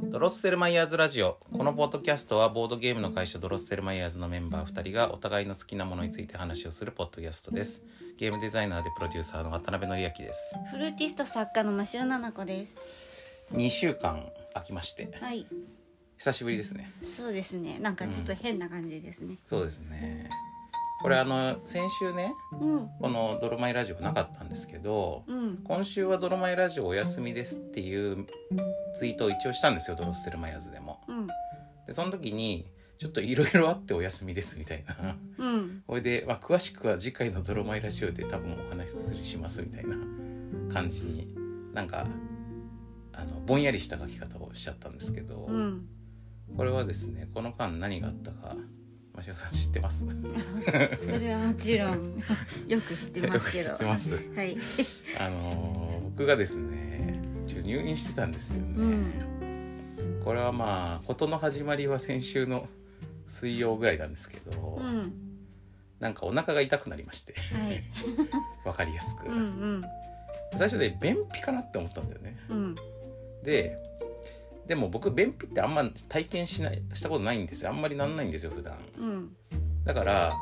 ドロッセルマイヤーズラジオこのポッドキャストはボードゲームの会社ドロッセルマイヤーズのメンバー2人がお互いの好きなものについて話をするポッドキャストですゲームデザイナーでプロデューサーの渡辺則明ですフルーティスト作家の真白菜々子です。 2週間空きましてはい、久しぶりですねそうですね。なんかちょっと変な感じですね。そうですねこれあの先週ねうん、この「ドロマイラジオ」なかったんですけどうん、今週は「ドロマイラジオお休みです」っていうツイートを一応したんですよドロッセルマイヤーズでもうん、でその時にちょっといろいろあってお休みですみたいなうん。これで、まあ、詳しくは次回の「ドロマイラジオ」で多分お話しするしますみたいな感じになんかあのぼんやりした書き方をしちゃったんですけど、うん、これはですねこの間何があったか真汐さん知ってますそれはもちろんよく知ってますけど。知ってますはい、あのー僕がですねちょっと入院してたんですよね、これはまあ事の始まりは先週の水曜ぐらいなんですけど、うん、なんかお腹が痛くなりましてはい、わかりやすく、うん、うん、最初で便秘かなって思ったんだよねうん、ででも僕便秘ってあんま体験しないしたことないんですよあんまりなんないんですよ普段うん、だから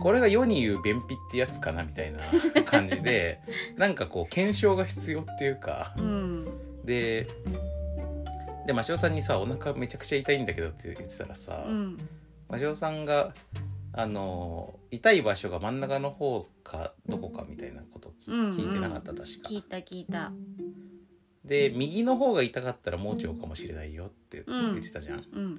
これが世に言う便秘ってやつかなみたいな感じ でなんかこう検証が必要っていうかうん、でで真汐さんにさ「お腹めちゃくちゃ痛いんだけど」って言ってたらさ、うん、真汐さんがあの痛い場所が真ん中の方かどこかみたいなこと聞,、うんうん聞いてなかった確か聞いた聞いた。で右の方が痛かったら盲腸かもしれないよって言ってたじゃん、うん、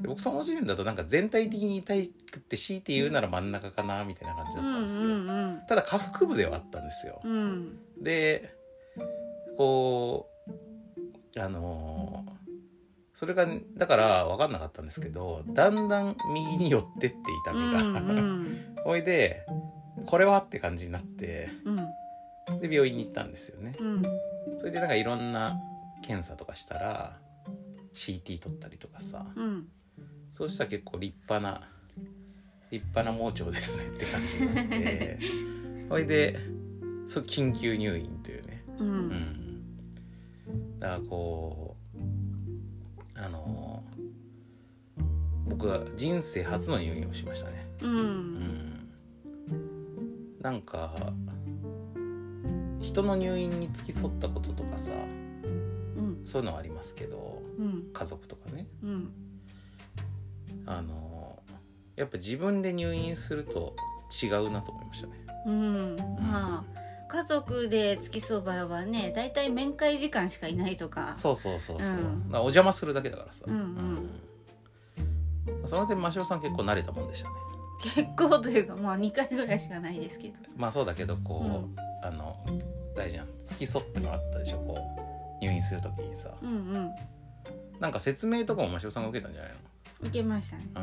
で僕その時点だとなんか全体的に痛くって強いて言うなら真ん中かなみたいな感じうだん、ったんですうよ、ん、うん、ただ下腹部ではあったんですようん、でこうあのーそれがだから分かんなかったんですけどだんだん右に寄ってって痛うみん、が、 うん、おいでこれはって感じになってうん、で病院に行ったんですよねうん、それでなんかいろんな検査とかしたら CT 取ったりとかさ、うん、そうしたら結構立派な立派な盲腸ですねって感じになってほいでそう緊急入院というね、うう、んん、だからこうあの僕は人生初の入院をしましたね、う、うんん、なんか人の入院に付き添ったこととかさうん、そういうのはありますけどうん、家族とかねうん、あのやっぱ自分で入院すると違うなと思いましたね。うん、まあ。家族で付き添う場合はね大体面会時間しかいないとかそうそうそうそう。うんだからお邪魔するだけだからさ。うんうんその点真汐さん結構慣れたもんでしたね。結構というかまあ2回ぐらいしかないですけどまあそうだけどこう、うんあの大事な付き添ってもらったでしょこう入院するときにさうんうんなんか説明とかも真汐さんが受けたんじゃない受けましたねの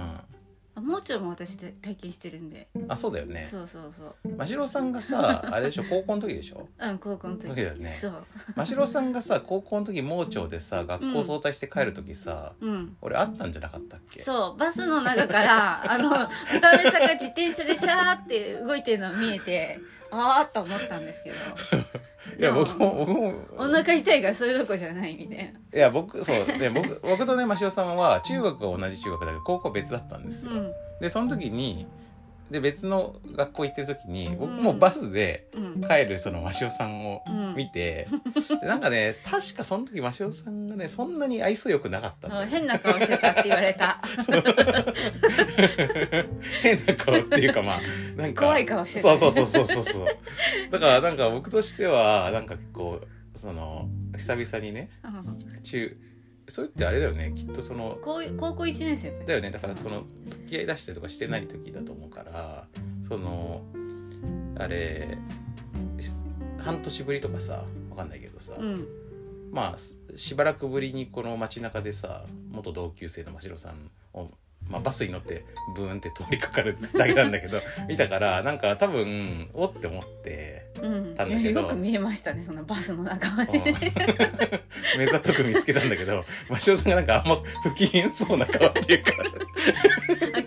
あもうちょいも私で体験してるんで、うん。あそうだよね。そうそうそう真汐さんが さあれでしょ高校の時でしょうん高校の時だけどねそう真汐さんがさ高校の時盲腸でさ学校早退して帰る時さ、うん俺あったんじゃなかったっけそうバスの中から あの渡辺さんが自転車でシャーって動いてるのが見えて ああと思ったんですけどいや僕も僕もお腹痛いからそういうとこじゃないみたいないや僕そうで僕 僕とね真汐さんは中学は同じ中学だけど高校別だったんですよ、うんでその時にで別の学校行ってる時に僕もバスでうん帰るその真汐さんをうん見て、でなんかね確かその時真汐さんがねそんなに愛想よくなかったんだあよ変な顔してたって言われた変な顔っていうか まあなんか怖い顔してたそうそうそうそうそうそうだからなんか僕としてはなんか結構その久々にねうん中そうってあれだよねきっとその高高校1年生の時だよねだからその付き合い出したりとかしてない時だと思うからそのあれし半年ぶりとかさわかんないけどさ、うんまあすしばらくぶりにこの街中でさ元同級生の真城さんを、まあ、バスに乗ってブーンって通りかかるだけなんだけ ど見たからなんか多分おって思って。うんたんいだやけどよく見えましたねそのバスの中まうんで 目ざとく見つけたんだけど真汐さんがなんかあんま不機嫌そうな顔っていうか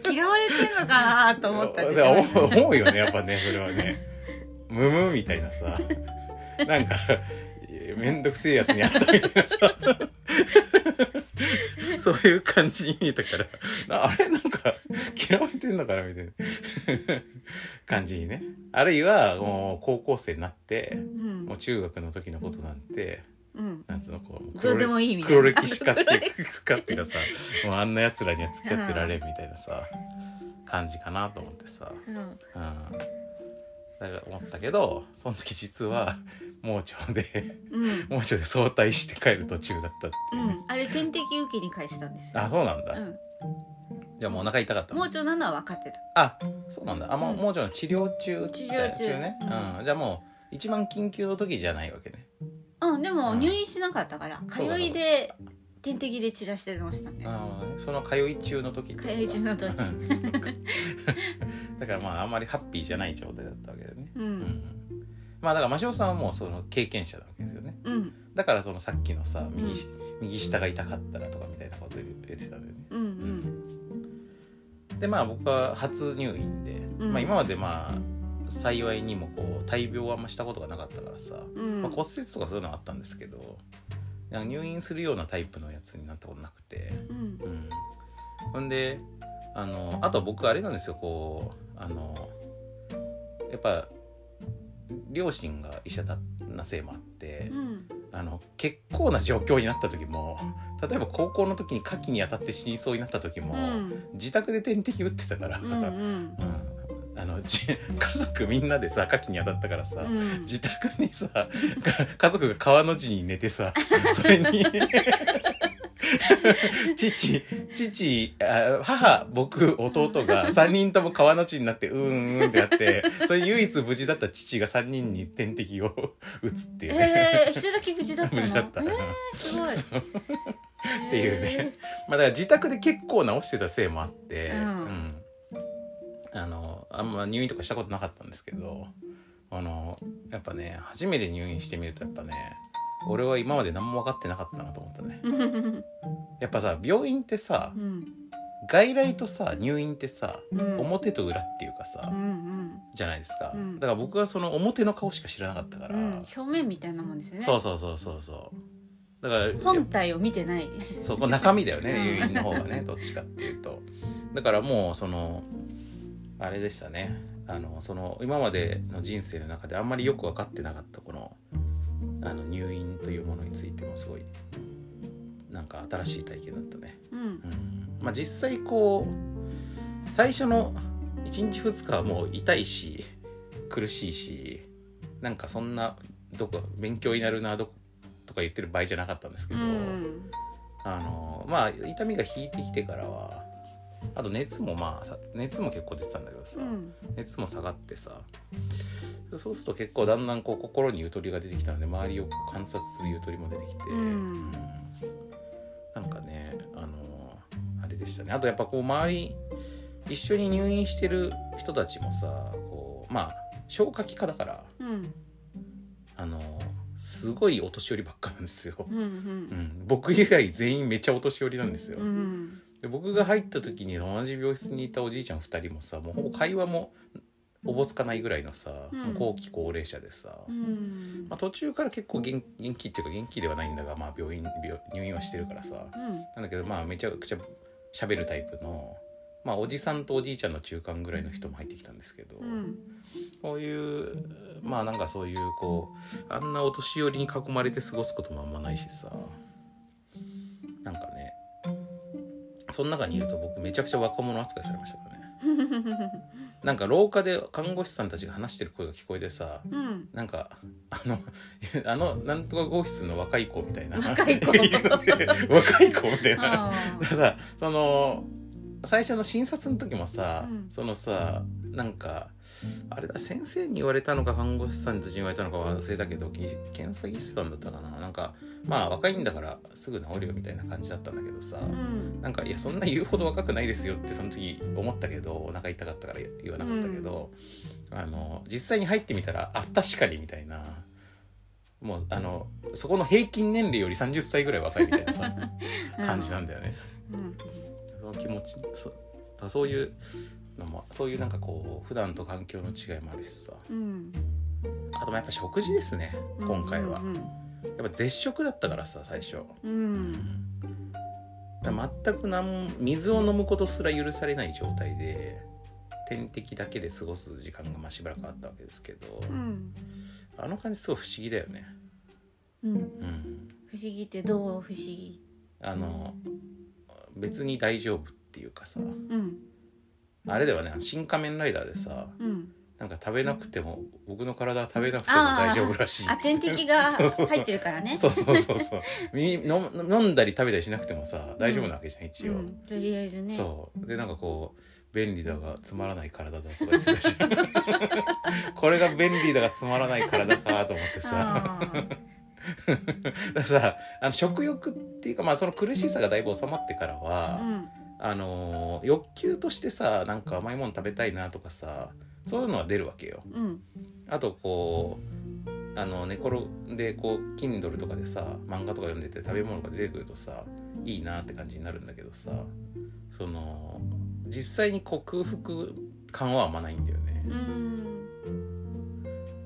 あ嫌われてんのかなと思ったんです そうよ思う思うよねやっぱねそれはねムムみたいなさなんか面倒くせえやつにあったみたいなさそういう感じに見えたからなあれなんか嫌われてんのかなみたいな感じにねあるいはもう高校生になってうんもう中学の時のことなんてうんなんつうのこうどうでもいいみたい黒な歴史かってい黒歴うかっていうか さもうあんなやつらには付き合ってられんみたいなさ感じかなと思ってさ、うんうん、だから思ったけどその時実は盲腸で うん盲腸で早退して帰る途中だったってういうね、んあれ点滴受けに返したんですよあそうなんだ、うじゃあもうお腹痛かったんの盲腸なのは分かってたあそうなんだあもううん盲腸の治療中治療だよ中ね、うんうん、じゃあもう一番緊急の時じゃないわけねうんでもうん入院しなかったから通そうだいで点滴で散らしてましたねあーその通い中の時ってことだ通い中の時うんそうか だからまああんまりハッピーじゃない状態だったわけだよね、ううんんまあだから真汐さんはもうその経験者なわけですよねうんだからそのさっきのさ右,、右下が痛かったらとかみたいなこと言ってたんだよねうんうんでまあ僕は初入院で、うんまあ、今までまあ幸いにもこう大病はあんましたことがなかったからさ、うんまあ、骨折とかそういうのはあったんですけどなんか入院するようなタイプのやつになったことなくて、うんうん、ほんであのあと僕あれなんですよこうあのやっぱ両親が医者だなせいもあって、うんあの結構な状況になった時も 例えば高校の時に夏季に当たって死にそうになった時も、うん自宅で点滴打ってたから、 うんうんうんあのじ家族みんなでさ夏季に当たったからさ、うん 自宅にさか家族が川の字に寝て さそれに父父あ母僕弟が3人とも川の字になってうーんうんってなってそれ唯一無事だった父が3人に点滴を 打つっていうね、ええ一人だけ無事だったの無事だったえーすごいそうっていうねまあだから自宅で結構治してたせいもあって、うんうんあのあんま入院とかしたことなかったんですけどあのやっぱね初めて入院してみるとやっぱね俺は今まで何も分かってなかったなと思ったねうんやっぱさ病院ってさうん外来とさ入院ってさうん表と裏っていうかさ、うんじゃないですか、うんだから僕はその表の顔しか知らなかったから、うん表面みたいなもんですねそうそうそうそうそうだから本体を見てないそうこう中身だよねうん誘引の方がね どっちかっていうとだからもうそのあれでしたねあのその今までの人生の中であんまりよく分かってなかったこのあの入院というものについてもすごいなんか新しい体験だったね、うんうんまあ、実際こう最初の1日2日はもう痛いし苦しいしなんかそんなどこ勉強になるなどことか言ってる場合じゃなかったんですけうど、んあのまあ痛みが引いてきてからはあと熱もまあさ熱も結構出てたんだけどさ、うん熱も下がってさそうすると結構だんだんこう心にゆとりが出てきたので周りを観察するゆとりも出てきて、うんうんなんかねあのあれでしたねあとやっぱこう周り一緒に入院してる人たちもさこうまあ消化器科だからうんあのすごいお年寄りばっかなんですよう、んううんん、僕以外全員めちゃお年寄りなんですよ、うんで僕が入った時に同じ病室にいたおじいちゃん2人もさもうほぼ会話もおぼつかないぐらいのさ、うんもう後期高齢者でさ、うんまあ、途中から結構元元気っていうか元気ではないんだが、まあ、病院病入院はしてるからさうんなんだけどまあめちゃくちゃ喋るタイプの、まあ、おじさんとおじいちゃんの中間ぐらいの人も入ってきたんですけど、うんこういうまあなんかそういうこうあんなお年寄りに囲まれて過ごすこともあんまないしさなんかねその中にいると僕めちゃくちゃ若者扱いされましたからねなんか廊下で看護師さんたちが話してる声が聞こえてさうんなんかあのあのなんとか号室の若い子みたいな 若い子うのって若い子みたいなあだからさその最初の診察の時もさ、うんそのさなんかあれだ先生に言われたのか看護師さんたちに言われたのか忘れたけどき検査技師さんだったかななんかまあ若いんだからすぐ治るよみたいな感じだったんだけどさ、ーうんなんかいやそんな言うほど若くないですよってその時思ったけどお腹痛かったから言わなかったけど、あの実際に入ってみたらあ確かにみたいなもうあのそこの平均年齢より30歳ぐらい若いみたいな さ感じなんだよね。うんその気持ちそそういうのもそういうなんかこう普段と環境の違いもあるしさうんあとまあやっぱ食事ですね今回は、うんやっぱ絶食だったからさ最初、ううんだから全くなん水を飲むことすら許されない状態で点滴だけで過ごす時間がまあしばらくあったわけですけど、うん、あの感じすごい不思議だよね。うん、うん、不思議ってどう不思議あの別に大丈夫っていうかさうんあれだよね「新仮面ライダー」でさうんなんか食べなくても僕の体は食べなくても大丈夫らしいあ点滴が入ってるからねそうそうそうそうみ飲飲んだり食べたりしなくてもさ大丈夫なわけじゃん一応、うん、とりあえずねそうでなんかこう便利だがつまらない体だとか言ってたじゃん これが便利だがつまらない体かと思ってさあーだからさあの食欲っていうかまあその苦しさがだいぶ収まってからは、うんあのー欲求としてさなんか甘いもの食べたいなとかさそういうのは出るわけようんあとこうあの寝転んでこう Kindle とかでさ漫画とか読んでて食べ物が出てくるとさいいなって感じになるんだけどさその実際にこう空腹感はあんまないんだよねうん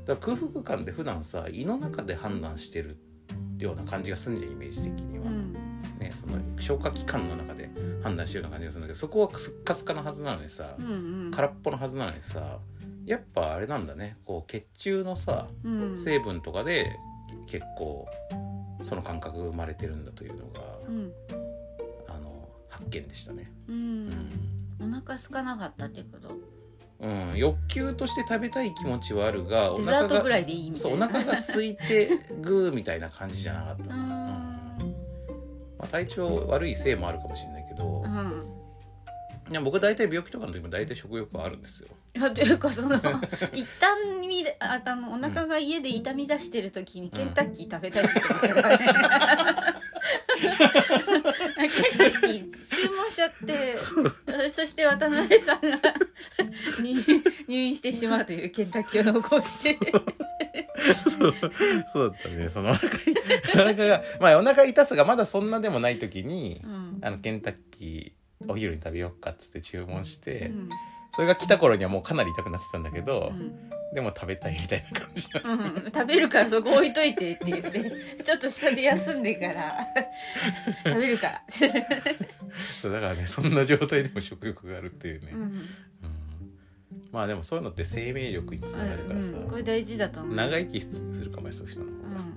だから空腹感って普段さ胃の中で判断してるような感じがすんじゃんイメージ的には、うんねその消化器官の中で判断してるような感じがするんだけどそこはスッカスカなはずなのにさ、うん空っぽのはずなのにさやっぱあれなんだねこう血中のさうん成分とかで結構その感覚が生まれてるんだというのが、うんあの発見でしたね、ううんんお腹空かなかったってことうん、欲求として食べたい気持ちはあるがおデザ腹ートぐがらいでいいみたそういおな腹が空いてグーみたいな感じじゃなかったな、うんまあ、体調悪いせいもあるかもしれないけどう、んうんいや僕大体病気とかの時も大体食欲はあるんですよいやというかその一旦みああのお腹が家で痛み出してる時にケンタッキー食べたいってことだねケンタッキー注文しちゃってそして渡辺さんがに入院してしまうというケンタッキーを残してそう そうだったねそのお腹お腹がまあお腹痛さがまだそんなでもない時にうんあのケンタッキーお昼に食べようかっつって注文しうて、んそれが来た頃にはもうかなり痛くなってたんだけどう、んでも食べたいみたいな感じだうん食べるからそこ置いといてって言ってちょっと下で休んでから食べるから、そうだからねそんな状態でも食欲があるっていうね、ううんんまあでもそういうのって生命力につながるからさ、うんこれ大事だと思う長生きするかもよそういう人の方うが、うんん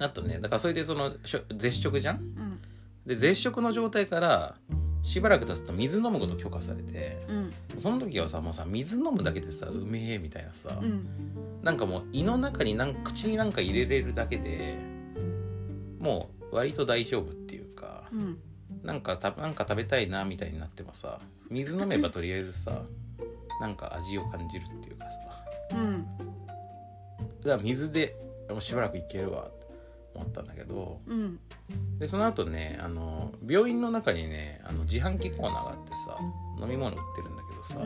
あとねだからそれでそのしょ絶食じゃんうんで絶食の状態からしばらく経つと水飲むこと許可されてうんその時はさもうさ水飲むだけでさうめえみたいなさ、うんなんかもう胃の中になん口になんか入れれるだけでもう割と大丈夫っていうかうんなんかたなんか食べたいなみたいになってもさ水飲めばとりあえずさなんか味を感じるっていうかさうんだから水でもうしばらくいけるわって思ったんだけどうんでその後ねあの病院の中にねあの自販機コーナーがあってさ飲み物売ってるんだけどさ、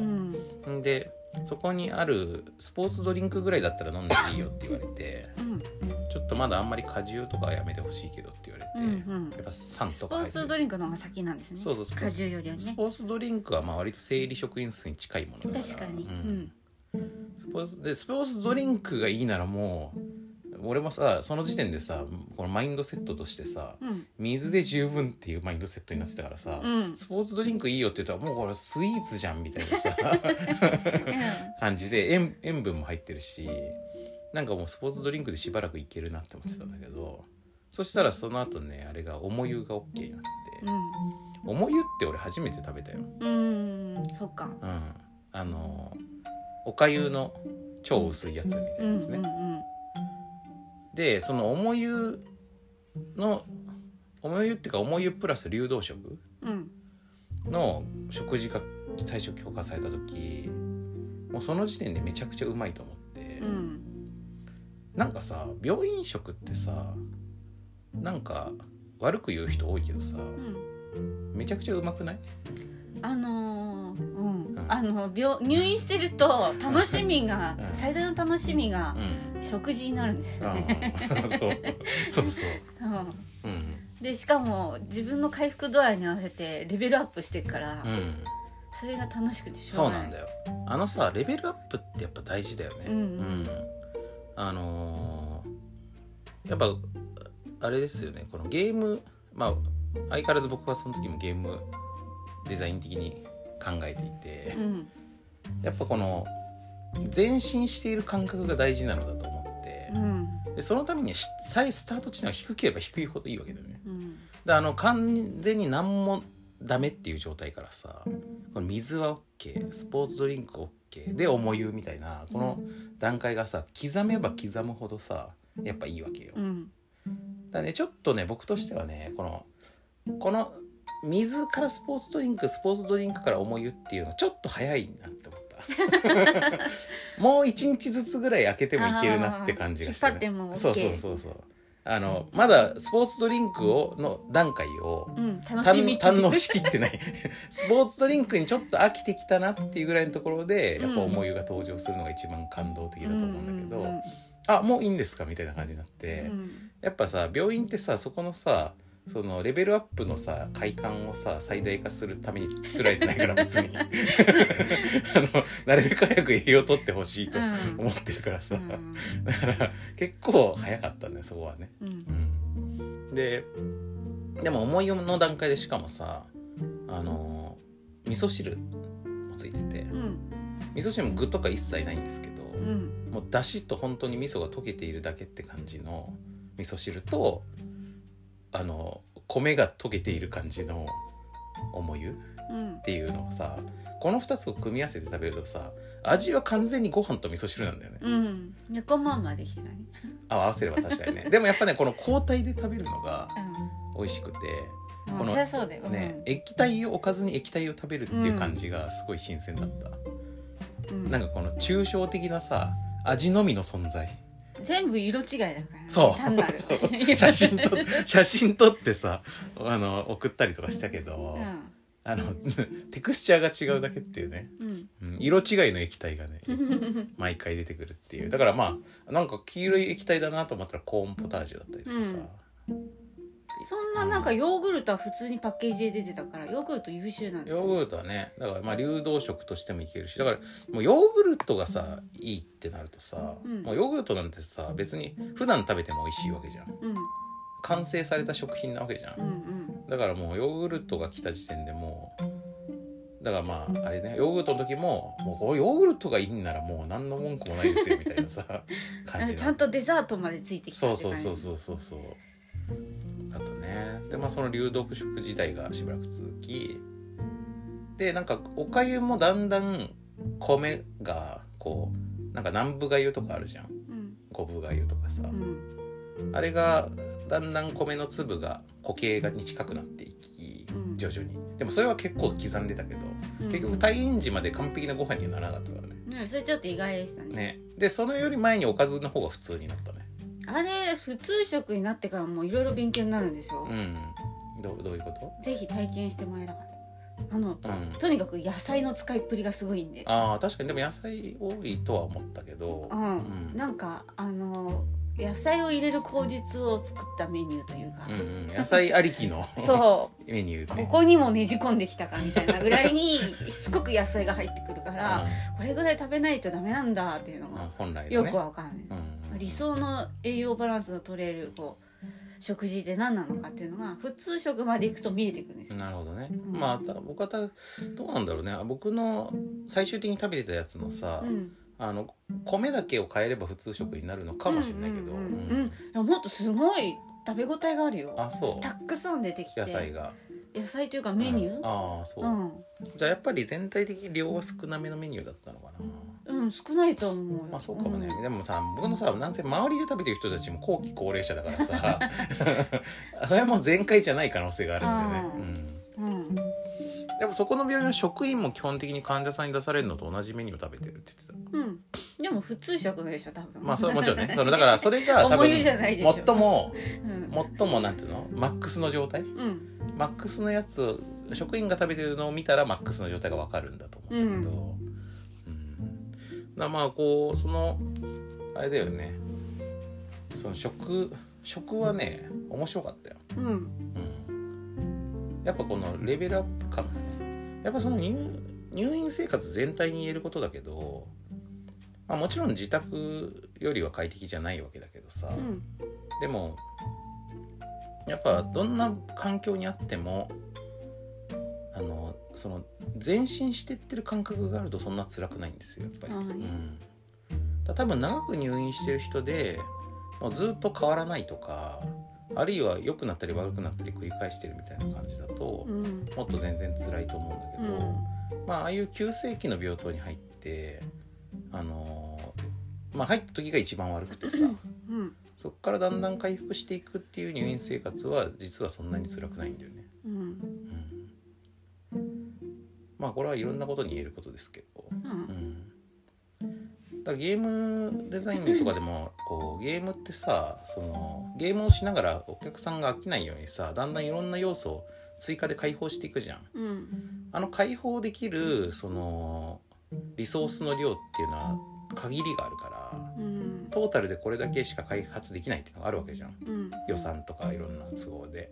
うんんでそこにあるスポーツドリンクぐらいだったら飲んでいいよって言われて。うんちょっとまだあんまり果汁とかはやめてほしいけどって言われて、うんやっぱ酸スとポか入ーってるツドリンクの方が先なんですねそうそうスポーツ果汁よりはスねポーツドリンクはまあ割と生理食塩水に近いものだから確かにうんスポーツでスポーツドリンクがいいならもう俺もさその時点でさこのマインドセットとしてさうんうん水で十分っていうマインドセットになってたからさ、うんスポーツドリンクいいよって言ったらもうこれスイーツじゃんみたいなさ感じで塩塩分も入ってるしなんかもうスポーツドリンクでしばらくいけるなって思ってたんだけどそしたらその後ねあれが重湯が OK になって重湯って俺初めて食べたよ、うんうんそっかうん、あのおかゆの超薄いやつみたういなんやつね、うんうんでその重湯の重湯っていうか重湯プラス流動食うんの食事が最初許可された時もうその時点でめちゃくちゃうまいと思って、うんなんかさ病院食ってさなんか悪く言う人多いけどさうんめちゃくちゃうまくないあのーううんんあの病入院してると楽しみが、うん最大の楽しみがうん食事になるんですよね。うん そうそうそう、うんうんでしかも自分の回復度合いに合わせてレベルアップしていくから、うん、それが楽しくてしょそううながない。んだよあのさレベルアップってやっぱ大事だよねうんあのーやっぱあれですよねこのゲームまあ相変わらず僕はその時もゲームデザイン的に考えていて、うんやっぱこの前進している感覚が大事なのだと思ってう、んでそのためにはしさえスタート地点が低ければ低いほどいいわけだよね。うんであの完全に何もダメっていう状態からさこの水は OK スポーツドリンク OK で重湯みたいなこの段階がさ刻めば刻むほどさやっぱいいわけよ。うんだからねちょっとね僕としてはねこのこの水からスポーツドリンクスポーツドリンクから重湯っていうのちょっと早いなって思った もう一日ずつぐらい開けてもいけるなって感じがして、あー引っ張っても OK そうそうそうそうあのまだスポーツドリンクをの段階をうん楽し堪み能堪能しきってないスポーツドリンクにちょっと飽きてきたなっていうぐらいのところでやっぱ重湯が登場するのが一番感動的だと思うんだけど、うんあもういいんですかみたいな感じになって。うんやっぱさ病院ってさそこのさそのレベルアップのさ快感をさ最大化するために作られてない から別に あのなるべく早く栄養とってほしいとうん思ってるからさ、うんだから結構早かったんだよそこはね。うんうん、ででも思いの段階でしかもさあの味噌汁もついててうん味噌汁も具とか一切ないんですけど、うんもうだしと本当に味噌が溶けているだけって感じの味噌汁とあの米が溶けている感じのおもゆっうんていうのをさこの2つを組み合わせて食べるとさ味は完全にご飯と味噌汁なんだよね、うん猫ママでしたねあ合わせれば確かに ねでもやっぱねこの交代で食べるのがう美味しくてんこのそりゃそうだよね、液体をおかずに液体を食べるっていう感じがすごい新鮮だった、うんなんかこの抽象的なさ味のみの存在全部色違いだからねそう単なるそう写真撮 写真撮ってさあの送ったりとかしたけど、うあの テクスチャーが違うだけっていうね、んうん色違いの液体が ねうん毎回出てくるっていうだからまあなんか黄色い液体だなと思ったらコーンポタージュだったりとかさ、そんななんかヨーグルトは普通にパッケージで出てたからヨーグルト優秀なんですヨーグルトはねだからまあ流動食としてもいけるしだからもうヨーグルトがさいいってなるとさ、うんもうヨーグルトなんてさ別に普段食べても美味しいわけじゃんうん完成された食品なわけじゃんう、んだからもうヨーグルトが来た時点でもうだからまああれねヨーグルトの時ももうこれヨーグルトがいいんならもう何の文句もないですよみたいな さう感んじのちゃんとデザートまでついてきたそっうてそう感じそうそうそうそうあとねでまあその流動食自体がしばらく続きでなんかおかゆもだんだん米がこうなんか南部がゆとかあるじゃんうん五分がゆとかさ、うんあれがだんだん米の粒が固形がに近くなっていきうん徐々にでもそれは結構刻んでたけどうん結局退院時まで完璧なご飯にはならなかったからねねそれちょっと意外でしたねねでそのより前におかずの方が普通になったねあれ普通食になってからもういろいろ勉強になるんですようんどうどういうことぜひ体験してもらえたかったあのうんとにかく野菜の使いっぷりがすごいんでああ確かにでも野菜多いとは思ったけどううんんなんかあの野菜を入れる口実を作ったメニューというかうんうん野菜ありきの そう メニューこねこにもねじ込んできたかみたいなぐらいにしつこく野菜が入ってくるからこれぐらい食べないとダメなんだっていうのうんうんが本来のよねくわかんない、うん理想の栄養バランスの取れるこう食事で何なのかっていうのが普通食までいくと見えてくるんですよ、なるほどね、うんまあた僕はたどうなんだろうね僕の最終的に食べてたやつのさ、うんあの米だけを変えれば普通食になるのかもしれないけど、うんううんうんんいやもっとすごい食べ応えがあるよあそうたくさん出てきて野菜が野菜というかメニュうんーああそうう、ん、じゃあやっぱり全体的に量は少なめのメニューだったのかな、うん少ないと思うよまあそうかもね、でもさ僕のさなんせ周りで食べてる人たちも後期高齢者だからさ あれはもう全開じゃない可能性があるんだよね、うん、うんうん、でもそこの病院の職員も基本的に患者さんに出されるのと同じメニューを食べてるって言ってたうんでも普通食でしょ多分まあそれはもち ろんねそのだからそれが多思分いじゃないでしょ最もうん最もなんていうのマックスの状態うんマックスのやつを職員が食べてるのを見たらマックスの状態がわかるんだと思うんだけど、うんだからまあこうそのあれだよねその食食はね面白かったよ、うんうん、やっぱこのレベルアップ感やっぱその入入院生活全体に言えることだけど、まあ、もちろん自宅よりは快適じゃないわけだけどさ、うんでもやっぱどんな環境にあってもあのその前進してってる感覚があるとそんな辛くないんですよやっぱり。あーねうん、だ多分長く入院してる人でもうずっと変わらないとかあるいは良くなったり悪くなったり繰り返してるみたいな感じだと、うんもっと全然辛いと思うんだけど。まあ、ああいう急性期の病棟に入ってあのーまあ入った時が一番悪くてさうんそこからだんだん回復していくっていう入院生活は実はそんなに辛くないんだよね。うんうん、まあこれはいろんなことに言えることですけど。うんうん、だからゲームデザインとかでもこうゲームってさそのゲームをしながらお客さんが飽きないようにさだんだんいろんな要素を追加で解放していくじゃん。うんあの解放できるそのリソースの量っていうのは限りがあるからうんトータルでこれだけしか開発できないっていうのがあるわけじゃんうん予算とかいろんな都合で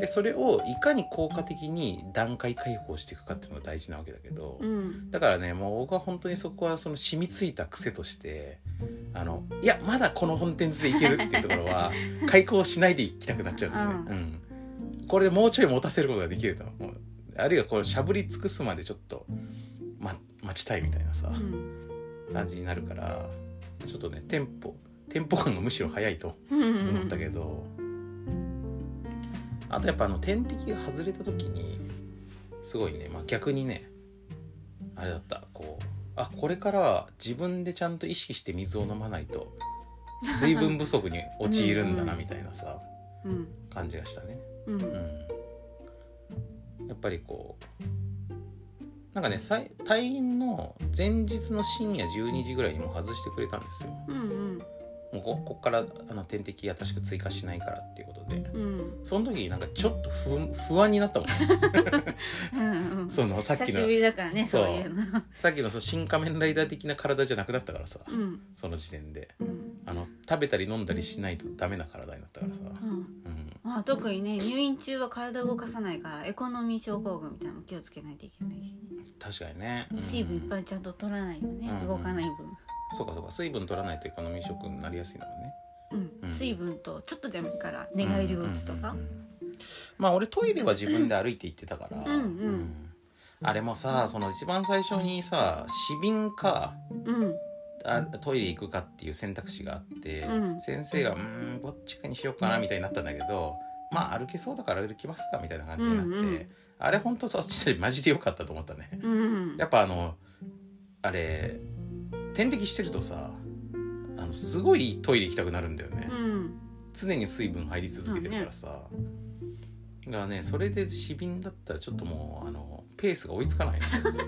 でそれをいかに効果的に段階解放していくかっていうのが大事なわけだけどうんだからねもう僕は本当にそこはその染みついた癖としてあのいやまだこのコンテンツでいけるっていうところ は開口しないでいきたくなっちゃうんだよね、うんこれでもうちょい持たせることができると思うあるいはこれしゃぶり尽くすまでちょっと、ま、待ちたいみたいなさうん感じになるからちょっとねテンポテンポ感がむしろ早いとうん思ったけど、あとやっぱあの点滴が外れた時にすごいね、まあ、逆にねあれだったこうあこれから自分でちゃんと意識して水を飲まないと水分不足に陥るんだな うんうんみたいなさうん感じがしたね、ううんん、やっぱりこうなんかねさい退院の前日の深夜12時ぐらいにもう外してくれたんですようんもうここっからあの点滴新しく追加しないからっていうことでうんその時になんかちょっと不不安になったもん うんそのさっ久きしのぶりだからねそそうういうのさっきのその新仮面ライダー的な体じゃなくなったからさうんその時点でうんあの食べたり飲んだりしないとダメな体になったからさ、うんうん、まあ特にね入院中は体動かさないからエコノミー症候群みたいなのも気をつけないといけないし確かにね、うん水分いっぱいちゃんと取らないとね、うん動かないそうかそうか水分取らないとエコノミーショックになりやすいのもね分、ううんん、水分とちょっとでもいいから寝返りを打つとかうんうんうんうんまあ俺トイレは自分で歩いて行ってたから、うんうんあれもさその一番最初にさ市民かうんあトイレ行くかっていう選択肢があって、うん先生が「うーんどっちかにしようかな」みたいになったんだけどまあ歩けそうだから歩きますかみたいな感じになって、うんうんあれ本当そっちでマジでよかったと思ったね。うんやっぱあのあれ点滴してるとさあのすごいトイレ行きたくなるんだよね、うん常に水分入り続けてるからさ、だからねそれで市民だったらちょっともうあのペースが追いつかないね、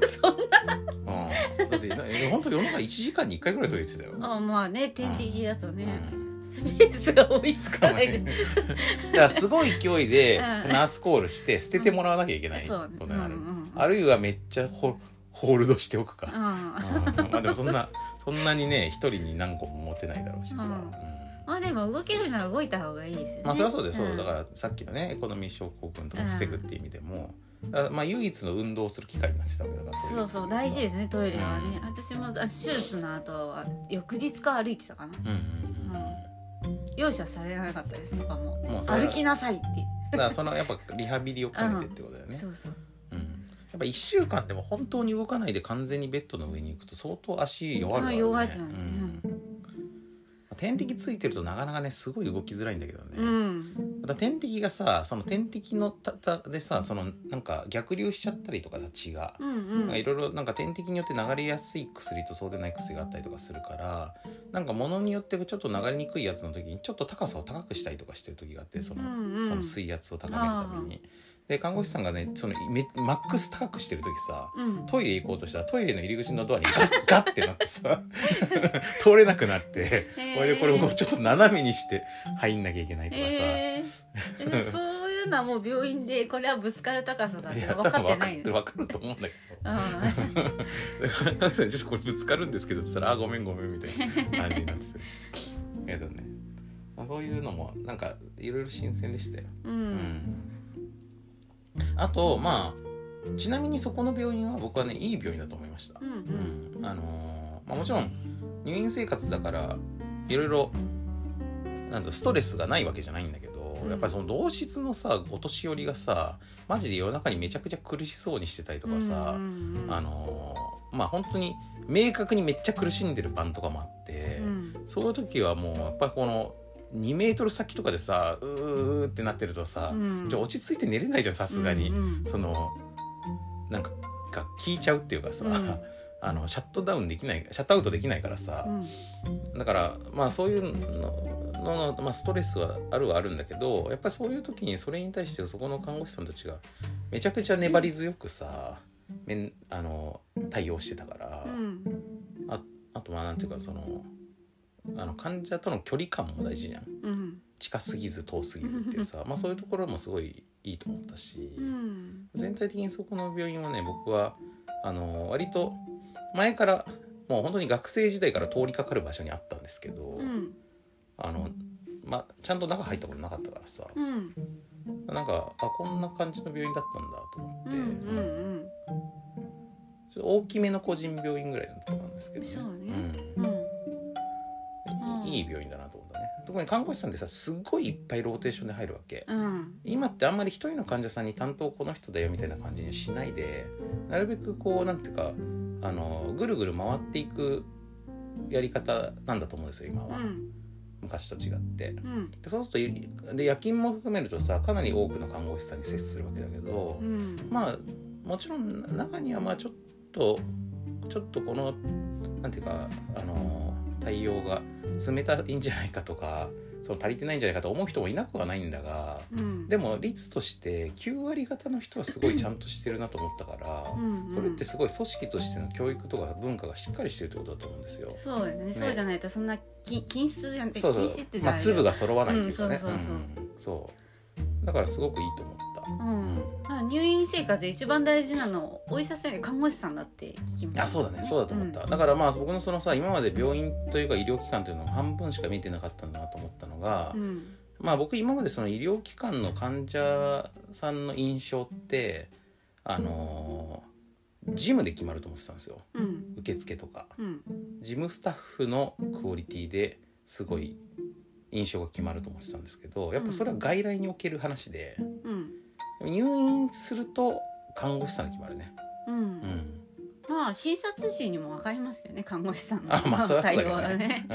そんうん、だってなえ本当世の中1時間に1回ぐらいトイレ行ってたよ、 なあまあね点滴だとね、うんペースが追いつかないでだからすごい勢いでうんナースコールして捨ててもらわなきゃいけないこそうねとになる、うんうんあるいはめっちゃホホールドしておくか、うんうんまあでもそんなそんなにね一人に何個も持てないだろうしさ、うんうんまあでも動けるなら動いた方がいいですよねまあそれはそうです、そうんだからさっきのねエコノミー症候群とか防ぐっていう意味でも、だからまあ唯一の運動をする機会になってたわけだからいそうそう大事ですねトイレはね、う私もあ手術の後は翌日か歩いてたかなうんうんうんうん容赦されなかったですとかももうそれは歩きなさいって、だからそのやっぱリハビリを兼ねてってことだよね、そうそううんやっぱ1週間でも本当に動かないで完全にベッドの上に行くと相当足弱るわよねあ弱いじゃんうん点滴ついてるとなかなかねすごい動きづらいんだけどね、うんまた点滴がさその点滴のたたでさそのなんか逆流しちゃったりとかさ血がう、んなんうかいんろいろなんか点滴によって流れやすい薬とそうでない薬があったりとかするからなんか物によってちょっと流れにくいやつの時にちょっと高さを高くしたりとかしてる時があってその,、うんうんその水圧を高めるために。で看護師さんがねそのめマックス高くしてる時さうんトイレ行こうとしたらトイレの入り口のドアにガッガ ッってなってさ通れなくなってへーこれでこれもうちょっと斜めにして入んなきゃいけないとかさ。えー、でもそういうのはもう病院でこれはぶつかる高さだっいてや分多か分分ってかなっいてるの分かると思うんだけど。うんだからなんか ちょっとこれぶつかるんですけどっつったら「あごめんごめん」みたいな感じに なっててけどね、まあ、そういうのもなんかいろいろ新鮮でしたよ、ううんんあとまあちなみにそこの病院は僕はねいい病院だと思いましたう、うんんあのーまあ、もちろん入院生活だからいろいろなんだろうストレスがないわけじゃないんだけどそうやっぱりその同室のさお年寄りがさマジで夜中にめちゃくちゃ苦しそうにしてたりとかさ、うんあ、のーまあ本当に明確にめっちゃ苦しんでる晩とかもあって、うんそういう時はもうやっぱりこの2メートル先とかでさうーってなってるとさ、うんちょ落ち着いて寝れないじゃんさすがに、うんうんそのなんかが聞いちゃうっていうかさ、うん あのシャットダウンできないシャットアウトできないからさ、うんだからまあそういうののまあ、ストレスはあるはあるんだけどやっぱりそういう時にそれに対してそこの看護師さんたちがめちゃくちゃ粘り強くさめんあの対応してたから、うんあとまあなんていうかそのあの患者との距離感も大事じゃんうん近すぎず遠すぎずっていうさまあそういうところもすごいいいと思ったし、うん全体的にそこの病院はね僕はあの割と前からもう本当に学生時代から通りかかる場所にあったんですけど。うんあの、まあ、ちゃんと中入ったことなかったからさ、うんなんかあこんな感じの病院だったんだと思っうて、んううんんちょっと大きめの個人病院ぐらいのとこなんですけどそうねんうんうんいい病院だなと思ったね特に看護師さんってさすっごいいっぱいローテーションで入るわけ、うん今ってあんまり一人の患者さんに担当この人だよみたいな感じにしないでなるべくこうなんていうかあのぐるぐる回っていくやり方なんだと思うんですよ今は、うん昔と違って。うんでそうするとで夜勤も含めるとさかなり多くの看護師さんに接するわけだけど、うんまあもちろん中にはまあちょっとちょっとこのなんていうかあの対応が冷たいんじゃないかとかその足りてないんじゃないかと思う人もいなくはないんだがうんでも率として9割方の人はすご いちゃんとしてるなと思ったから、うんそれってすごい組織としての教育とか文化がしっかりしてるってことだと思うんですよ。そうよねそうじゃないとそんなき均質じゃなくてそうそ均う質って、まあ、粒が揃わないというかね、うんそうそうそううんそうだからすごくいいと思った、うんまあ入院生活で一番大事なのお医者さんより看護師さんだって聞きますあそうだねそうだと思った、だからまあ僕のそのさ今まで病院というか医療機関というのを半分しか見てなかったんだなと思ったのが、うんまあ僕今までその医療機関の患者さんの印象ってあのージムで決まると思ってたんですようん受付とかうんジムスタッフのクオリティですごい印象が決まると思ってたんですけどやっぱそれは外来における話で、うん入院すると看護師さんに決まるね、うん、うんまあ診察士にも分かりますけどね看護師さんのあまあそりゃそうだ対よ応ねはね。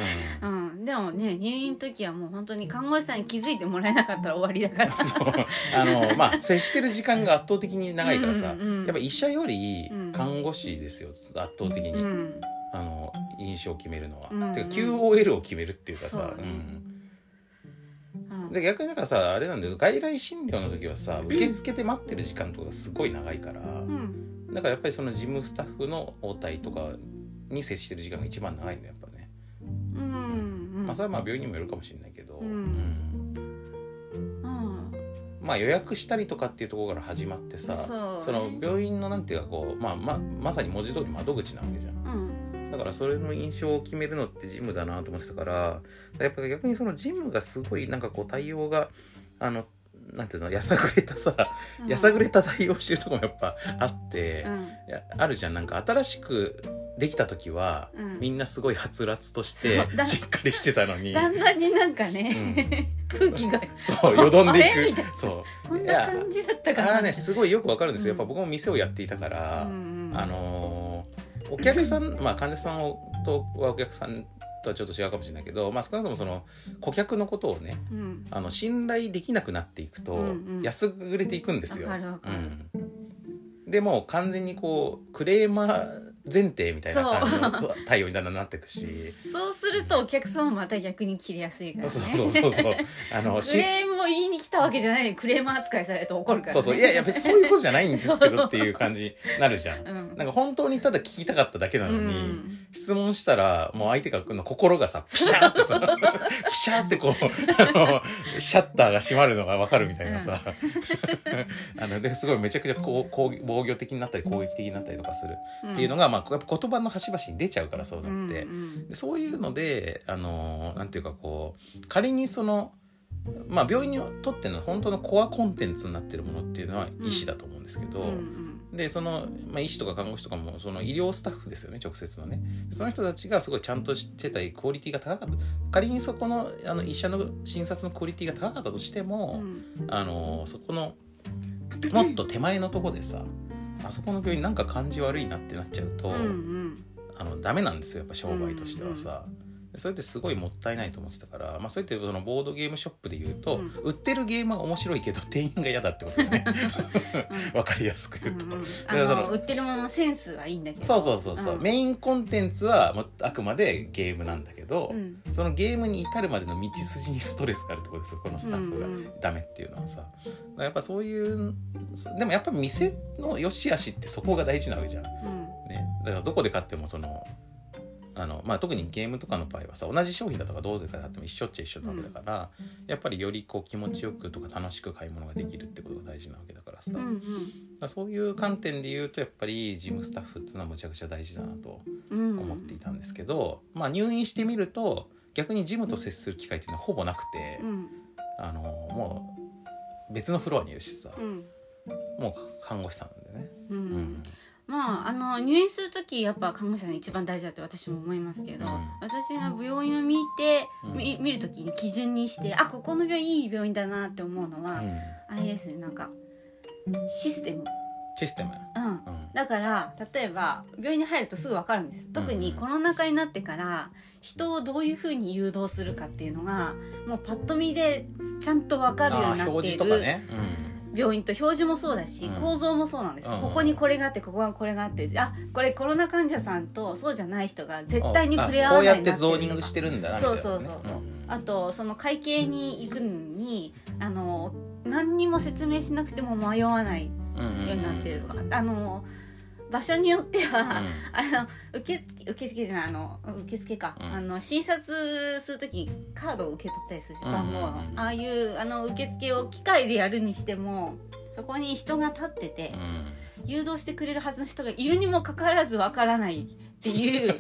うんうん、でもね入院の時はもう本当に看護師さんに気づいてもらえなかったら終わりだから そうあのまあ接してる時間が圧倒的に長いからさ、うんうんうんやっぱ医者よりうん看護師ですよ圧倒的に、うんあの印象を決めるのは、うんうんてか QOL を決めるっていうかさそうねうんで逆にだからさあれなんだよ外来診療の時はさ受付で待ってる時間とかがすごい長いから、うんだからやっぱりその事務スタッフの応対とかに接してる時間が一番長いんだよやっぱね、うんうんまあそれはまあ病院にもよるかもしれないけど、うんうんうんまあ、予約したりとかっていうところから始まってさそうねの病院のなんていうかこう、まあ、ままさに文字通り窓口なわけじゃんうんだからそれの印象を決めるのってジムだなと思ってたからやっぱ逆にそのジムがすごいなんかこう対応があのなんていうのやさぐれたさ、うんやさぐれた対応してるとこもやっぱあってう、んいやあるじゃんなんか新しくできた時は、うんみんなすごいはつらつとして そうだしっかりしてたのに。だんだんになんかね、空気がそうよどんであれいみたいくそうこんな感じだったかあれなはねすごいよくわかるんですよ、うんやっぱ僕も店をやっていたから、うんうんあのーお客さん、 まあ、患者さんをとはお客さんとはちょっと違うかもしれないけど、まあ、少なくともその顧客のことをねうんあの信頼できなくなっていくと、うんうん安ぐれていくんですよ。わかるわかるうんでもう完全にこうクレーマー前提みたいな感じの対応にだんだんなっていくしそうするとお客さんもまた逆に切れやすいからねそうそうそうそうあの クしレームを言いに来たわけじゃないのにクレーム扱いされると怒るから、ね、そうそういやいや別にそういうことじゃないんですけどっていう感じになるじゃん。うんなんか本当にただ聞きたかっただけなのに、うん質問したらもう相手がの心 がさピシャーってさピシャーってこうあのシャッターが閉まるのが分かるみたいなさ、 あのですごいめちゃくちゃこうこう防御的になったり攻撃的になったりとかするっていうのが、まあ、やっぱ言葉の端々に出ちゃうからそうなって、うんうんでそういうのであのなんていうかこう仮にその。まあ、病院にとっての本当のコアコンテンツになってるものっていうのは医師だと思うんですけど、うんうんでその、まあ、医師とか看護師とかもその医療スタッフですよね直接のねその人たちがすごいちゃんとしてたりクオリティが高かった仮にそこのあの医者の診察のクオリティが高かったとしても、あのそこのもっと手前のとこでさあそこの病院なんか感じ悪いなってなっちゃうと、うんあのダメなんですよやっぱ商売としてはさ、でそれってすごいもったいないと思ってたから、まあ、それってそのボードゲームショップで言うと、うん売ってるゲームは面白いけど店員が嫌だってことだね わかりやすくう言うんと。うんあらそのの売ってるもののセンスはいいんだけどそうそうそうそう、うんメインコンテンツはもうあくまでゲームなんだけど、うんそのゲームに至るまでの道筋にストレスがあるってことですよこのスタッフがうんうんダメっていうのはさ、だからやっぱそういうでもやっぱ店の良し悪しってそこが大事なわけじゃん、ね、うんだからどこで買ってもそのあの、まあ、特にゲームとかの場合はさ同じ商品だとかどうで買っても一緒っちゃ一緒なわけだから、やっぱりよりこう気持ちよくとか楽しく買い物ができるってことが大事なわけだからさ、うんだからそういう観点で言うとやっぱり事務スタッフっていうのはむちゃくちゃ大事だなとうん思っていたんですけど、まあ、入院してみると逆に事務と接する機会っていうのはほぼなくて、うんあのもう別のフロアにいるしさ、うんもう看護師さんでね、ううんんまああの入院する時やっぱ看護師さんが一番大事だって私も思いますけど、うん私が病院を見て、うんみ見る時に基準にしてあここの病院いい病院だなって思うのは、うんあれですねなんかシステム、システム、うん、うんだから例えば病院に入るとすぐ分かるんですよ特にうんコロナ禍になってから人をどういうふうに誘導するかっていうのがもうパッと見でちゃんと分かるようになあーって表い示とかるね、うん病院と表示もそうだし、うん構造もそうなんですよ、うんここにこれがあってここがこれがあってあこれコロナ患者さんとそうじゃない人が絶対に触れ合わないあこうやってゾーニングしてるんだなみたいな、ね、そうそうそううんあとその会計に行くのにあの何にも説明しなくても迷わないようになってるとか、あの場所によってうんは、あの受付受付じゃないあの受付か、うんあの診察するときにカードを受け取ったりするし、うん番号のうんうんああいうあの受付を機械でやるにしてもそこに人が立っててう、ん誘導してくれるはずの人がいるにもかかわらずわからないっ ていう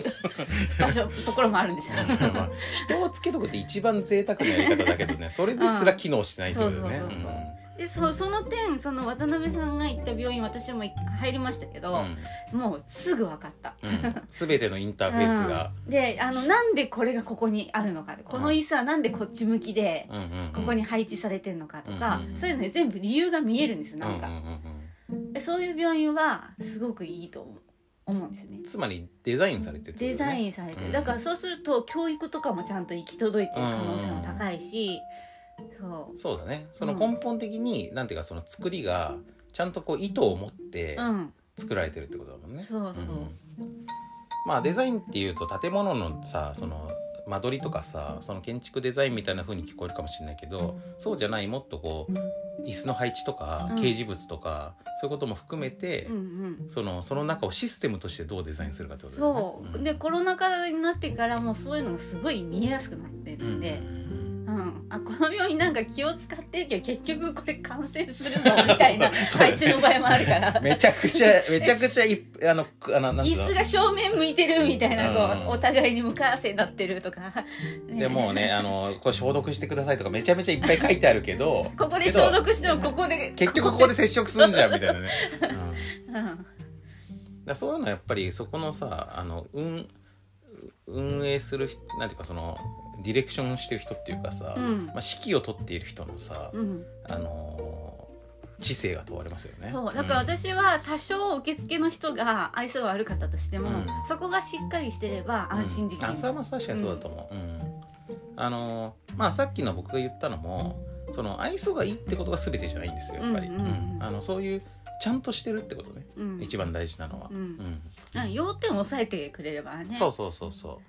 場所ところもあるんですよ。まあ、人をつけとくって一番贅沢なやり方だけど ねそれですら機能してないってことだよねうんそうそうそうそうでそその点その渡辺さんが行った病院私も入りましたけうんど、もうすぐ分かった。うんうん全てのインターフェースが、うんであのなんでこれがここにあるのかこの椅子はなんでこっち向きで、うんうんうんここに配置されてるのかとか、うんそういうのに全部理由が見えるんですよなんうか、んうんうんでそういう病院はすごくいいと思う思うんですよねつまりデザインされてるってデことねザインされてる、うんだからそうすると教育とかもちゃんと行き届いてる可能性も高いし、そそうだねその根本的に、なんていうかその作りがちゃんとこう意図を持ってううん作られてるってことだもんね、そうそう、うんまあデザインっていうと建物のさその間取りとかさその建築デザインみたいな風に聞こえるかもしれないけどそうじゃないもっとこう椅子の配置とかうん掲示物とか、そういうことも含めて、うんうんそのその中をシステムとしてどうデザインするかってことだよね。そう、でコロナ禍になってからもうそういうのがすごい見えやすくなってるんで、うんあこの病院なんか気を使ってるけど結局これ感染するぞみたいな そうだ 配ね置の場合もあ るからめちゃくちゃめちゃくちゃいあのくあのなんつ椅うの子が正面向いてるみたいなうこんうお互いに向かわせになってるとか、ねでもうねあのこれ消毒してくださいとかめちゃめちゃいっぱい書いてあるけどここでけど消毒してもここで結局ここで接触すんじゃんみたい なね。うんうんだからそういうのはやっぱりそこのさあの運運営する人なんていうかそのディレクションしてる人っていうかさ、うんまあ、指揮を取っている人のさ、うん、あのー知性が問われますよね。そうだからうん私は多少受付の人が愛想が悪かったとしても、うんそこがしっかりしてれば安心できる、あそれは確かにそうだと思う、うんあのーまあさっきの僕が言ったのもその愛想がいいってことが全てじゃないんですよやっぱり、うんうんうんあのそういうちゃんとしてるってことね、うん一番大事なのは、うんうん要点を抑えてくれればねそうそうそうそ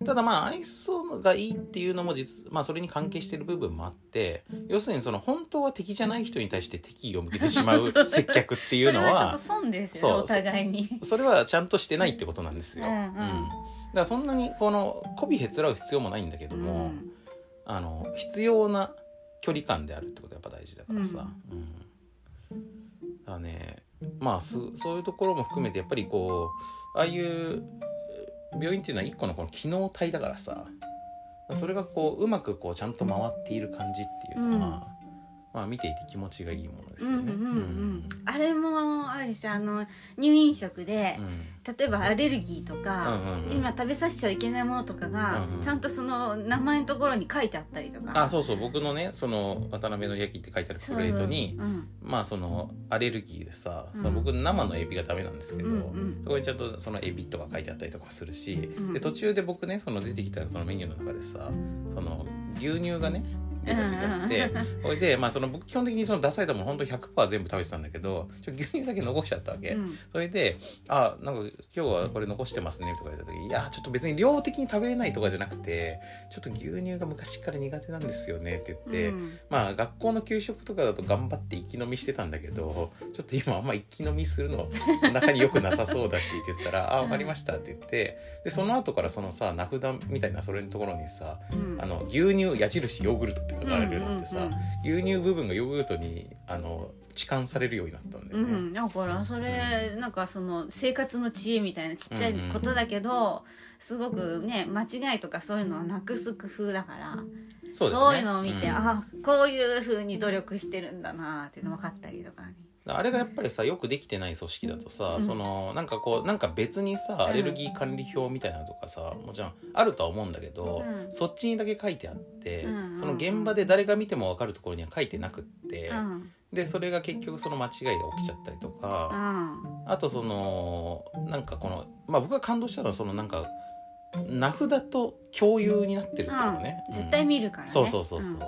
うただまあ愛想がいいっていうのも実、まあ、それに関係してる部分もあって要するにその本当は敵じゃない人に対して敵意を向けてしまう そう接客ってそいれうのはちょっはと損ですよねそうお互いにそれはちゃんとしてないってことなんですよ、うんうんだからそんなにこの媚びへつらう必要もないんだけども、うんあの必要な距離感であるってことがやっぱ大事だからさ、うんだからねまあすそういうところも含めてやっぱりこうああいう病院っていうのは一個のこの機能体だからさそれがこううまくこうちゃんと回っている感じっていうのは、まあ、見ていて気持ちがいいものでうすんうよんうね。んうんあれもあるしあの入院食でうん例えばアレルギーとか、うんうんうん今食べさせちゃいけないものとかが、うんうんちゃんとその名前のところに書いてあったりとかあそうそう僕のねその渡辺の焼きって書いてあるプレートにそううんまあそのアレルギーでさ、うんその僕生のエビがダメなんですけど、うんうんそこにちゃんとそのエビとか書いてあったりとかもするし、うんで途中で僕ねその出てきたそのメニューの中でさその牛乳がね出た時があってそれで、まあ、その僕基本的にその出されたもの本当100%全部食べてたんだけどちょ牛乳だけ残しちゃったわけ、うんそれで「あなんか今日はこれ残してますね」とか言った時「いやちょっと別に量的に食べれないとかじゃなくてちょっと牛乳が昔から苦手なんですよね」って言って、うんまあ学校の給食とかだと頑張って生き飲みしてたんだけどちょっと今あんま生き飲みするの 中によくなさそうだしって言ったら「あ分かりました」って言ってでその後からそのさ名札みたいなそれのところにさうんあの牛乳矢印ヨーグルトって書かれるようになってさ、うんうん牛乳部分がヨーグルトにあの置換されるようになったんだうよね。ん、だからそれ、なんかその生活の知恵みたいなちっちゃいことだけど、すごくね間違いとかそういうのをなくす工夫だからそそうだよねいうのを見て、うんあこういうふうに努力してるんだなっていうの分かったりとかね。あれがやっぱりさよくできてない組織だとさ、うんそのなんかこうなんか別にさアレルギー管理表みたいなのとかさもちろんあるとは思うんだけど、うんそっちにだけ書いてあって、うんうんうんその現場で誰が見ても分かるところには書いてなくって、うんでそれが結局その間違いが起きちゃったりとうか、んあとそのなんかこの、まあ、僕が感動したのはそのなんか名札と共有になってるってことね、うん絶対る見るからね。そうそうそうそう、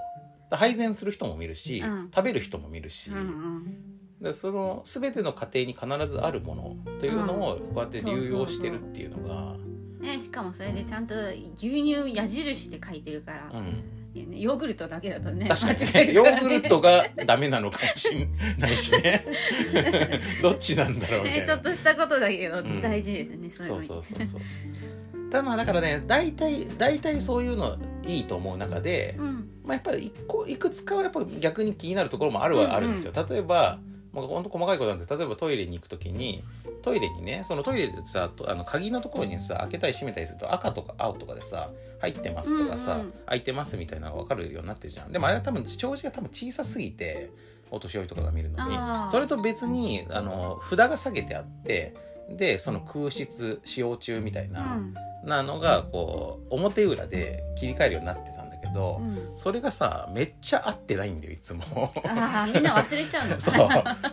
だ配膳する人も見るし、うん食べる人も見るし、うん。うんでその全ての家庭に必ずあるものというのをこうやって流用してるっていうのがうんね、しかもそれでちゃんと牛乳矢印で書いてるから、うんいやねヨーグルトだけだとね確かに間違えねるヨからねーグルトがダメなのかもしれないしねどっちなんだろうみたい なねちょっとしたことだけどん大事ですね、そういうそのうにそうそうそうだまあだからね大体大体そういうのいいと思う中で、うんまあ、やっぱり一個いくつかはやっぱ逆に気になるところもあるはあるんですよ。例えばまあ、ほんと細かいことなんで例えばトイレに行く時にトイレにねそのトイレでさとあの鍵のところにさ開けたり閉めたりすると赤とか青とかでさ入ってますとかさ、うんうん開いてますみたいなのが分かるようになってるじゃんでもあれは多分障子が多分小さすぎてお年寄りとかが見るのにあーそれと別にあの札が下げてあってでその空室使用中みたいな,、なのがこう表裏で切り替えるようになってたんだけど。うんうんそれがさめっちゃ合ってないんだよいつもああみんな忘れちゃう のそう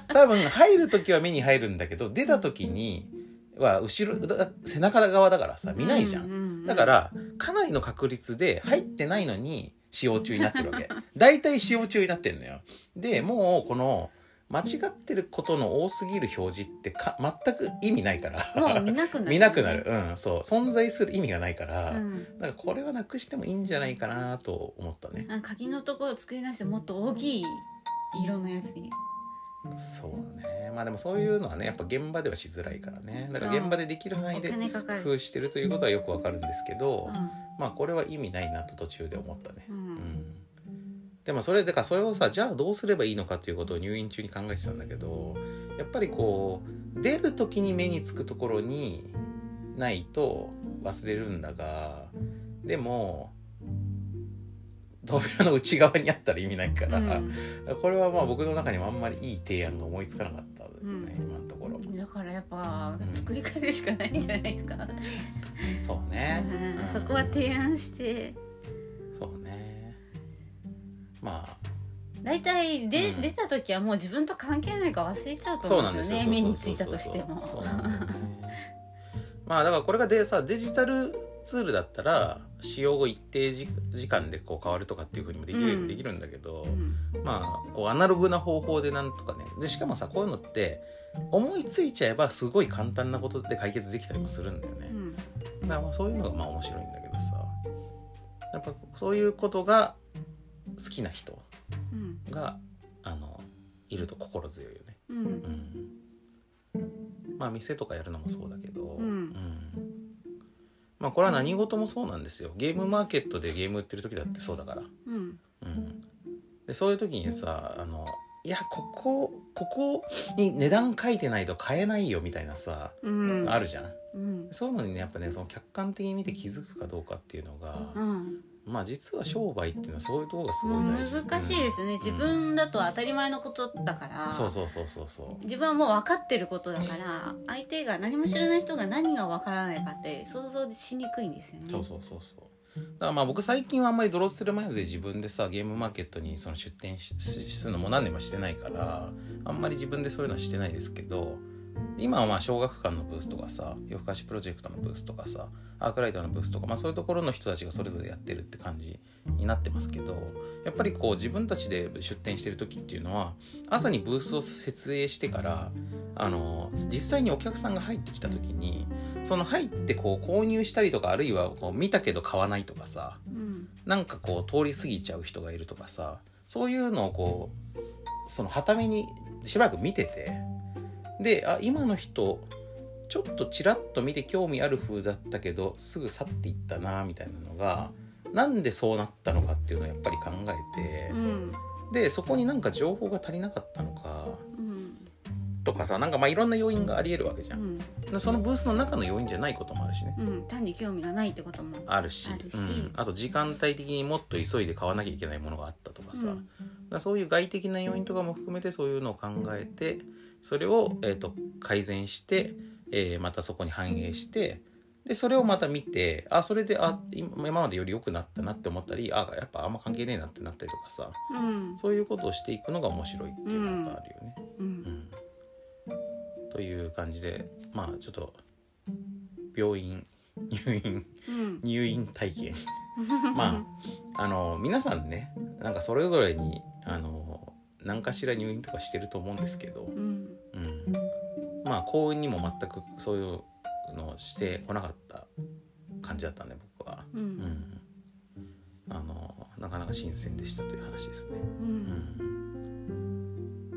多分入る時は目に入るんだけど出た時には後ろだ背中側だからさ見ないじゃん、ううだからかなりの確率で入ってないのに使用中になってるわけ大体使用中になってるのよでもうこの間違ってることの多すぎる表示ってか全く意味ないからもう見なくなる 見なくなる、うん、そう存在する意味がないから、うんなんかこれはなくしてもいいんじゃないかなと思ったねあ鍵のところを作り出してもっと大きい色のやつにそうねまあでもそういうのはねやっぱ現場ではしづらいからねだから現場でできる範囲おで金かか工る、夫してるということはよくわかるんですけど、うまあこれは意味ないなと途中で思ったね、んううんん、でもそれだからそれをさじゃあどうすればいいのかということを入院中に考えてたんだけどやっぱりこう出る時に目につくところにないと忘れるんだがでも扉の内側にあったら意味ないから、これはまあ僕の中にもあんまりいい提案が思いつかなかったよね、う今のところだからやっぱうん作り変えるしかないんじゃないですか、そうね、うんうんそこは提案してそうねまあ大体で、うん出た時はもう自分と関係ないから忘れちゃうとそう思なうんんでですすよよねそうそうそう目についたとしてもそうなんだよねまあだからこれがでさデジタルツールだったら使用後一定時時間でこう変わるとかっていうふうにもできる,、うんできるんだけど、うんまあこうアナログな方法でなんとかねでしかもさこういうのって思いついちゃえばすごい簡単なことで解決できたりもするんだよね。うんだからまあそういうのがまあ面白いんだけどさやっぱそういうことが好きな人うんがあのいると心強いよね。うんうん、まあ店とかやるのもそうだけど、うんんまあこれは何事もそうなんですよゲームマーケットでゲーム売ってる時だってそうだから、うんうん、でそういう時にさあのいやここここに値段書いてないと買えないよみたいなさ、うんあるじゃんうんそういうのにねやっぱねその客観的に見て気づくかどうかっていうのがう、んうまあ実は商売っていうのはそういうところがすごい難大し事いですね、自分だと当たり前のことだから、うんそうそうそうそうそ自分はもう分かってることだから相手が何も知らない人が何が分からないかって想像しにくいんですよねうそうそうそうそうだからまあ僕最近はあんまりドロッセルマインズで自分でさゲームマーケットにその出店ししするのも何年もしてないからあんまり自分でそういうのはしてないですけど今はまあ小学館のブースとかさ夜更かしプロジェクトのブースとかさアークライターのブースとか、まあ、そういうところの人たちがそれぞれやってるって感じになってますけどやっぱりこう自分たちで出店してる時っていうのは朝にブースを設営してからあの実際にお客さんが入ってきた時にその入ってこう購入したりとかあるいはこう見たけど買わないとかさうん、なんかこう通り過ぎちゃう人がいるとかさそういうのをこうそのはためにしばらく見ててであ今の人ちょっとちらっと見て興味ある風だったけどすぐ去っていったなみたいなのがなんでそうなったのかっていうのをやっぱり考えてう、んでそこになんか情報が足りなかったのかうんとかさなんかまあいろんな要因がありえるわけじゃ、うんんでそのブースの中の要因じゃないこともあるしねうん単に興味がないってこともあるしあるうしん、あと時間帯的にもっと急いで買わなきゃいけないものがあったとかさ、うだかんらそういう外的な要因とかも含めてそういうのを考えてそれを、えー、と改善して、えーまたそこに反映してでそれをまた見てあそれであ今今までより良くなったなって思ったりあやっぱあんま関係ねえなってなったりとかさうんそういうことをしていくのが面白いっていうのがやっぱあるよね。ううんんという感じでまあちょっと病院入院うん入院体験まああの皆さんねなんかそれぞれにあの何かしら入院とかしてると思うんですけどう、んうん、まあ幸運にも全くそういうのをしてこなかった感じだったんで僕は、ううんん、あのなかなか新鮮でしたという話ですね。うんうん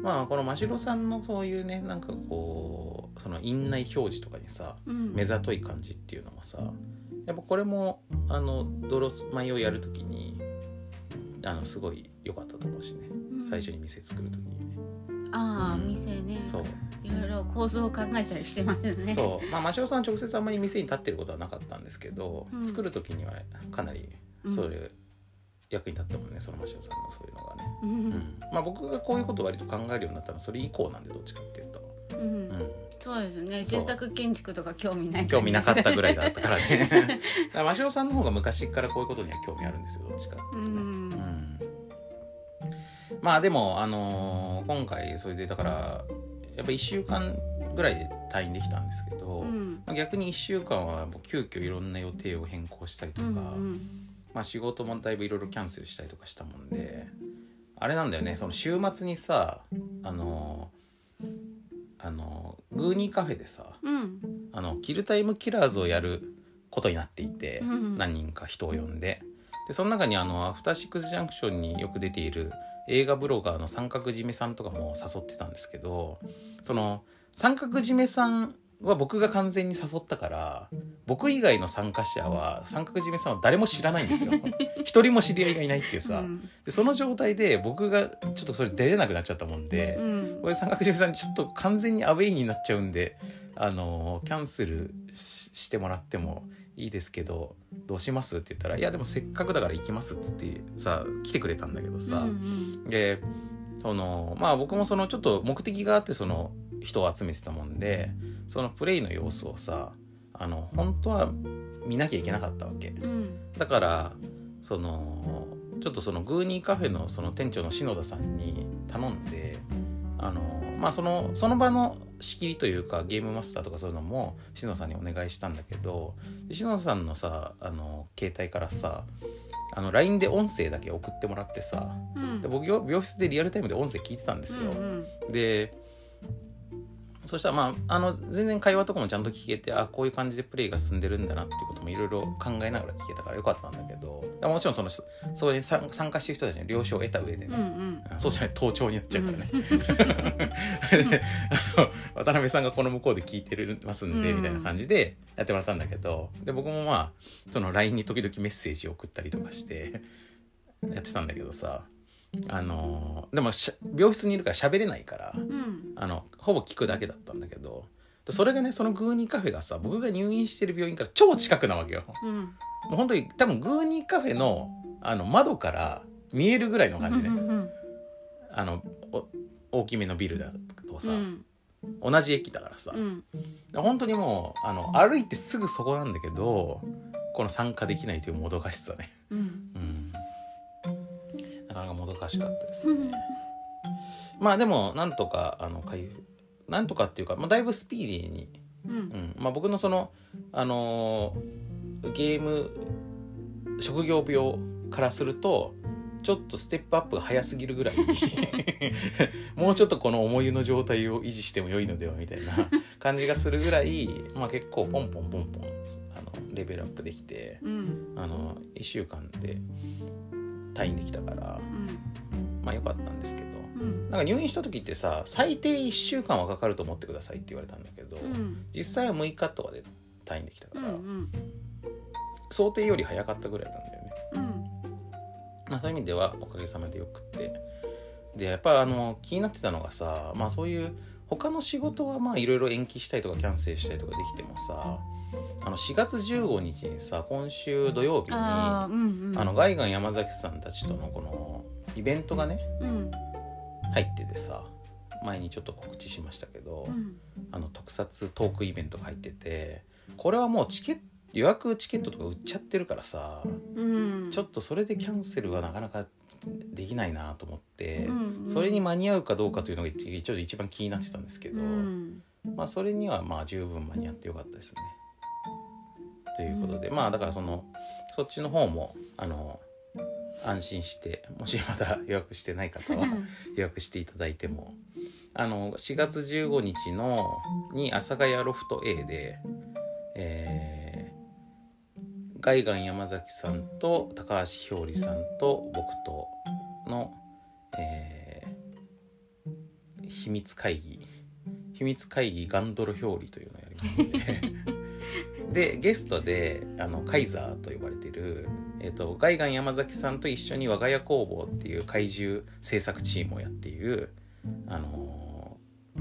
まあこの真城さんのそういうねなんかこうその院内表示とかにさうん目ざとい感じっていうのもさやっぱこれもあの泥舞をやるときにあのすごい良かったと思うしね最初に店作るときにねああ店ねそういろいろ構造を考えたりしてますねそうまあ真汐さんは直接あんまり店に立ってることはなかったんですけどうん作るときにはかなりうんそういう役に立ったもんねその真汐さんのそういうのがねううんんまあ僕がこういうことを割と考えるようになったのはそれ以降なんでどっちかっていうとうんうんそうですねそう住宅建築とか興味ない興味なかったぐらいだったからね だから真汐さんの方が昔からこういうことには興味あるんですよどっちかっていうとううんんまあでも、あのー今回それでだからやっぱ1週間ぐらいで退院できたんですけど、うんまあ逆に1週間はもう急遽いろんな予定を変更したりとうか、んまあ、仕事もだいぶいろいろキャンセルしたりとかしたもんであれなんだよねその週末にさあのーあのーグーニーカフェでさうんあのキルタイムキラーズをやることになっていて、うん何人か人を呼んででその中にあのアフターシックスジャンクションによく出ている映画ブロガーの三角締めさんとかも誘ってたんですけどその三角締めさんは僕が完全に誘ったから僕以外の参加者は三角締めさんは誰も知らないんです よ一人も知り合いがいないっていうさ、うんでその状態で僕がちょっとそれ出れなくなっちゃったもんで、うんこれ三角締めさんちょっと完全にアウェイになっちゃうんであのキャンセルししてもらってもいいですけどどうしますって言ったら「いやでもせっかくだから行きます」っつってさ来てくれたんだけどさ、うんでそのまあ僕もそのちょっと目的があってその人を集めてたもんでそのプレイの様子をさあの本当は見なきゃいけなかったわけ。うんだからそのちょっとそのグーニーカフェのその店長の篠田さんに頼んであのまあそのその場の仕切りというかゲームマスターとかそういうのも篠田さんにお願いしたんだけど篠田さんのさあの携帯からさあの LINE で音声だけ送ってもらってさうんで僕よ病室でリアルタイムで音声聞いてたんですよ。うんでそしたらまああの全然会話とかもちゃんと聞けてあこういう感じでプレイが進んでるんだなっていうこともいろいろ考えながら聞けたからよかったんだけどもちろんそのそそれに参参加してる人たちの了承を得た上でうんうね、んそうじゃない盗聴になっちゃうからね、であの渡辺さんがこの向こうで聞いてますんで、うみんたいな感じでやってもらったんだけどで僕もまあその LINE に時々メッセージを送ったりとかしてやってたんだけどさあのでもしゃ病室にいるから喋れないから。うんあのほぼ聞くだけだったんだけどそれがねそのグーニーカフェがさ僕が入院してる病院から超近くなわけようんもう本当に多分グーニーカフェのあの窓から見えるぐらいの感じで、うんうんあのお大きめのビルだとさ、うん同じ駅だからさ、うん本当にもうあの歩いてすぐそこなんだけどこの参加できないというもどかしさね、うんうん、なかなかもどかしかったです、うんまあでもなんとかあの回復なんとかっていうか、まあ、だいぶスピーディーに、ううんんまあ、僕のその、あのーゲーム職業病からするとちょっとステップアップが早すぎるぐらい にもうちょっとこの重湯の状態を維持しても良いのではみたいな感じがするぐらい、まあ、結構ポンポンポンポンあのレベルアップできてうんあの1週間で退院できたから、まあ、良かったんですけど。うんなんか入院した時ってさ最低1週間はかかると思ってくださいって言われたんだけど、うん実際は6日とかで退院できたかうら、ん想定より早かったぐらいなんだよね、うんまあ、そういう意味ではおかげさまでよくってでやっぱあの気になってたのがさまあそういう他の仕事はまあいろいろ延期したりとかキャンセルしたりとかできてもさあの4月15日にさ今週土曜日にあああうんうんのガイガン山崎さんたちとのこのイベントがねうん入っててさ前にちょっと告知しましたけど、うんあの特撮トークイベントが入っててこれはもうチケット予約チケットとか売っちゃってるからさうんちょっとそれでキャンセルはなかなかできないなと思ってうんうんそれに間に合うかどうかというのが一一応一番気になってたんですけど、うんまあそれにはまあ十分間に合ってよかったですね。ということで、まあだからそのそっちの方もあの安心してもしまだ予約してない方は予約していただいてもあの4月15日のに阿佐ヶ谷ロフト A で、えー、ガイガン山崎さんと高橋ひょうりさんと僕との、えー秘密会議秘密会議ガンドロひょうりというのをやりますので。でゲストであのカイザーと呼ばれてる、えっとガイガン山崎さんと一緒に我が家工房っていう怪獣制作チームをやっている、あのー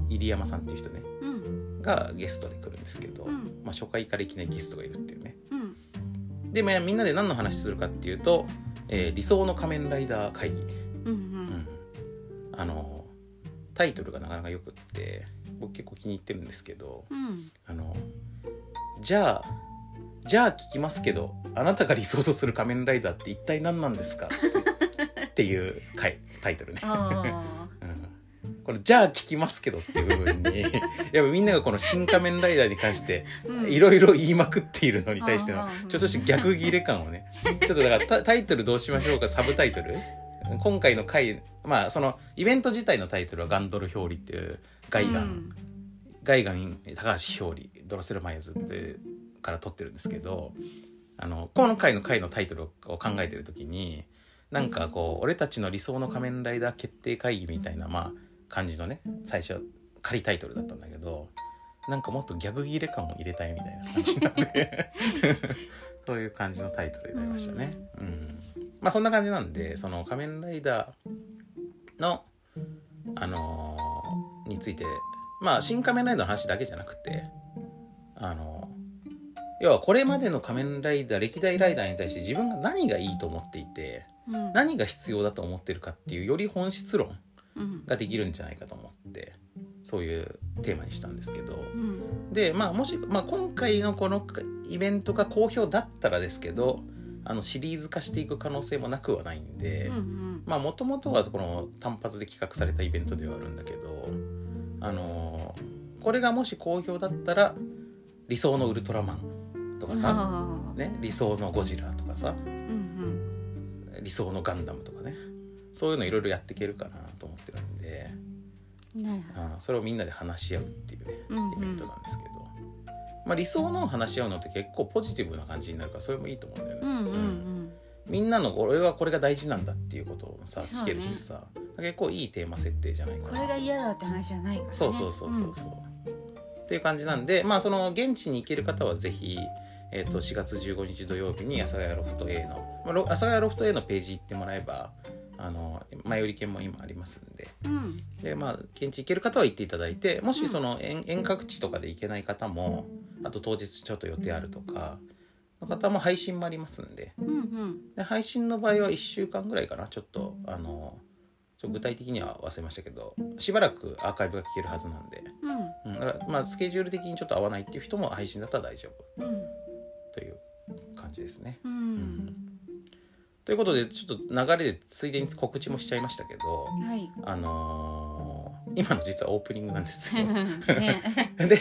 入山さんっていう人ねうんがゲストで来るんですけど、うんまあ、初回からいきなりゲストがいるっていうねうんで、まあ、みんなで何の話するかっていうと、えー理想の仮面ライダー会議、うんううんんあのータイトルがなかなかよくって僕結構気に入ってるんですけどうんあのじゃあじゃあ聞きますけどあなたが理想とする仮面ライダーって一体何なんですかってっていう回タイトルね、あうん、これ「じゃあ聞きますけど」っていう部分に やっぱみんながこの「新仮面ライダー」に関してあうんいろいろ言いまくっているのに対してあのーちょっとした逆ギレ感を ねちょっとだからタタイトルどうしましょうかサブタイトル今回の回まあそのイベント自体のタイトルは「ガンドル表裏」っていうガイガン、ガイガン高橋ひょうりドロセルマイヤーズっていうから取ってるんですけどあの今回の回のタイトルを考えてる時になんかこう俺たちの理想の仮面ライダー決定会議みたいな、まあ、感じのね最初仮タイトルだったんだけどなんかもっとギャグ切れ感を入れたいみたいな感じになって そういう感じのタイトルになりましたね。うんまあ、そんな感じなんでその仮面ライダーのあのーについてまあ「新仮面ライダー」の話だけじゃなくてあの要はこれまでの仮面ライダー歴代ライダーに対して自分が何がいいと思っていてうん何が必要だと思ってるかっていうより本質論うんができるんじゃないかと思ってそういうテーマにしたんですけどうんでまあもし、まあ、今回のこのイベントが好評だったらですけどあのシリーズ化していく可能性もなくはないんで。うんうんまあもともとはこの単発で企画されたイベントではあるんだけどあのーこれがもし好評だったら理想のウルトラマンとかさ、ああね、理想のゴジラとかさうん理想のガンダムとかねそういうのいろいろやっていけるかなと思ってるんで、うんねうんそれをみんなで話し合うっていうねうんうんイベントなんですけど、まあ、理想のを話し合うのって結構ポジティブな感じになるからそれもいいと思うんだよね。うんうんううんんみんなの俺はこれが大事なんだっていうことをさそうね聞けるしさ、結構いいテーマ設定じゃないかなこれが嫌だって話じゃないからねそうそうそうそうそう、っていう感じなんでまあその現地に行ける方はぜひ、えー、と4月15日土曜日に阿佐ヶ谷ロフト A の、まあ、ろ阿佐ヶ谷ロフト A のページ行ってもらえばあの前売り券も今ありますんでうんでまあ現地行ける方は行っていただいてもうしんその遠遠隔地とかで行けない方もあと当日ちょっと予定あるとかの方も配信もありますんでうんうんで配信の場合は1週間ぐらいかなちょっとあのちょ具体的には忘れましたけどしばらくアーカイブが聞けるはずなんで、うんうん、だからまあスケジュール的にちょっと合わないっていう人も配信だったら大丈夫うんという感じですね。ううんんということでちょっと流れでついでに告知もしちゃいましたけどはいあのー今の実はオープニングなんですよ。ねで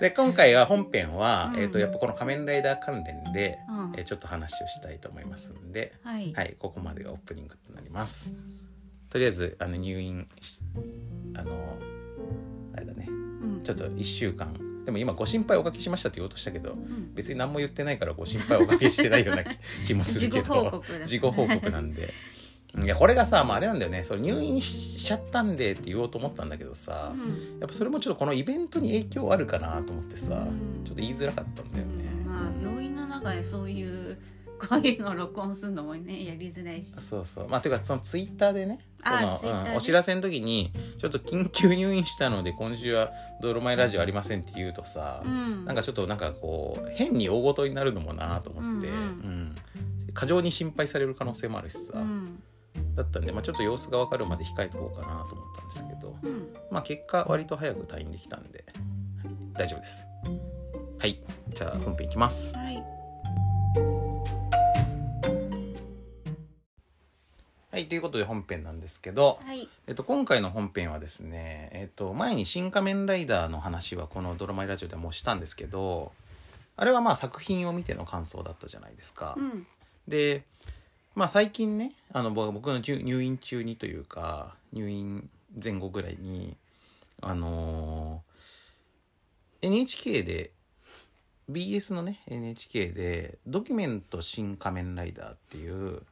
で今回は本編は、うんえー、とやっぱこの「仮面ライダー」関連で、うんえーちょっと話をしたいと思いますんで、はいはい、ここまでがオープニングとなります。とりあえずあの入院しあのあれだねうんちょっと1週間でも今ご心配おかけしましたって言おうとしたけどうん別に何も言ってないからご心配おかけしてないような気 もす自るけ己ど報告だ自己報告なんで。いやこれがさ、まあ、あれなんだよねそれ入院しちゃったんでって言おうと思ったんだけどさ、うんやっぱそれもちょっとこのイベントに影響あるかなと思ってさ、うんちょっと言いづらかったんだよね。まあ病院の中でそういうこういうのを録音するのもねやりづらいしそうそうまあというかそのツイッターでねそあーツイッのター、うでんお知らせの時にちょっと緊急入院したので今週は「ドロマイラジオありません」って言うとさ、うんなんかちょっとなんかこう変に大ごとになるのもなと思って、うんうんうん過剰に心配される可能性もあるしさ、うんだったんで、まあ、ちょっと様子が分かるまで控えとこうかなと思ったんですけど、うんまあ、結果割と早く退院できたんで大丈夫です。はいじゃあ本編いきます。はいはい、ということで本編なんですけど、はいえっと、今回の本編はですね、えっと、前に「新仮面ライダー」の話はこの「ドラマイラジオ」でもしたんですけどあれはまあ作品を見ての感想だったじゃないですか。うんで、まあ、最近ねあのぼ僕の入入院中にというか入院前後ぐらいにあのー NHK で BS のね NHK で「ドキュメント新仮面ライダー」っていう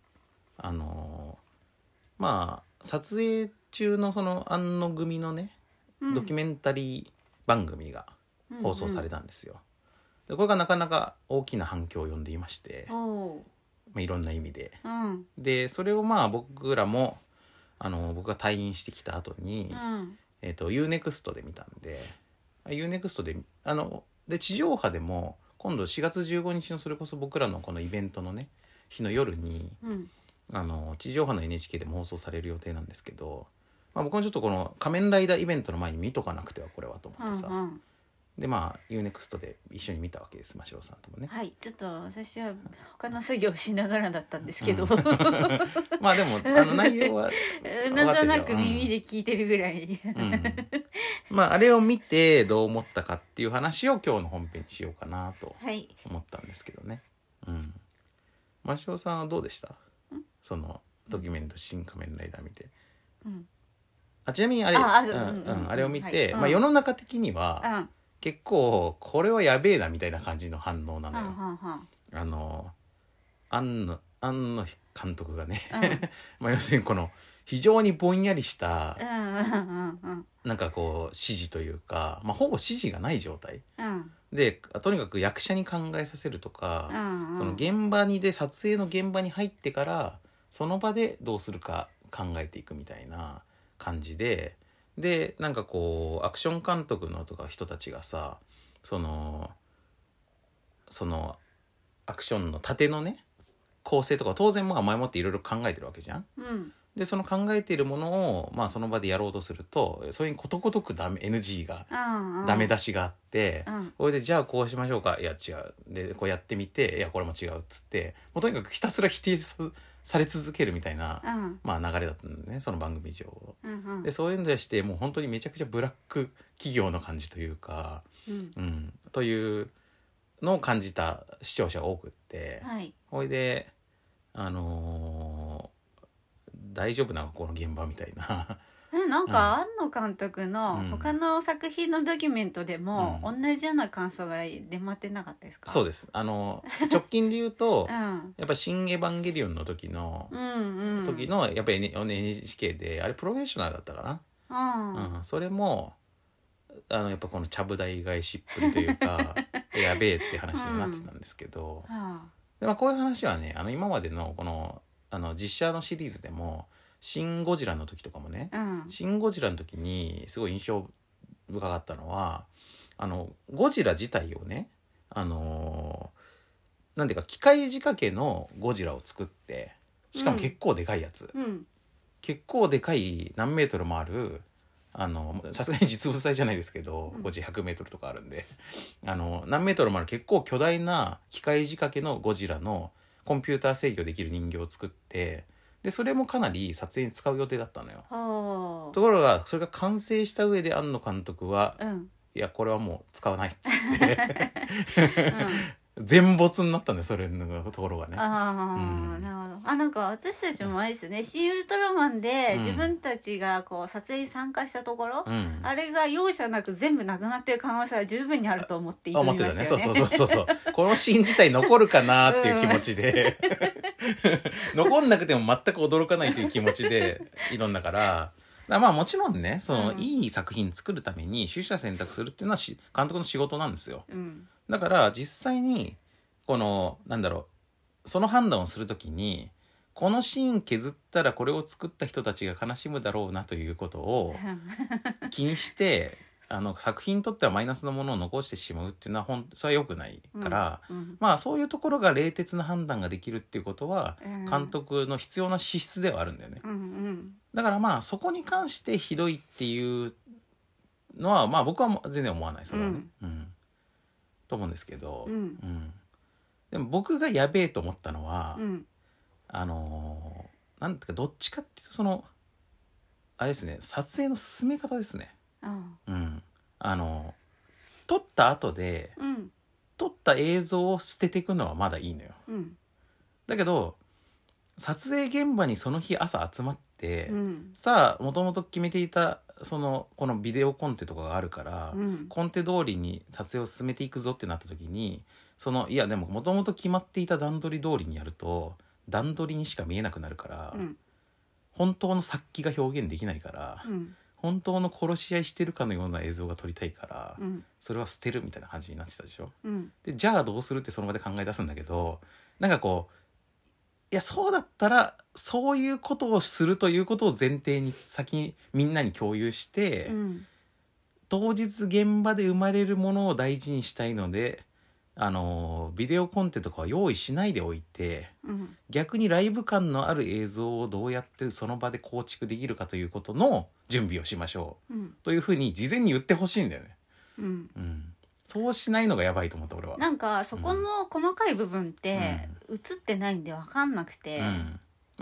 あのーまあ撮影中のその安野組のね、うんドキュメンタリー番組が放送されたんですよ。でこれがなかなか大きな反響を呼んでいまして、まおうあ、いろんな意味で。うんでそれをまあ僕らもあの僕が退院してきた後に、うんえっと UNEXT で見たんで UNEXT であので地上波でも今度4月15日のそれこそ僕らのこのイベントのね日の夜にうんあの地上波の NHK でも放送される予定なんですけど、まあ、僕もちょっとこの「仮面ライダー」イベントの前に見とかなくてはこれはと思ってさ、うんでまあ UNEXT で一緒に見たわけです真城さんともね。はいちょっと私は他の作業をしながらだったんですけど、うんまあでもあ の内容はえー なんとなく耳で聞いてるぐらい。うんまああれを見てどう思ったかっていう話を今日の本編にしようかなと はい。思ったんですけどね。うん。マシオさんはどうでしたそのドキュメント「新仮面ライダー」見て。うん。あちなみにあれああうんうんうんうんあれを見て、はいまあ、うん世の中的にうん。ははん結構これはやべえなみたいな感じの反応なのはよ。んはん。あの庵野庵野監督がね、うん まあ要するにこの非常にぼんやりしたうんうんうんなんかこう指示というか、まあ、ほぼ指示がない状態うんでとにかく役者に考えさせるとうか、んうん。その現場にで撮影の現場に入ってからその場でどうするか考えていくみたいな感じででなんかこうアクション監督のとか人たちがさそのそのアクションの盾のね構成とか当然まあ前もっていろいろ考えてるわけじゃん。うんでその考えているものを、まあ、その場でやろうとするとそれにことごとくダメ NG がうんうん。ダメ。出しがあって、うんこれでじゃあこうしましょうかいや違うでこうやってみていやこれも違うっつってもうとにかくひたすら否定さされ続けるみたいな、うんまあ、流れだったんだねその番組上。うんうんでそういうのでしてもう本当にめちゃくちゃブラック企業の感じというか、うん。うん、というのを感じた視聴者が多くって。はい。ほいであのー大丈夫なのこの現場みたい なえなんか庵野監督うんの他の作品のドキュメントでもう同じような感想が出回ってなかったですか。そうでですあのー直近で言うと、す。 うんやっぱ「新エヴァンゲリオン」の時の、うんうん。時。のやっぱり N- NHK であれプロフェッショナルだったかうな、ん。うんそれもあのやっぱこのちゃぶ台返しっぷりという かやべえって話になってたんですけど、はでまあ、こういう話はねあの今までのこのあの実写のシリーズでも「シン・ゴジラ」の時とかもねうん「シン・ゴジラ」の時にすごい印象深かったのはあのゴジラ自体をねあのーなんていうか機械仕掛けのゴジラを作ってしかも結構でかいやつ、うん結構でかい何メートルもあるあのさすがに実物大じゃないですけどうんゴジ100メートルとかあるんであの何メートルもある結構巨大な機械仕掛けのゴジラのコンピューター制御できる人形を作ってでそれもかなり撮影に使う予定だったのよ。はところがそれが完成した上で庵野監督はあうんうん「いやこれはもう使わない」っつ って全没になったんだよそれのところがね。ああ、うんなるほど。あ、なんか私たちもあれですよね。新ウルトラマンでうん自分たちがこう撮影に参加したところ、うんあれが容赦なく全部なくなってる可能性は十分にあると思って挑あみ思まってたしよたね。よね。そうそうそうそうそう。このシーン自体残るかなっていう気持ち で、残んなくても全く驚かないという気持ちで挑んだから、だからまあもちろんね、その、うんいい作品作るために、取捨選択するっていうのはし監督の仕事なんですよ。うん。だから実際に、この、なんだろう、その判断をするときに、このシーン削ったらこれを作った人たちが悲しむだろうなということを、気にしてあの作品にとってはマイナスのものを残してしまうっていうのはほんそれは良くないから、うん、まあそういうところが冷徹な判断ができるっていうことはうん監督の必要な資質ではあるんだよね。うんうんだからまあそこに関してひどいっていうのはまあ僕はもう全然思わないそれはね。うんと思うんですけど、うんうんでも僕がやべえと思ったのは、うんあのーなんていうかどっちかっていうとそのあれですね撮影の進め方ですね。あうん、あの撮った後でーうん撮った映像を捨てていくのはまだいいのようんだけど撮影現場にその日朝集まって、うんさあもともと決めていたそのこのビデオコンテとかがあるから、うんコンテ通りに撮影を進めていくぞってなった時にそのいやでももともと決まっていた段取り通りにやると段取りにしか見えなくなるから、うん本当の殺気が表現できないから、うん本当の殺し合いしてるかのような映像が撮りたいから、うんそれは捨てるみたいな感じになってたでしょうんでじゃあどうするってその場で考え出すんだけどなんかこういやそうだったらそういうことをするということを前提に先にみんなに共有して、うん当日現場で生まれるものを大事にしたいのであのビデオコンテとかは用意しないでおいてうん逆にライブ感のある映像をどうやってその場で構築できるかということの準備をしましょうんうというふうに事前に言ってほしいんだよね。うんうん、そうしないのがやばいと思った俺は。なんかそこの細かい部分って映ってないんで分かんなくて、うんまあ、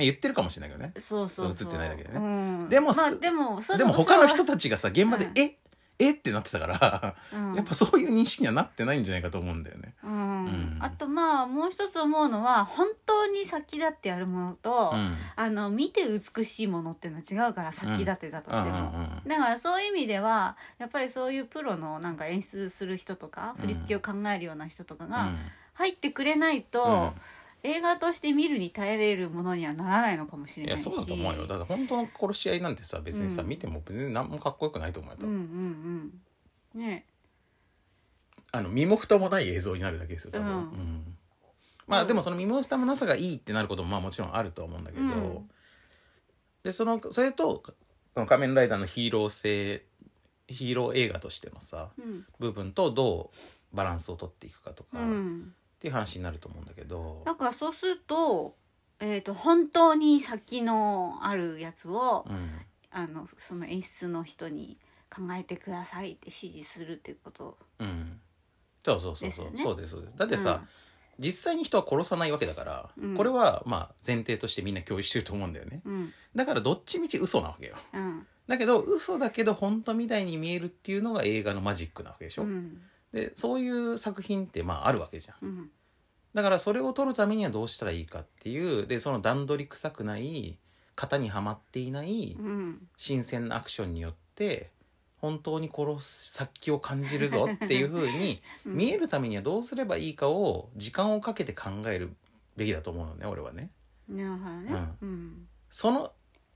言ってるかもしれないけどねそうそうそ映うってないだけでねうん、でもまあ、でもそれでも他の人と、たちがさ現場でう「んええっ?」てなってたから、うんやっぱそういう認識にはなってないんじゃないかと思うんだよね。ううんんあとまあもう一つ思うのは本当に先立ってやるものと、うんあの見て美しいものっていうのは違うから先立てだとしても。だからそういう意味ではやっぱりそういうプロのなんか演出する人とかうん振り付けを考えるような人とかうがん入ってくれないと、映画として見るに耐えれるものにはならないのかもしうんいれやないしそうだと思うよだから本当の殺し合いなんてさ別にさ、うん見ても別に何もかっこよくないと思うよ、うんうんうんねあの身も蓋もない映像になるだけですよ多分、うんうんまあでもその身も蓋もなさがいいってなることもまあもちろんあるとは思うんだけど、うんでそのそれとこの仮面ライダーのヒーロー性ヒーロー映画としてのさ、うん部分とどうバランスを取っていくかとかうっんていう話になると思うんだけど、だからそうすると,、えー、と本当に先のあるやつをうんあのその演出の人に考えてくださいって指示するっていうことうん、そうそうそうそう、ですよねそうですそうですだってさ、、実際に人は殺さないわけだから、うんこれはまあ前提としてみんな共有してると思うんだよねうんうんだからどっちみち嘘なわけようんだけど嘘だけど本当みたいに見えるっていうのが映画のマジックなわけでしうょ、んでそういう作品ってまああるわけじゃんうんだからそれを撮るためにはどうしたらいいかっていうでその段取り臭くない型にはまっていない、うん新鮮なアクションによって本当に殺す殺気を感じるぞっていう風に うん見えるためにはどうすればいいかを時間をかけて考えるべきだと思うのね俺はね。なるほどね、うんその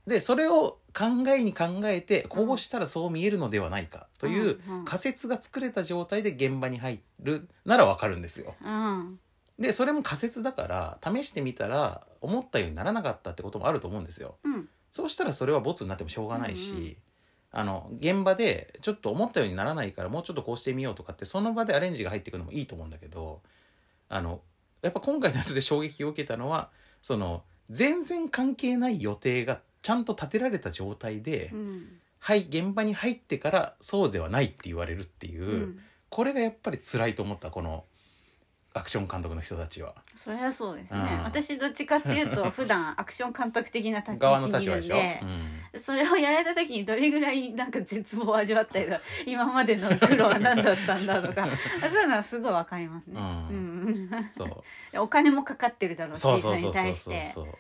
でそれを考えに考えてこうしたらそう見えるのではないかといううんうん仮説が作れた状態で現場に入るならわかるんですよ。うんでそれも仮説だから試してみたら思ったようにならなかったってこともあると思うんですよ。うんそうしたらそれはボツになってもしょうがないし、うんうんあの現場でちょっと思ったようにならないからもうちょっとこうしてみようとかってその場でアレンジが入ってくるのもいいと思うんだけどあのやっぱ今回のやつで衝撃を受けたのはその全然関係ない予定がちゃんと立てられた状態で、うんはい現場に入ってからそうではないって言われるっていう、うんこれがやっぱり辛いと思ったこのアクション監督の人たちは。そりゃそうですね、うん私どっちかっていう と普段アクション監督的な立ち位側の置にい立場るでんしょ、でうんそれをやられた時にどれぐらいなんか絶望を味わったりとか今までの苦労は何だったんだ とかそういうのはすごいわかりますね、うんうんそううんお金もかかってるだろうしそうそそうれそうにそう対しそうてそう、うん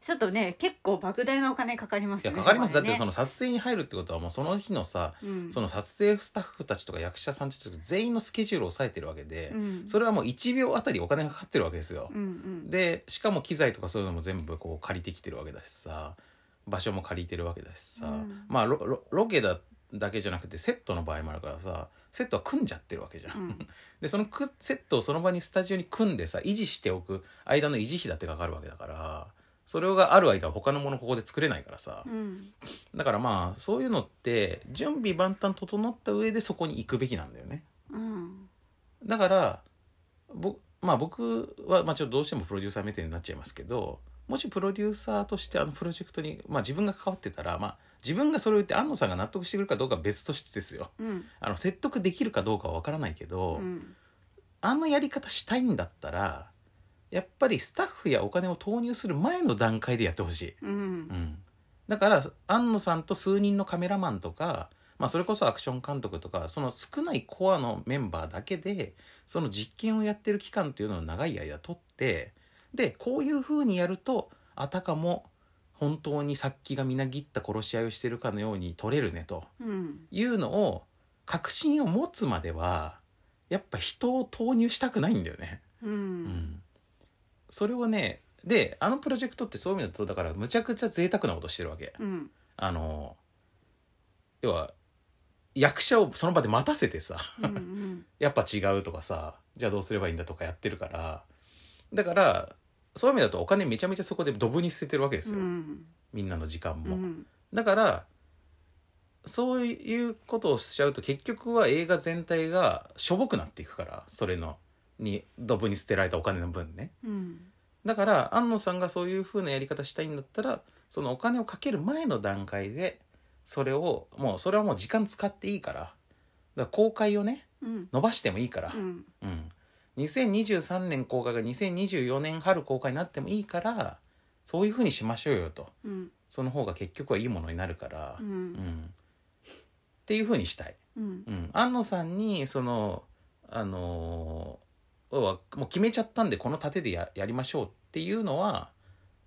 ちょっとね結構莫大なお金かかりまいすねやかかります、こだっねてその撮影に入るってことはもうその日のさ、うんその撮影スタッフたちとか役者さんたちとか全員のスケジュールを抑えてるわけで、うんそれはもう1秒あたりお金がかかってるわけですよ、うんうんでしかも機材とかそういうのも全部こう借りてきてるわけだしさ場所も借りてるわけだしさ、うんまあロロロケだだけじゃなくてセットの場合もあるからさセットは組んじゃってるわけじゃん、うん でそのくセットをその場にスタジオに組んでさ維持しておく間の維持費だってかかるわけだからそれがある間は他のものここで作れないからさうんだからまあそういうのって準備万端整った上でそこに行くべきなんだよねうんだから僕まあ僕は、まあ、ちょっとどうしてもプロデューサー目線になっちゃいますけどもしプロデューサーとしてあのプロジェクトに、まあ、自分が関わってたら、まあ、自分がそれを言って安野さんが納得してくれるかどうかは別としてですようんあの説得できるかどうかは分からないけど、うんあのやり方したいんだったらやっぱりスタッフやお金を投入する前の段階でやってほしい、うんうん、だから庵野さんと数人のカメラマンとか、まあ、それこそアクション監督とかその少ないコアのメンバーだけでその実験をやってる期間というのを長い間取ってでこういう風にやるとあたかも本当に殺気がみなぎった殺し合いをしてるかのように撮れるねと。うんいうのを確信を持つまではやっぱ人を投入したくないんだよね。ううんそれをねであのプロジェクトってそういう意味だとだからむちゃくちゃ贅沢なことしてるわけ。うんあの要は役者をその場で待たせてさうんやっぱ違うとかさじゃあどうすればいいんだとかやってるからだからそういう意味だとお金めちゃめちゃそこでドブに捨ててるわけですよ、うんみんなの時間うも。んだからそういうことをしちゃうと結局は映画全体がしょぼくなっていくからそれのにドブに捨てられたお金の分ねうんだから安野さんがそういう風なやり方したいんだったらそのお金をかける前の段階でそれをもうそれはもう時間使っていいからだから公開をねうん伸ばしてもいいから、うんうん、2023年公開が2024年春公開になってもいいからそういう風にしましょうよとうんその方が結局はいいものになるから、ううんんっていうふうにしたい。うんうん、安野さんにそのあのー要はもう決めちゃったんでこの盾でややりましょうっていうのは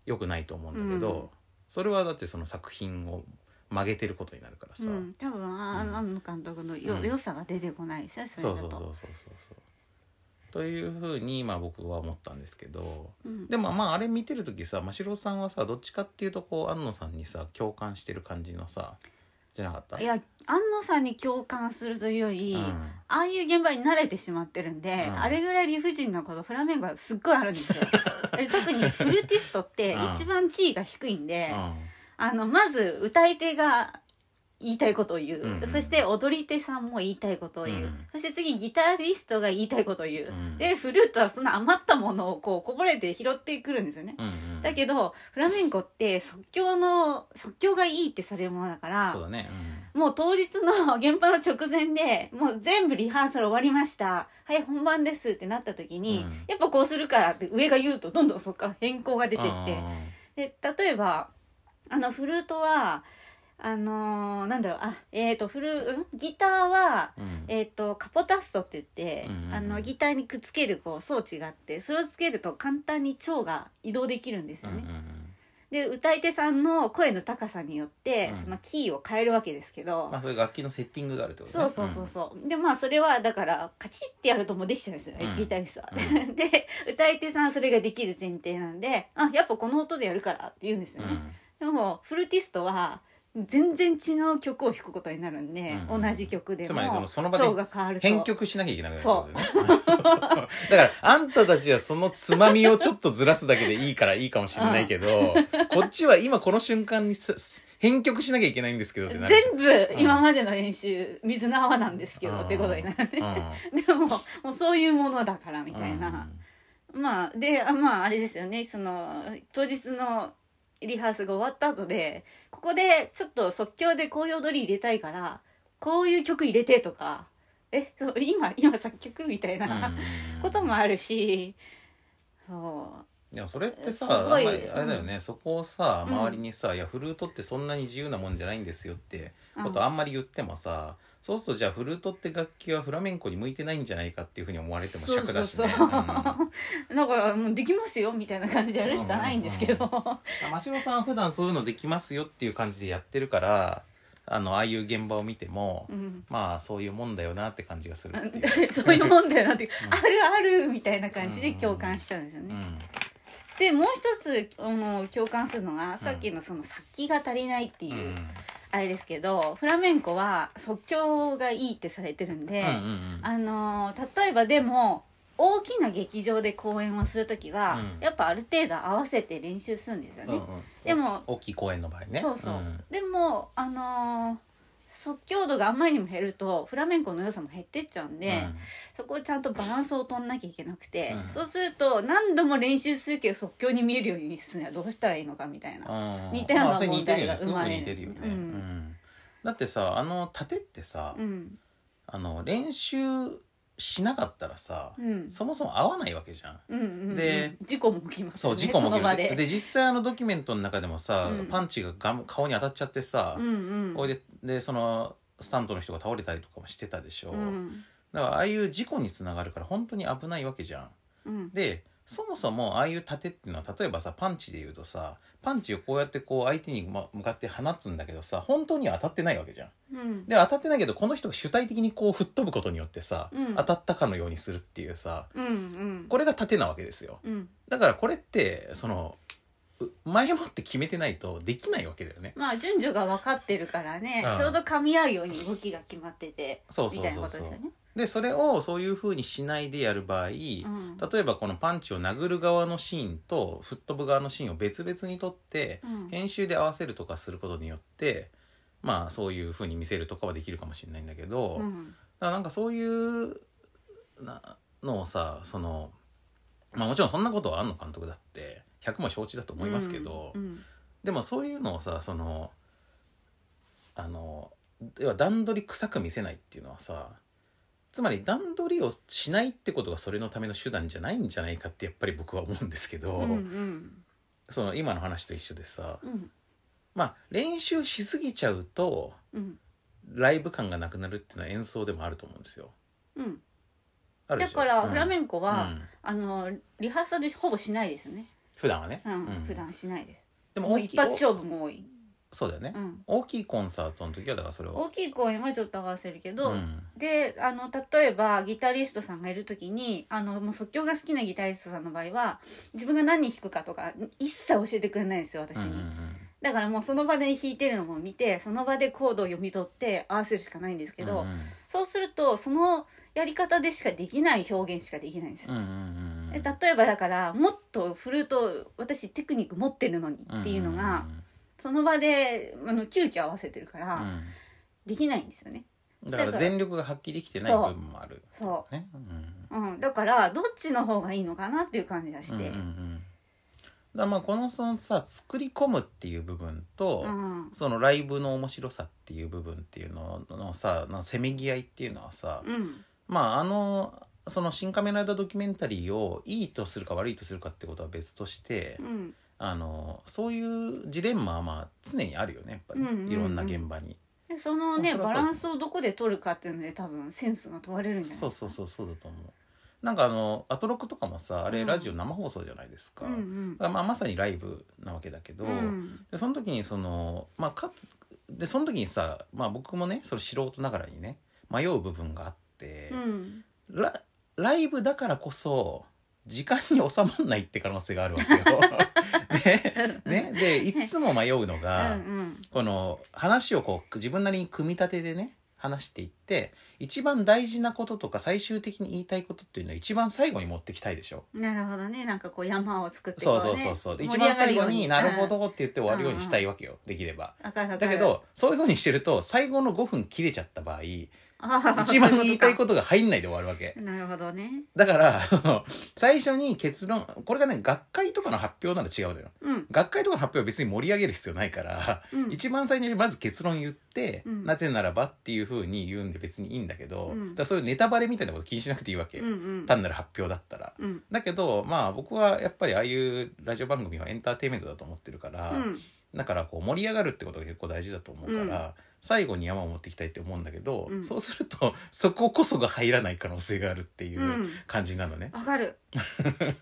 良くないと思うんだけど、うんそれはだってその作品を曲げてることになるからさ、うん、多分あ、うん庵野監督のよ、うん良さが出てこないですねそれそだうそとうそうそうそうそう。というふうに今僕は思ったんですけどうんでもまああれ見てる時さ真城さんはさどっちかっていうとこう安野さんにさ共感してる感じのさじゃなかったいや安野さんに共感するというより、うんああいう現場に慣れてしまってるんで、うんあれぐらい理不尽なことフラメンコはすっごいあるん ですよえ特にフルーティストってうん一番地位が低いんで、うんあのまず歌い手が言いたいことを言う、うんうんそして踊り手さんも言いたいことを言う、うんそして次ギタリストが言いたいことを言う、うんでフルートはその余ったものをこうこぼれて拾ってくるんですよねうんうんだけどフラメンコって即興の即興がいいってされるものだからそうだね、うんもう当日の現場の直前でもう全部リハーサル終わりましたはい本番ですってなった時に、うんやっぱこうするからって上が言うとどんどんそっから変更が出てってで例えばあのフルートはあのーなんだろうあえっ、とフルうんギターはうんえー、とカポタストって言って、うんうんうんあのギターにくっつけるこう装置があってそれをつけると簡単に腸が移動できるんですよね。で歌い手さんの声の高さによって、うんそのキーを変えるわけですけど、まあ、それ楽器のセッティングがあるってことそうそうそうそう、でまあそれはだからカチッってやるともうできちゃうんですよ、うんギタリストは。うで歌い手さんそれができる前提なんで「あやっぱこの音でやるから」って言うんですようね。んでもフルーティストは全然違う曲を弾くことになるんで、うんうん同じ曲でつまりそものその場で調が変わると編曲しなきゃいけなくなるんだよねそう だからあんたたちはそのつまみをちょっとずらすだけでいいからいいかもしれないけ ど、こっちは今この瞬間にさ編曲しなきゃいけないんですけどってなる全部今までの練習、水の泡なんですけど、うんってことになるうんね、でももうそういうものだからみたいな、まあであまああれですよねその当日のリハースが終わった後でここでちょっと即興でこういう踊り入れたいからこういう曲入れてとかえそう今今作曲みたいうんなうんこともあるし、そうでもそれってさすごいあんまりあれだよね、そこをさうん周りにさ、いやフルートってそんなに自由なもんじゃないんですよってうんことあんまり言ってもさ、そうするとじゃあフルートって楽器はフラメンコに向いてないんじゃないかっていうふうに思われても尺だし ね。そうそうそうだからもうできますよみたいな感じでやるしかないんですけど、うん真代さんは普段そういうのできますよっていう感じでやってるからあのああいう現場を見ても、うんまあそういうもんだよなって感じがするっていう。そういうもんだよなって、あるあるみたいな感じで共感しちゃうんですよね。うんでもう一つあの共感するのがさっきのその殺気が足りないっていう、うんあれですけどフラメンコは即興がいいってされてるんで、うんうんあの例えばでも大きな劇場で公演をする時は、うんやっぱある程度合わせて練習するんですようんね。うんでも大きい公演の場合ね。そうそう、んでもあの即興度があんまりにも減るとフラメンコの良さも減ってっちゃうんで、そこをちゃんとバランスを取んなきゃいけなくて、うんそうすると何度も練習するけど即興に見えるようにするにはどうしたらいいのかみたいな、うんうん似たようなまあそれ似てるよ問題がねす生ごまくれる似てるよね。うんうんだってさあの盾ってさ、うんあの練習しなかったらさ、うんそもそも合わないわけじゃん。うんうんうん、で事故も起きます、ね、そう事故もそ起きのる場ででで実際あのドキュメントの中でもさ、うんパンチががん顔に当たっちゃってさ、うんうんおいででそのスタントの人が倒れたりとかもしてたでしょ、うんだからああいう事故につながるから本当に危ないわけじゃん。うんでそもそもああいう盾っていうのは例えばさパンチで言うとさパンチをこうやってこう相手にま向かって放つんだけどさ本当には当たってないわけじゃん。うんで当たってないけどこの人が主体的にこう吹っ飛ぶことによってさ、うん当たったかのようにするっていうさうんうんこれが盾なわけですよ。うんだからこれってそのう前もって決めてないとできないわけだよね。まあ順序が分かってるからね、うんちょうど噛み合うように動きが決まっててそうそうそうそうみたいなことですよね。でそれをそういうふうにしないでやる場合、うん例えばこのパンチを殴る側のシーンと吹っ飛ぶ側のシーンを別々にとってうん編集で合わせるとかすることによってまあそういうふうに見せるとかはできるかもしれないんだけど、だうかんらなんかそういうなのをさその、まあ、もちろんそんなことは庵野監督だって100も承知だと思いますけど。うんでもそういうのをさそのあの要は段取り臭く見せないっていうのはさつまり段取りをしないってことがそれのための手段じゃないんじゃないかってやっぱり僕は思うんですけど、うんうんその今の話と一緒でさうんまあ練習しすぎちゃうとうんライブ感がなくなるっていうのは演奏でもあると思うんですよ。うんあるでだしょからフランメンココは、あのリハーサルほぼしないですね、普段はね、うんうん普段しないですでもも大うきい一発勝負も多い、そうだよね、うん、大きいコンサートの時はだからそれを大きい公演はちょっと合わせるけど、うんであの例えばギタリストさんがいる時にあのもう即興が好きなギタリストさんの場合は自分が何弾くかとか一切教えてくれないんですよ私うんに、うんうんだからもうその場で弾いてるのも見てその場でコードを読み取って合わせるしかないんですけど、うんうんそうするとそのやり方でしかできない表現しかできないんですようんうんうんうんえ例えばだからもっとフルート私テクニック持ってるのにっていうのが、その場であの急遽合わせてるから、うんうんうんできないんですよね。うんだから全力が発揮できてない部分もあるそねうんう、うん、だからどっちの方がいいのかなっていう感じがして、うんうんうんだからまあこのそのさ作り込むっていう部分と、うんそのライブの面白さっていう部分っていうののさのせめぎ合いっていうのはさ、うんまああのその「新仮面ライダードキュメンタリー」をいいとするか悪いとするかってことは別として、うんあのそういうジレンマはまあ常にあるよねやっぱり、うんうんうんいろんな現場に。でそのねそりゃそうバランスをどこで取るかっていうので多分センスが問われるんじゃないそうそうそうそうだと思うなんかあのアトロックとかもさあれうんラジオ生放送じゃないですか、うんうんだからまあ、まさにライブなわけだけど、うんでその時にそのまあかでその時にさ、まあ、僕もねそれ素人ながらにね迷う部分があって、うんラ ライブだからこそ時間に収まんないって可能性があるわけよでねでいつも迷うのうんが、うんこの話をこう自分なりに組み立てでね話していって一番大事なこととか最終的に言いたいことっていうのは一番最後に持ってきたいでしょ。なるほどねなんかこう山を作ってこそうねうそうそうそうで一盛り番上がる最よ後うに「なるほど」って言って終わるようにしたいわけよできれば。うんわかるわかだるけどそういうふうにしてると最後の5分切れちゃった場合一あ あ番言いたいそことが入んないで終わるわけういうことかなるほどねだから その最初に結論これがね学会とかの発表なら違うのようん学会とかの発表は別に盛り上げる必要ないから、うん一番最初にまず結論言って、うんなぜならばっていうふうに言うんで別にいいんだけど、うんだからそういうネタバレみたいなこと気にしなくていいわけ、うんうん単なる発表だったら。うんだけどまあ僕はやっぱりああいうラジオ番組はエンターテインメントだと思ってるから、うんだからこう盛り上がるってことが結構大事だと思うから、うん最後に山を持ってきたいって思うんだけど、うんそうすると そここそが入らない可能性があるっていううん感じなのね。わ かる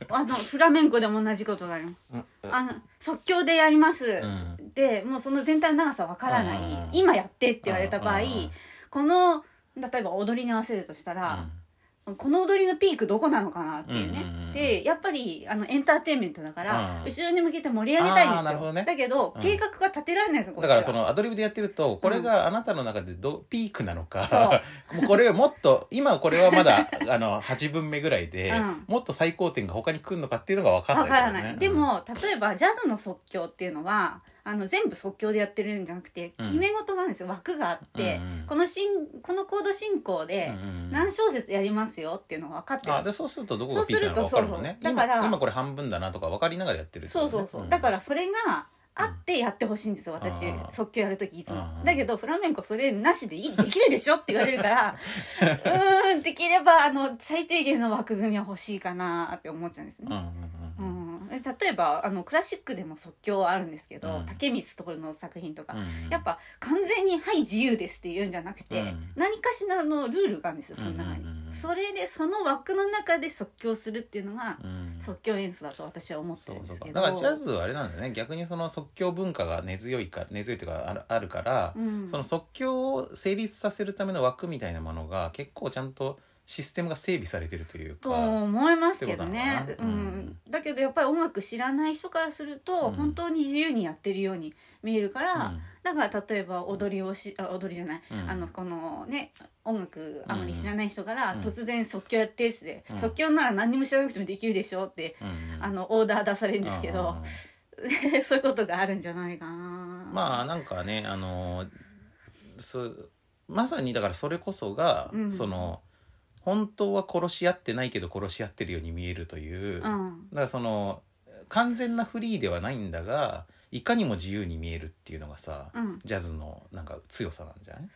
あのフラメンコでも同じことがありますうんあの即興でやります、うんでもうその全体の長さわからない、うん今やってって言われた場う合、んうんこの例えば踊りに合わせるとしたら、この踊りのピークどこなのかなっていうね、うんうんうんでやっぱりあのエンターテインメントだかうら、ん後ろに向けて盛り上げたいんあーですなるほよどねだけど、うん計画が立てられないんですよこっだちかはらそのアドリブでやってるとこれがあなたの中でどピークなのか、 もうこれをもっと今これはまだ あの8分目ぐらいで、うんもっと最高点が他に来るのかっていうのが分かんなわいからねない、で、も例えばジャズの即興っていうのはあの全部即興でやってるんじゃなくてうん決め事があるんですよ、枠があって、うんうんこのしんこのコード進行うでんうん何小節やりますよっていうのが分かってる、あでそうするとどこがピークなのか分かるもんねそうするとそうそうだから今今これ半分だなとか分かりながらやってるってこそとうねそうそう、だからそれがうんあってやってほしいんですよ私あー即興やる時いつもあーだけどフラメンコそれなしでいいできるでしょって言われるから うーんできればあの最低限の枠組みは欲しいかなって思っちゃうんですねうん、うんううんうんん、で例えばあのクラシックでも即興はあるんですけど、うん竹光徹の作品とか、うんうんやっぱ完全に「はい自由です」って言うんじゃなくて、うん何かしらのルールがあるんですよその中に、うんうんうんうんそれでその枠の中で即興するっていうのが、うん即興演奏だと私は思ってそうるんでそうすそけうどだからジャズはあれなんだよね逆にその即興文化が根強いか根強いというかあるあるから、うんその即興を成立させるための枠みたいなものが結構ちゃんとシステムが整備されてるというとか。思いますけどねってことう、なのかなんだけどやっぱり音楽知らない人からすると、うん本当に自由にやってるように見えるから、うんだから例えば踊りをしあ踊りじゃない、うんあのこのね音楽あまり知らない人からうん突然即興やってっつって、うん即興なら何にも知らなくてもできるでしょって、うんあのオーダー出されるんですけうどん、そういうことがあるんじゃないかなまあなんかねあのそうまさにだからそれこそが、うんその本当は殺し合ってないけど殺し合ってるように見えるという、うだんからその完全なフリーではないんだがいかにも自由に見えるっていうのがさ、うん、ジャズのなんか強さなんじゃない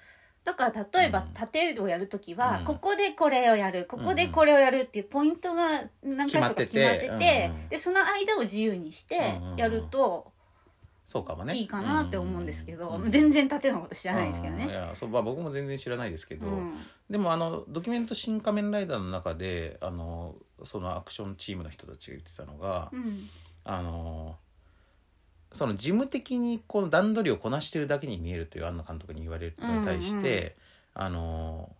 だから例えばうん盾をやるときは、うんここでこれをやるここうでんうんこれをやるっていうポイントが何箇所か決決ままっっててててうんうんでその間を自由にしてうんうんうんやるとそうかもねいいかなって思うんですけど、うん全然盾のこと知らないですけどうんいね。やそう、まあ、僕も全然知らないですけうど、んでもあのドキュメント「新仮面ライダー」の中であのそのアクションチームの人たちが言ってたのが、うんあのその事務的にこの段取りをこなしてるだけに見えるという庵野監督に言われるのに対して、あの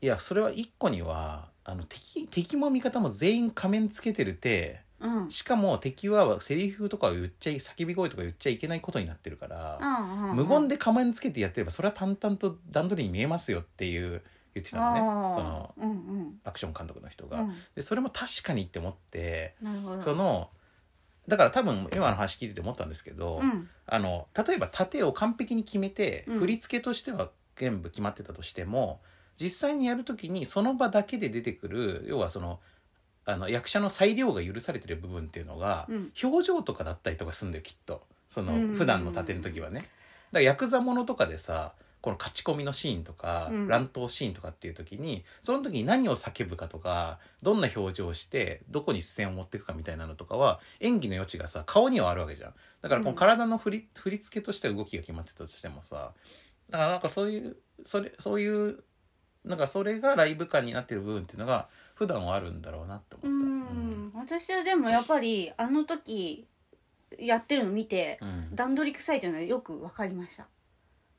いやそれは一個にはあの敵敵も味方も全員仮面つけてるてうんうんしかも敵はセリフとかを言っちゃい叫び声とか言っちゃいけないことになってるから。うんうん無言で仮面つけてやってればそれは淡々と段取りに見えますよっていう言ってたのねあーそのうんうんアクション監督の人うが、んでそれも確かにって思って、なるほどそのだから多分今の話聞いてて思ったんですけど、うんあの例えば盾を完璧に決めて、うん振り付けとしては全部決まってたとしても実際にやる時にその場だけで出てくる要はそのあの役者の裁量が許されてる部分っていうのが、うん表情とかだったりとかすんだよきっとそのうん普段の盾の時はね。だからヤクザものとかでさこの勝ち込みのシーンとか、うん乱闘シーンとかっていう時にその時に何を叫ぶかとかどんな表情をしてどこに視線を持っていくかみたいなのとかは演技の余地がさ顔にはあるわけじゃんだからこうのん体の振り,、振り付けとしては動きが決まってたとしてもさだからなんかそういうそれそういうなんかそれがライブ感になってる部分っていうのが普段はあるんだろうなってう思った。ん私はでもやっぱりあの時やってるの見てうんうん段取り臭いというのはよくわかりました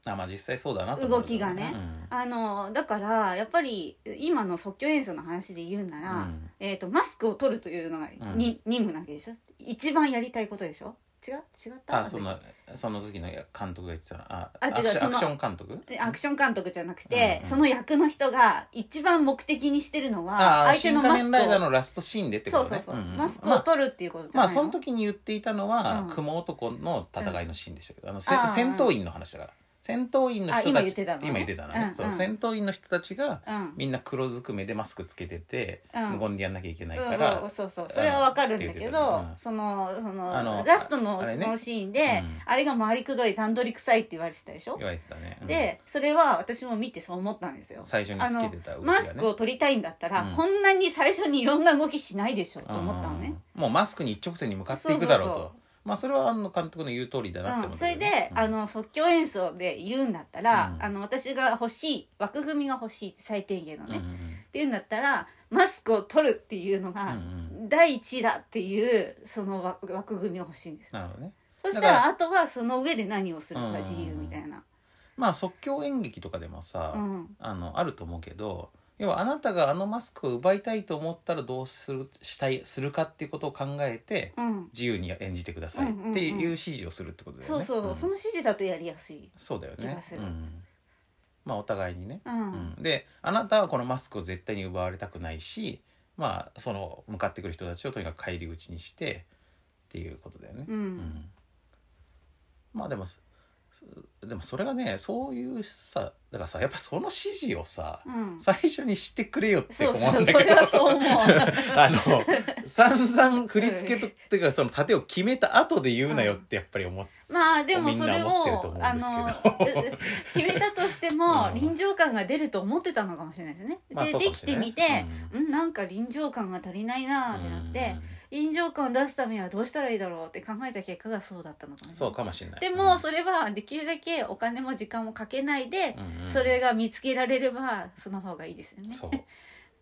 あまあ実際そうだなと思う動きがねあのだからやっぱり今の即興演奏の話で言うなうら、んえー、とマスクを取るというのがうんに、任務なわけでしょ一番やりたいことでしょ違う違ったあそのその時の監督が言ってたのああ違うアクションアそのクション監督でアクション監督じゃなくて、うんうんその役の人が一番目的にしてるのはああ相手新の仮マス面クライダーを、のラストシーンでってこそとうねそうそう、んんマスクまをあ取るっていうことじゃまなあいの、その時に言っていたのは、うん雲男の戦いのシーンでしたけど、あのせああ戦闘員の話だから戦闘員の人たちあ今言ってたのね今言ってたのねうんうんそう戦闘員の人たちがうんみんな黒ずくめでマスクつけてて、うん無言でやんなきゃいけないうんかうら、んうんそうそうそれはわかるんだって言けってたど、よねうんそのそのあのラストのあれねそのシーンで、うんあれが回りくどい段取り臭いって言われてたでしょ、言われてたね、うんでそれは私も見てそう思ったんですよ最初にあつけのてた動きがねマスクを取りたいんだったら、うんこんなに最初にいろんな動きしないでしょと思ったのうねん、もうマスクに一直線に向かっていくだろうとそうそうまあそれは庵野監督の言う通りだなってう思ん、っそたけどれでね、あの即興演奏で言うんだったら、うんあの私が欲しい枠組みが欲しい最低限のうんね、うっんていうんだったらマスクを取るっていうのうんうがん第一だっていうその枠枠組みが欲しいんですなるほどねそしただかららあとはその上で何をするか自由みたいな、まあ即興演劇とかでもさ、うんあのあると思うけど要はあなたがあのマスクを奪いたいと思ったらどうするしたいするかっていうことを考えてうん、自由に演じてくださいっていう指示をするってことだよそうね。そう、んその指示だとやりやすい、そうだよ気ねがす。るうんまあお互いにね。ううんんであなたはこのマスクを絶対に奪われたくないしまあその向かってくる人たちをとにかく帰り口にしてっていうことだよね。うんうんまあでもそでもそれがねそういうさだからさやっぱその指示をさ、うん最初にしてくれよってそう思そううんだそけれどはそう思う あの散々振り付 けとっていうかその盾を決めた後で言うなよってやっぱり思って、まあでもみんそなれ思ってるとを思うあんですのけどうう 決めたとしてもうん臨場感が出ると思ってたのかもしれないですね。 まあでそうかでもきしれてないみて、うん、なんか臨場感が足りないなーってなって臨場感を出すためにはどうしたらいいだろうって考えた結果がそうだったのかもうんしそうれない。かもしれないでうもんそれはできるだけお金も時間もかけないでうんうんそれが見つけられればその方がいいですよね。そう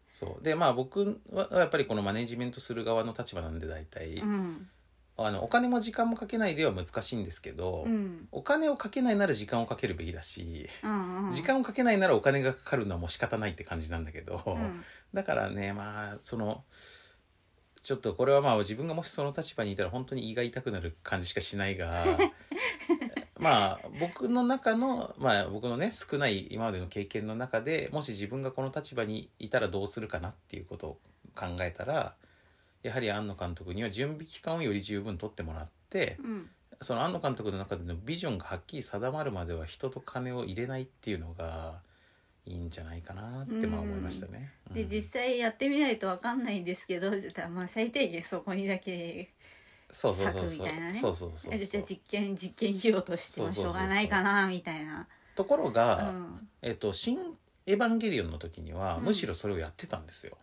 そうでまあ僕はやっぱりこのマネジメントする側の立場なんで大体、うんあのお金も時間もかけないでは難しいんですけど、うんお金をかけないなら時間をかけるべきだし、うんうん時間をかけないならお金がかかるのはもう仕方ないって感じなんだけど、うんだからねまあそのちょっとこれはまあ自分がもしその立場にいたら本当に胃が痛くなる感じしかしないが まあ僕の中のまあ僕のね少ない今までの経験の中でもし自分がこの立場にいたらどうするかなっていうことを考えたらやはり庵野監督には準備期間をより十分取ってもらってうんその庵野監督の中でのビジョンがはっきり定まるまでは人と金を入れないっていうのがいいんじゃないかなってまあ思いましたね。うでん実際やってみないとわかんないんですけどちょっとまあ最低限そこにだけそうそうそう策そみたいなうねそうそうそうえじゃあ実験実験費用としてもしょうがないかなみたいなところうが、んえっと「新エヴァンゲリオン」の時には、うんむしろそれをやってたんですよ。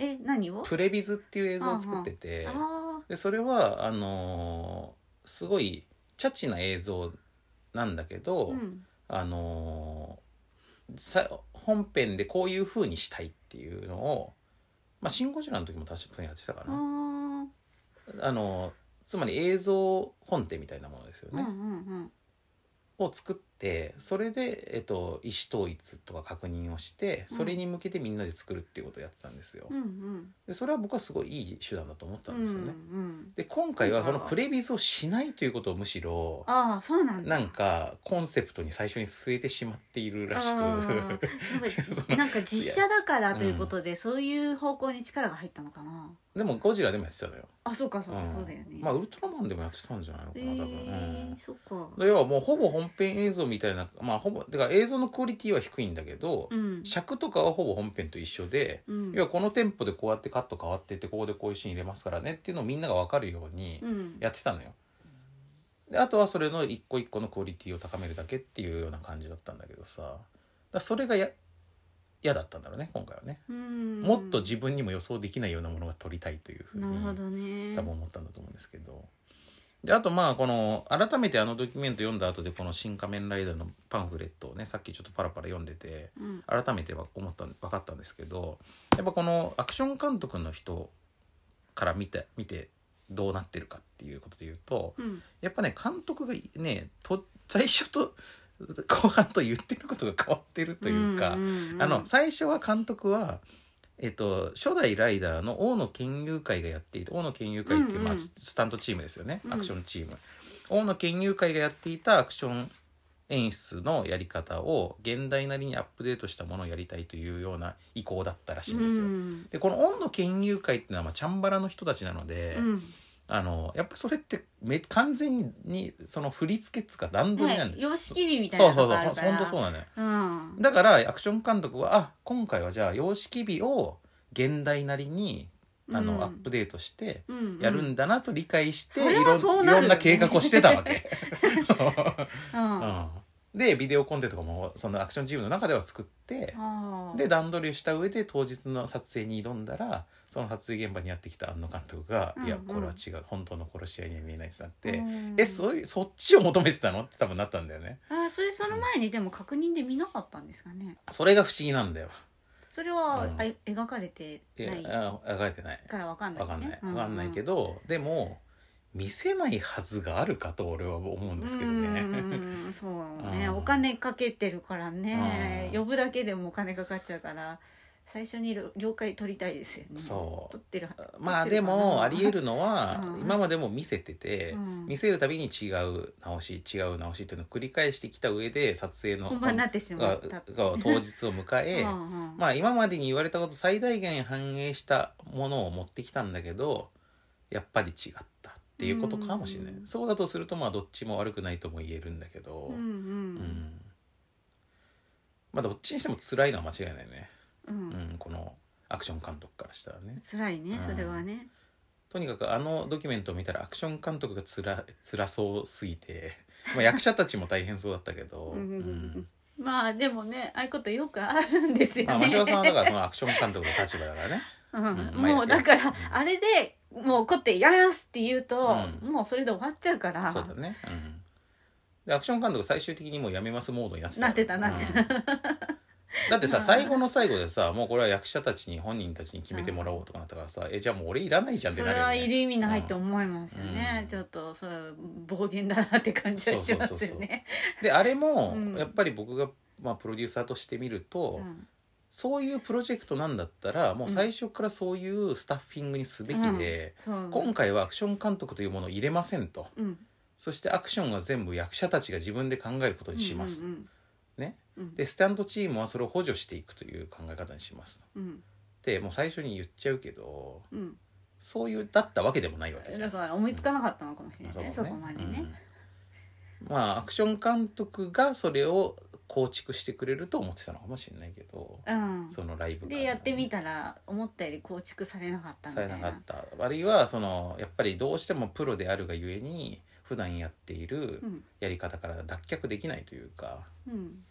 え何をプレビズっていう映像を作ってて、あでそれはあのーすごいチャチな映像なんだけあど、うんあのーさ本編でこういう風にしたいっていうのを「まあ、シン・ゴジラ」の時も確かにやってたかあーな。あのーつまり映像本体みたいなものですようんうね。んを作ってそれで、えっと、意思統一とか確認をしてそれに向けてみんなで作るっていうことをやってたんですよ。うんうんでそれは僕はすごいいい手段だと思ったうんんですよね。うんで今回はこのうんプレビズをしないということをむしろああそうなんだなんかコンセプトに最初に据えてしまっているらしあーやっく そぱのなんか実写だからということでそういう方向に力が入ったのかなでもゴジラでもやってたのよ。あそうかそううかんそうだよねまあウルトラマンでもやってたんじゃないのかえな多分。うんーそっか要はもうほぼ本編映像みたいなまあほぼだから映像のクオリティは低いんだけど、うん尺とかはほぼ本編と一緒で、うん要はこのテンポでこうやってカット変わってってここでこういうシーン入れますからねっていうのをみんなが分かるようにうんやってたのよ。であとはそれの一個一個のクオリティを高めるだけっていうような感じだったんだけどさだからそれがや嫌だったんだろうね今回はね、うんもっと自分にも予想できないようなものが撮りたいというふうになるほどね多分思ったんだと思うんですけど。であとまあこの改めてあのドキュメント読んだ後でこの「新仮面ライダー」のパンフレットをねさっきちょっとパラパラ読んでて、うん改めては思った分かったんですけどやっぱこのアクション監督の人から見て見てどうなってるかっていうことで言うとうんやっぱね監督がねと最初と後半と言ってることが変わってるというか、んんんあの最初は監督は、えっと、初代ライダーの大野研究会がやっていて大野研究会っていう、まうんうあ、んスタントチームですよねうんアクションチーム、大野研究会がやっていたアクション演出のやり方を現代なりにアップデートしたものをやりたいというような意向だったらしいんですよ。うんでこの大野研究会っていうのはまあチャンバラの人たちなので、うんあのやっぱそれってめ完全にその振り付けっつうか段取りなんはだいよ、様式美みたいそうなそうのそうがあほんるからとそうなのようんだからアクション監督はあ今回はじゃあ様式美を現代なりにあの、うんアップデートしてうんうんやるんだなと理解して、そいれはろそうんいなるよろねんな計画をしてたわ け。そううんうあんでビデオコンテとかもそのアクションチームの中では作ってーで段取りをした上で当日の撮影に挑んだらその撮影現場にやってきた庵野監督が「うんうんいやこれは違う本当の殺し合いには見えない」ってなって「うんえそういうそっちを求めてたの?」って多分なったんだよね。あーそれその前にでも確認で見なかったんですかねそれが不思議なんだよ。それは、うんあ描かれていなやいかあ描かれてない。らわかんない、わかね、んない。うわかんないけど、でも見せないはずがあるかと俺は思うんですけどね。う んうんうんそうね、うんお金かけてるからね、うん呼ぶだけでもお金かかっちゃうから最初に了了解取りたいですよねそう取ってるまあでもあり得るのはうん今までも見せてて、うん見せるたびに違う直し違う直しっていうのを繰り返してきた上で撮影の本番になってしまがったが当日を迎え、うんうんまあ今までに言われたこと最大限反映したものを持ってきたんだけどやっぱり違ったっていうことかもしれない、うんそうだとするとまあどっちも悪くないとも言えるんだけど。うんうんまあどっちにしても辛いのは間違いないね、うんううんんこのアクション監督からしたらね辛いねうんそれはね、とにかくあのドキュメントを見たらアクション監督がつら辛そうすぎて、まあ、役者たちも大変そうだったけど、うんうんうんうんまあでもねああいうことよくあるんですよまあ、ね、町田さんはだからそのアクション監督の立場だ からねううんんもうだから、うんあれでもう怒って「やります!」って言うと、うもうそれで終わっちゃうからそうだね、うんでアクション監督最終的にもうやめますモードになってたなってたなってたうんだってさ まあ最後の最後でさもうこれは役者たちに本人たちに決めてもらおうとかなったからさ、えじゃあもう俺いらないじゃんってそなれるよはねいる意味ないと思いますよね、うんちょっとそれは暴言だなって感じはしますよねであれもうんやっぱり僕が、まあ、プロデューサーとして見ると、そういうプロジェクトなんだったらもう最初からそういうスタッフィングにすべきで、うんそう今回はアクション監督というものを入れませんとうんそしてアクションは全部役者たちが自分で考えることにします、うんうんねうんでスタンドチームはそれを補助していくという考え方にしますうんでもう最初に言っちゃうけどうんそういうだったわけでもないわけじゃだんから思いつかなかったのかもしれないだね,、ねそこまでね、うんまあアクション監督がそれを構築してくれると思ってたのかもしれないけど、うんそのライブ感がでやってみたら思ったより構築されなかったみさたれいななかったあるいはそのやっぱりどうしてもプロであるがゆえに普段やっているうんやり方から脱却できないというか、うん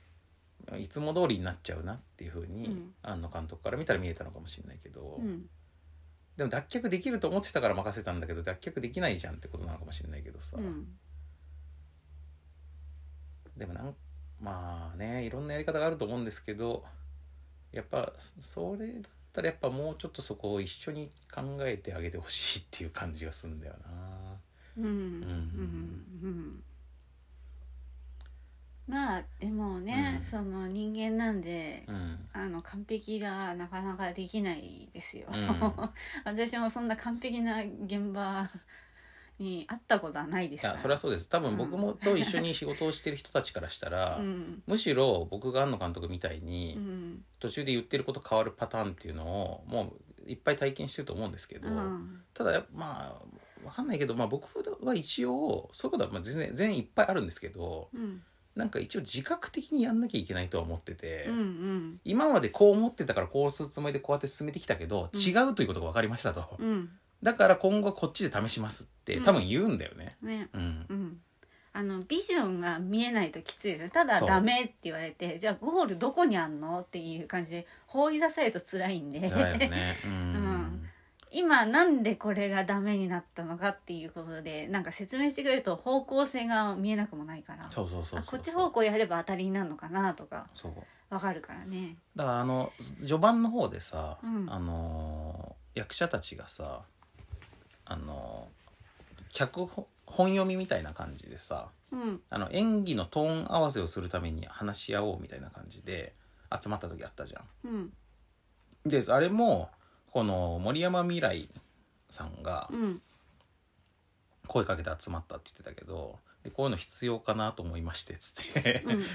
いつも通りになっちゃうなっていうふううにん庵野監督から見たら見えたのかもしれないけど、うんでも脱却できると思ってたから任せたんだけど脱却できないじゃんってことなのかもしれないけどさ、うんでもなんまあねいろんなやり方があると思うんですけどやっぱそれだったらやっぱもうちょっとそこを一緒に考えてあげてほしいっていう感じがするんだよな。うんうんうんまあでもね、うんその人間なんでうんあの完璧がなかなかできないですよ、うん 私もそんな完璧な現場に会ったことはないでいすかやらそれはそうです多分僕もと一緒に仕事をしてる人たちからしたら、うんむしろ僕が庵野監督みたいうにん途中で言ってること変わるパターンっていうのをもういっぱい体験してると思うんですけど、うんただやっぱまあわかんないけど、まあ、僕は一応そういうことはまあ全然全然いっぱいあるんですけど、うんなんか一応自覚的にやんなきゃいけないとは思ってて、うん今までこう思ってたからこうするつもりでこうやって進めてきたけど、うん違うということが分かりましたと、うんだから今後はこっちで試しますってうん多分言うんだよね。ねうんうんあのビジョンが見えないときついですよただそうダメって言われてじゃあゴールどこにあんのっていう感じで放り出されると辛いんで辛いよね、 うんん 今なんでこれがダメになったのかっていうことでなんか説明してくれると方向性が見えなくもないからそうそうそうそうあこっち方向やれば当たりになるのかなとかそうわかるからねだからあの序盤の方でさ、うんあのー役者たちがさあのー脚本本読みみたいな感じでさうんあの演技のトーン合わせをするために話し合おうみたいな感じで集まった時あったじゃん。うんであれもこの森山未来さんがうん声かけて集まったって言ってたけどでこういうの必要かなと思いましてっつって、うんで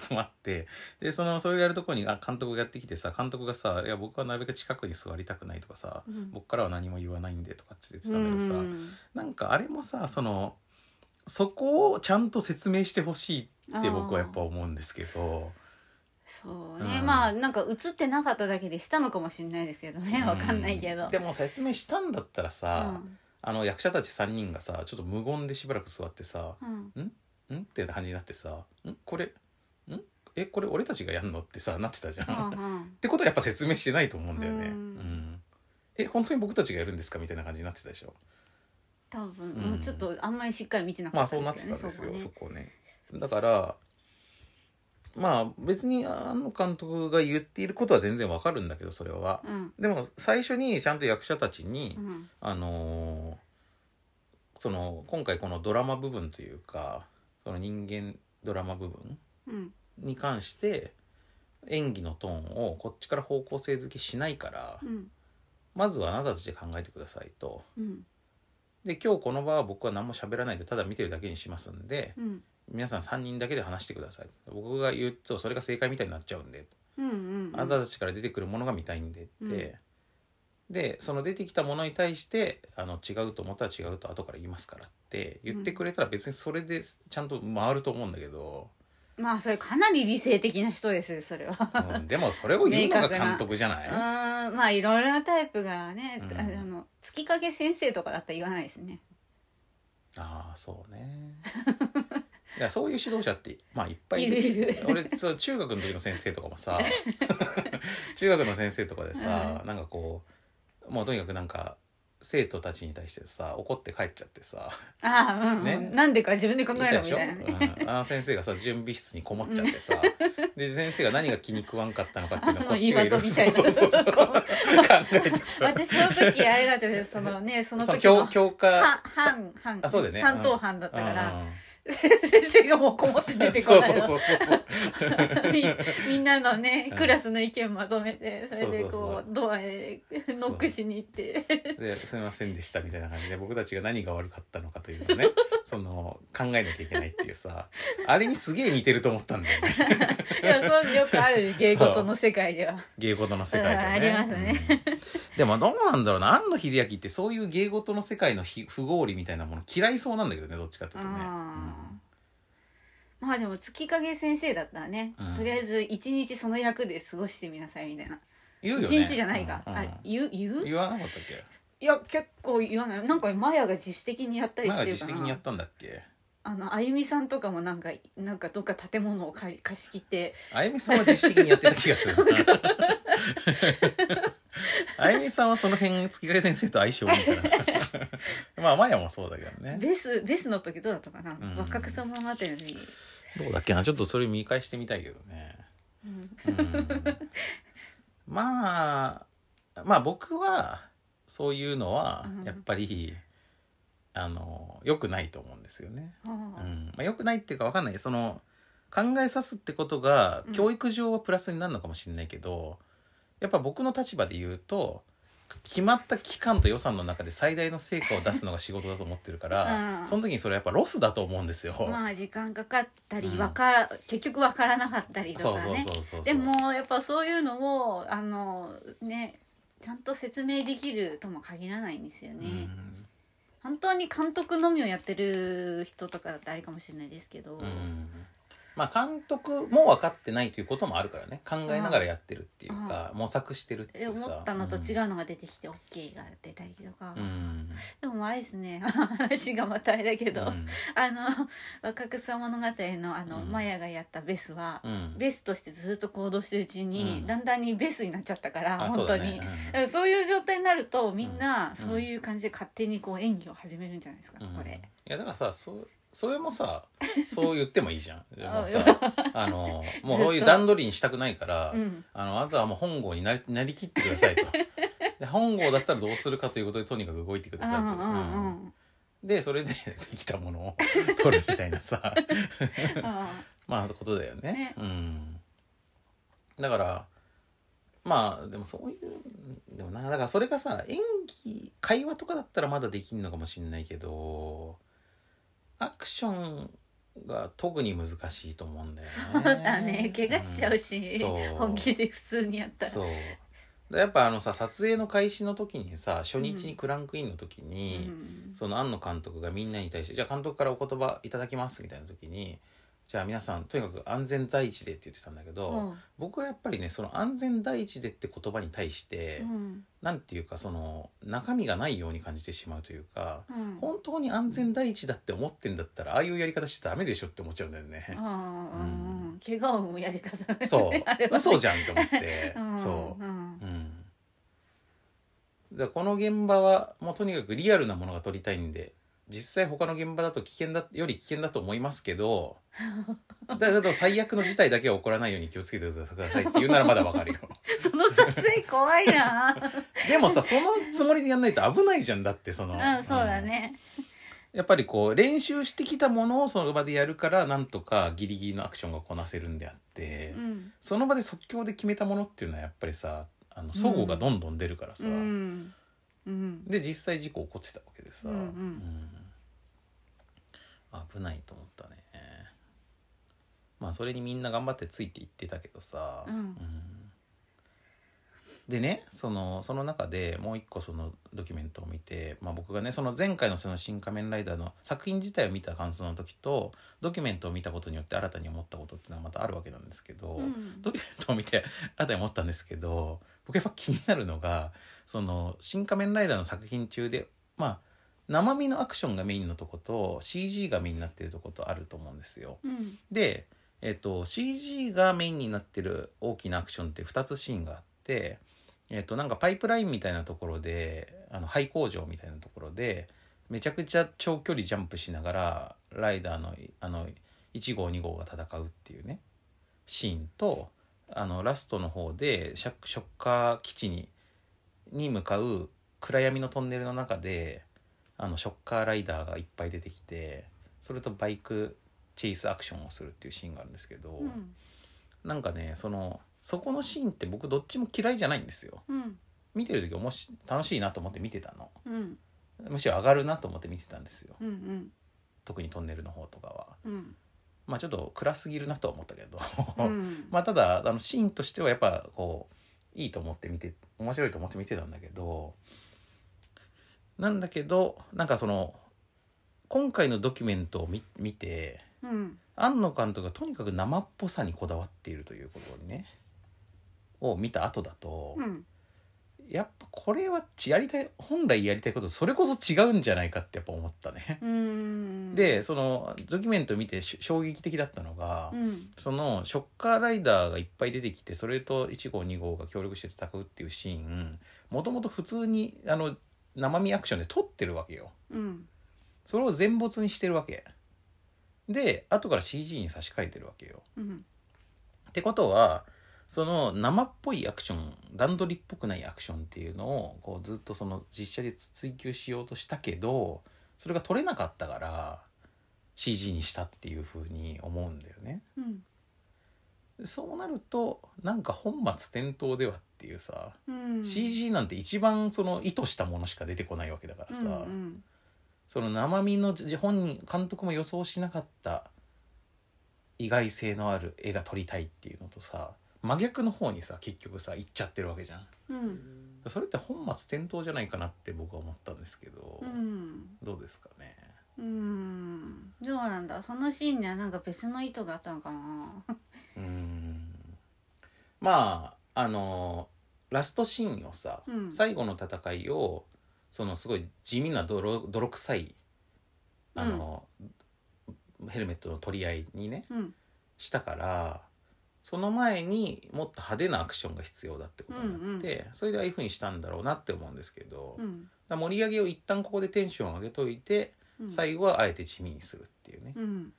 集まってでそのそれをやるとこにあ監督がやってきてさ監督がさ「いや僕はなるべく近くに座りたくない」とかさ、うん 僕からは何も言わないんで」とかって言ってうたんだけどさ、んなんかあれもさそのそこをちゃんと説明してほしいって僕はやっぱ思うんですけどそうね、うんまあなんか映ってなかっただけでしたのかもしれないですけどねうわかんないけど、でも説明したんだったらうさ、んあの役者たち3人がさちょっと無言でしばらく座ってさうん「ん?」って感じになってさ「んこれんえこれ俺たちがやんの?」ってさなってたじゃん。うんっうんてことはやっぱ説明してないと思うんだよね。うんうんえ本当に僕たちがやるんですかみたいな感じになってたでしょ。多う分、んもうちょっとあんまりしっかり見てなかまあったそうなでってすたんけどねですよそこはねこねだからまあ別にあの監督が言っていることは全然わかるんだけどそれは、うんでも最初にちゃんと役者たちに、うんあのーその今回このドラマ部分というかその人間ドラマ部分うんに関して演技のトーンをこっちから方向性づけしないから、うんまずはあなたたちで考えてくださいとうんで今日この場は僕は何も喋らないでただ見てるだけにしますんで、うん皆さん3人だけで話してください僕が言うとそれが正解みたいになっちゃうんで、うんうんあなたたちから出てくるものが見たいんでって、でその出てきたものに対してあの違うと思ったら違うと後から言いますからって言ってくれたら別にそれでちゃんと回ると思うんだけど、まあそれかなり理性的な人ですそれはうんでもそれを言うのが明確な監督じゃなういーんまあいろいろなタイプがね、うんあの月影先生とかだったら言わないですねああそうねいやそういう指導者ってまあいっぱいいるいる俺そう中学の時の先生とかも さ中学の先生とかでさ、なんかこうもうとにかくなんか生徒たちに対してさ怒って帰っちゃってさああうん、うんねなんでか自分で考えろみたいなね言ったでしょうんあの先生がさ準備室にこもっちゃってさで先生が何が気に食わんかったのかっていうのをこっちがいろいろ言いそ訳うみたいそうなそうそうこう考えてさ私その時あれだったねそのねそのその時の教教科は班班あそうだよね担当班だったかうんら、うんうん先生がもうこもって出てそこうないそうのそうそうそうみみんなのねうんクラスの意見まとめてそれでそうそうそこううドアへノックしに行ってで「すみませんでした」みたいな感じで僕たちが何が悪かったのかというのを ねその考えなきゃいけないっていうさあれにすげえ似てると思ったんだよねいやそうよくある芸事の世界では芸事の世界でね。うんありますねうんでもどうなんだろうな庵野秀明ってそういう芸事の世界のひ不合理みたいなもの嫌いそうなんだけどねどっちかっていうとね。あーまあでも月影先生だったらね、うんとりあえず一日その役で過ごしてみなさいみたいなうん言うよ一、ね。日じゃないか、うんうんあ言う言う言わなかったっけいや結構言わないなんかマヤが自主的にやったりなんしかて自る主か的なにやったんだっけあのあゆみさんとかもなんかなんかどっか建物を借り貸し切ってあゆみさんは自主的にやってた気がするなあゆみさんはその辺月影先生と相性いいから まあマヤもそうだけどねベスベスの時どうだったかな、うん若草物語の時どうだっけなちょっとそれ見返してみたいけどね、うんまあまあ僕はそういうのはうんやっぱり、あの良くないと思うんですよね、あうんあまあ、良くないっていうか分かんないその考えさすってことがうん教育上はプラスになるのかもしれないけど、やっぱ僕の立場で言うと決まった期間と予算の中で最大の成果を出すのが仕事だと思ってるから、うんその時にそれはやっぱロスだと思うんですよ。まあ時間かかったり、うんわか結局わからなかったりとそうかそうねそうそうそうでもやっぱそういうのをあのねちゃんと説明できるとも限らないんですようね、ん本当に監督のみをやってる人とかだってあれかもしれないですけど、うんまあ監督も分かってないということもあるからね考えながらやってるっていうか模索してるっていでう思さったのと違ううのが出てきて OK が出たりとか、ん、うんでもあれですね 話がまたあれだけど、うんあの 若草物語のあの、うんマヤがやったベスは、うんベスとしてずっと行動してるうちうに、んだんだんにベスになっちゃったからあ本そ当にうだねだからそういう状態になるとみんなうんそういう感じで勝手にこう演技を始めるんじゃないですか、うんこうんいれ。やだからさそそれも さそう言ってもいいじゃんでもさあのもうそういう段取りにしたくないから、うん あのあなたはもう本郷になりなりきって くださいとで本郷だったらどうするかということでとにかく動いてくだうんさいと。うんうんうんでそれでできたものを取るみたいなさあまあそういうことだよねねうんだからまあでもそういうでもなだからそれがさ演技会話とかだったらまだできるのかもしんないけどアクションが特に難しいと思うんだよねそうだね怪我しちゃうし、んそう本気で普通にやったらそうでやっぱあのさ撮影の開始の時にさ初日にクランクインの時に、うんその庵野監督がみんなに対して「じゃあ監督からお言葉いただきます」みたいな時に「じゃあ皆さんとにかく安全第一で」って言ってたんだけど、僕はやっぱりねその「安全第一で」って言葉に対して、うんなんていうかその中身がないように感じてしまうというか、うん本当に安全第一だって思ってんだったらああいうやり方しちゃダメでしょって思っちゃうんだよね。ああ、ううんん、怪我をもやり重ねてそ あれうは嘘じゃんって思って、うんそううんうん、だからこの現場はもうとにかくリアルなものが撮りたいんで実際他の現場だと危険だより危険だと思いますけど だけど最悪の事態だけは起こらないように気をつけてくださいって言うならまだわか るよその撮影怖いなでもさそのつもりでやんないと危ないじゃんだってその、うんそうだねうんやっぱりこう練習してきたものをその場でやるからなんとかギリギリのアクションがこなせるんであって、うんその場で即興で決めたものっていうのはやっぱりさあの齟齬がどんどん出るからさ、うんうんで実際事故起こってたわけでさ、うんうんうん危ないと思ったねまあそれにみんな頑張ってついていってたけどさ、うんでねそのその中でもう一個そのドキュメントを見て、まあ、僕がねその前回の「その新仮面ライダー」の作品自体を見た感想の時とドキュメントを見たことによって新たに思ったことっていうのはまたあるわけなんですけど、うんドキュメントを見てあたに思ったんですけど僕やっぱ気になるのがその「新仮面ライダー」の作品中でまあ生身のアクションがメインのとこと CG がメインになってるとことあると思うんですよ。うんで、えっと CG がメインになってる大きなアクションって2つシーンがあって、えっとなんかパイプラインみたいなところであの廃工場みたいなところでめちゃくちゃ長距離ジャンプしながらライダーのあの1号2号が戦うっていうねシーンとあのラストの方でシャッショッカー基地にに向かう暗闇のトンネルの中であのショッカーライダーがいっぱい出てきてそれとバイクチェイスアクションをするっていうシーンがあるんですけど、うんなんかねそのそこのシーンって僕どっちも嫌いじゃないんですようん見てる時おもし楽しいなと思って見てたのうんむしろ上がるなと思って見てたんですようん特にトンネルの方とかはうんまあちょっと暗すぎるなとは思ったけど、 うんまあただあのシーンとしてはやっぱこういいと思って見て面白いと思って見てたんだけどなんだけどなんかその今回のドキュメントを見見てうん庵野監督がとにかく生っぽさにこだわっているということにねを見た後だと、うんやっぱこれはちやりたい本来やりたいことそれこそ違うんじゃないかってやっぱ思ったね。うんでそのドキュメントを見てし衝撃的だったのが、うんそのショッカーライダーがいっぱい出てきてそれと1号2号が協力して戦うっていうシーンもともと普通にあの生身アクションで撮ってるわけようんそれを全没にしてるわけで後から CG に差し替えてるわけようんってことはその生っぽいアクション段取りっぽくないアクションっていうのをこうずっとその実写で追求しようとしたけどそれが撮れなかったから CG にしたっていうふうに思うんだよね。うんそうなるとなんか本末転倒ではっていうさ、うん CG なんて一番その意図したものしか出てこないわけだからさ、うんその生身のじ本人監督も予想しなかった意外性のある絵が撮りたいっていうのとさ真逆の方にさ結局さ行っちゃってるわけじゃんうんそれって本末転倒じゃないかなって僕は思ったんですけど、うんどうですかねうんどうなんだそのシーンにはなんか別の意図があったのかなうーんまああのラストシーンをさ、うん最後の戦いをそのすごい地味な泥泥臭いあの、ヘルメットの取り合いにねうんしたからその前にもっと派手なアクションが必要だってことになって、それでああいうふうにしたんだろうなって思うんですけど、うだかんら盛り上げを一旦ここでテンション上げといて、うん最後はあえて地味にするっていうね、っうん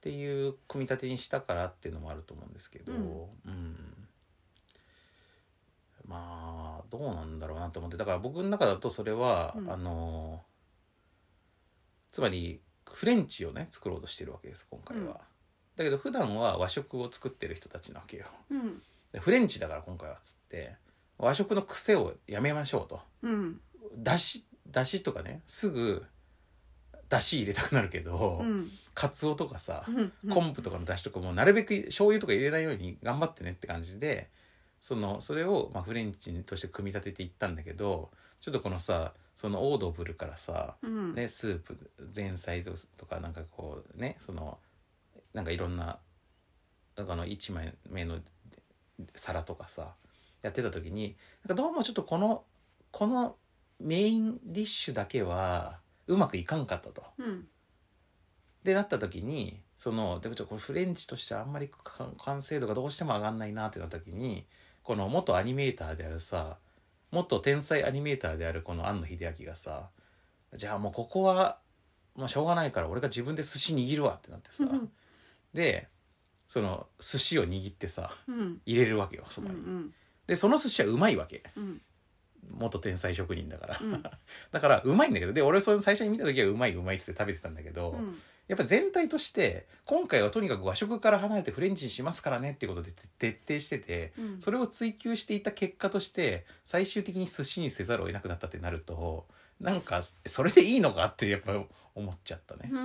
ていう組み立てにしたからっていうのもあると思うんですけど、ううんんまあどうなんだろうなと思ってだから僕の中だとそれは、うんあのつまりフレンチをね作ろうとしてるわけです今回は、うんだけど普段は和食を作ってる人たちなわけようんでフレンチだから今回はっつって和食の癖をやめましょうとうんだしだしとかねすぐだし入れたくなるけど、うんカツオとかさうん昆布とかのだしとかもなるべく醤油とか入れないように頑張ってねって感じでそのそれをまあフレンチとして組み立てていったんだけどちょっとこのさそのオードブルからさ、うんね、スープ前菜ととかなんかこうねそのなんかいろんななんかあの1枚目の皿とかさやってた時になんかどうもちょっとこのこのメインディッシュだけはうまくいかんかったと。うんでなった時にそのでもちょっとこれフレンチとしてあんまりか完成度がどうしても上がんないなってなった時にこの元アニメーターであるさ元天才アニメーターであるこの庵野秀明がさじゃあもうここはもうしょうがないから俺が自分で寿司握るわってなってさうんでその寿司を握ってさうん入れるわけよそうんばうに。んでその寿司はうまいわけうん元天才職人だから、うん だからうまいんだけどで俺その最初に見た時はうまいうまいっつって食べてたんだけど、うんやっぱ全体として今回はとにかく和食から離れてフレンチにしますからねってことで徹底しててうんそれを追求していた結果として最終的に寿司にせざるを得なくなったってなるとなんかそれでいいのかってやっぱ思っちゃったね。う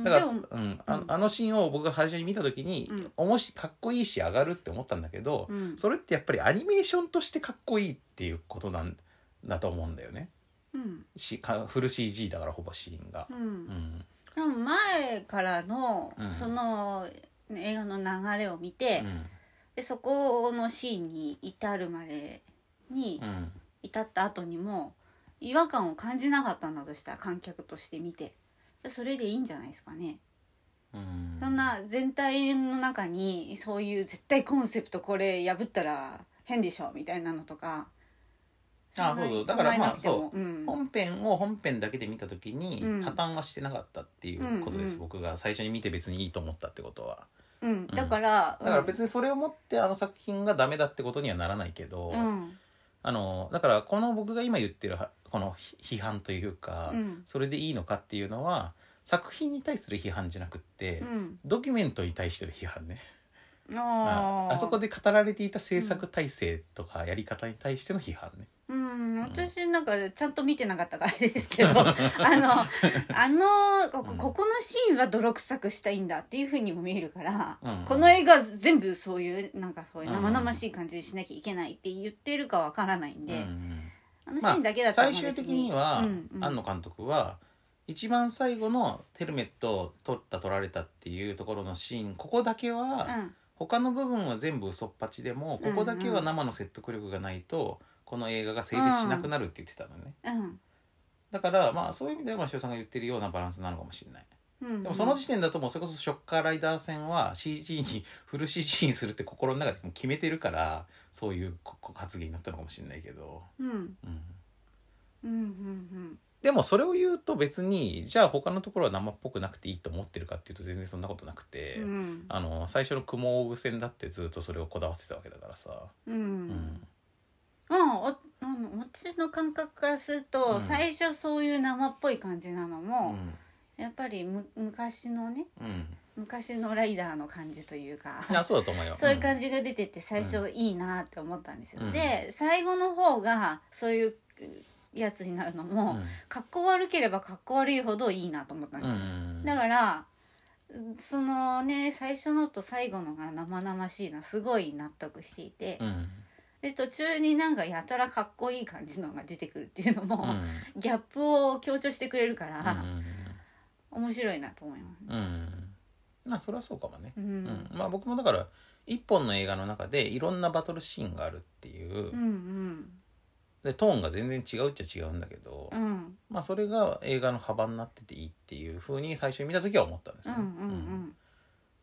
んだからでもうん、あうんあのシーンを僕が最初に見た時に、うんおもしかっこいいし上がるって思ったんだけど、うんそれってやっぱりアニメーションとしてかっこいいっていうことなんだと思うんだよねうんしかフル CG だからほぼシーンが。うんうん多分前からの、うんその映画の流れを見て、うんでそこのシーンに至るまでにうん至った後にも違和感を感じなかったんだとしたら観客として見てでそれでいいんじゃないですかね、うんそんな全体の中にそういう絶対コンセプトこれ破ったら変でしょみたいなのとかあんなにそうそうだから考えなくてもまあうん本編を本編だけで見た時にうん破綻はしてなかったっていうことです、うん僕が最初に見て別にいいと思ったってことはうん、だから、だから別にそれをもってあの作品がダメだってことにはならないけど、うんあのだからこの僕が今言ってるはこの批批判というか、うんそれでいいのかっていうのは作品に対する批判じゃなくって、うんドキュメントに対しての批判ねああーあそこで語られていた制作体制とかやり方に対しての批判ね、うん、私なんかちゃんと見てなかったからあれですけど あのあのここここのシーンは泥臭くしたいんだっていうふうにも見えるから、うんこの映画全部そういうなんかそういう生々しい感じにしなきゃいけないって言ってるかわからないんで、うんうんあのシまーンだけだあ、ったら最まあ終別的には、うんうん庵野監督は一番最後のヘルメットを取った取られたっていうところのシーンここだけは、うん他の部分は全部嘘っぱちでもここだけは生の説得力がないと、この映画が成立しなくなるって言ってたのね、うんだからまあそういう意味ではまあ塩さんが言ってるようなバランスなのかもしれないうん、でもその時点だともうそれこそショッカーライダー戦は CG にフル CG にするって心の中でもう決めてるからそういうここ発言になったのかもしれないけど、うんうんうん、うんうんでもそれを言うと別にじゃあ他のところは生っぽくなくていいと思ってるかっていうと全然そんなことなくて、うんうんあの最初の雲大戦だってずっとそれをこだわってたわけだからさ、ううんうん、おあの私の感覚からすると、うん最初そういう生っぽい感じなのうも、んやっぱりむ昔のねうん昔のライダーの感じというかあそうだと思うよそういう感じが出てて最初いいなって思ったんですよ、うんで最後の方がそういうやつになるのうんも、かっこ悪ければかっこ悪いほどいいなと思ったうんでんすよ、だからそのね最初のと最後のが生々しいなすごい納得していて、うんで途中になんかやたらかっこいい感じのが出てくるっていうのうも、んギャップを強調してくれるかうら、ん面白いなと思います。うんまあそれはそうかもね、ううんん、まあ僕もだから一本の映画の中でいろんなバトルシーンがあるっていう、うんでトーンが全然違うっちゃ違うんだけど、うんうんまあ、それが映画の幅になってていいっていうふうに最初に見た時は思ったんですうよんね、ううんん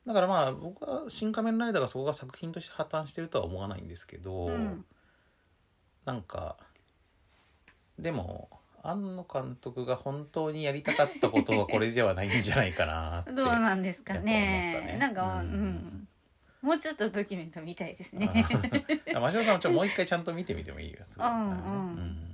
だからまあ僕は「新仮面ライダー」がそこが作品として破綻してるとは思わないんですけど、うんなんかでも庵野監督が本当にやりたかったことはこれではないんじゃないかなっうて ん、どうなんですかやっぱ思ったねねなんか、うんうんもうちょっとドキュメントみたいですね。 あ真汐さんはちょっともう一回ちゃんと見てみてもいいよ、うんううんん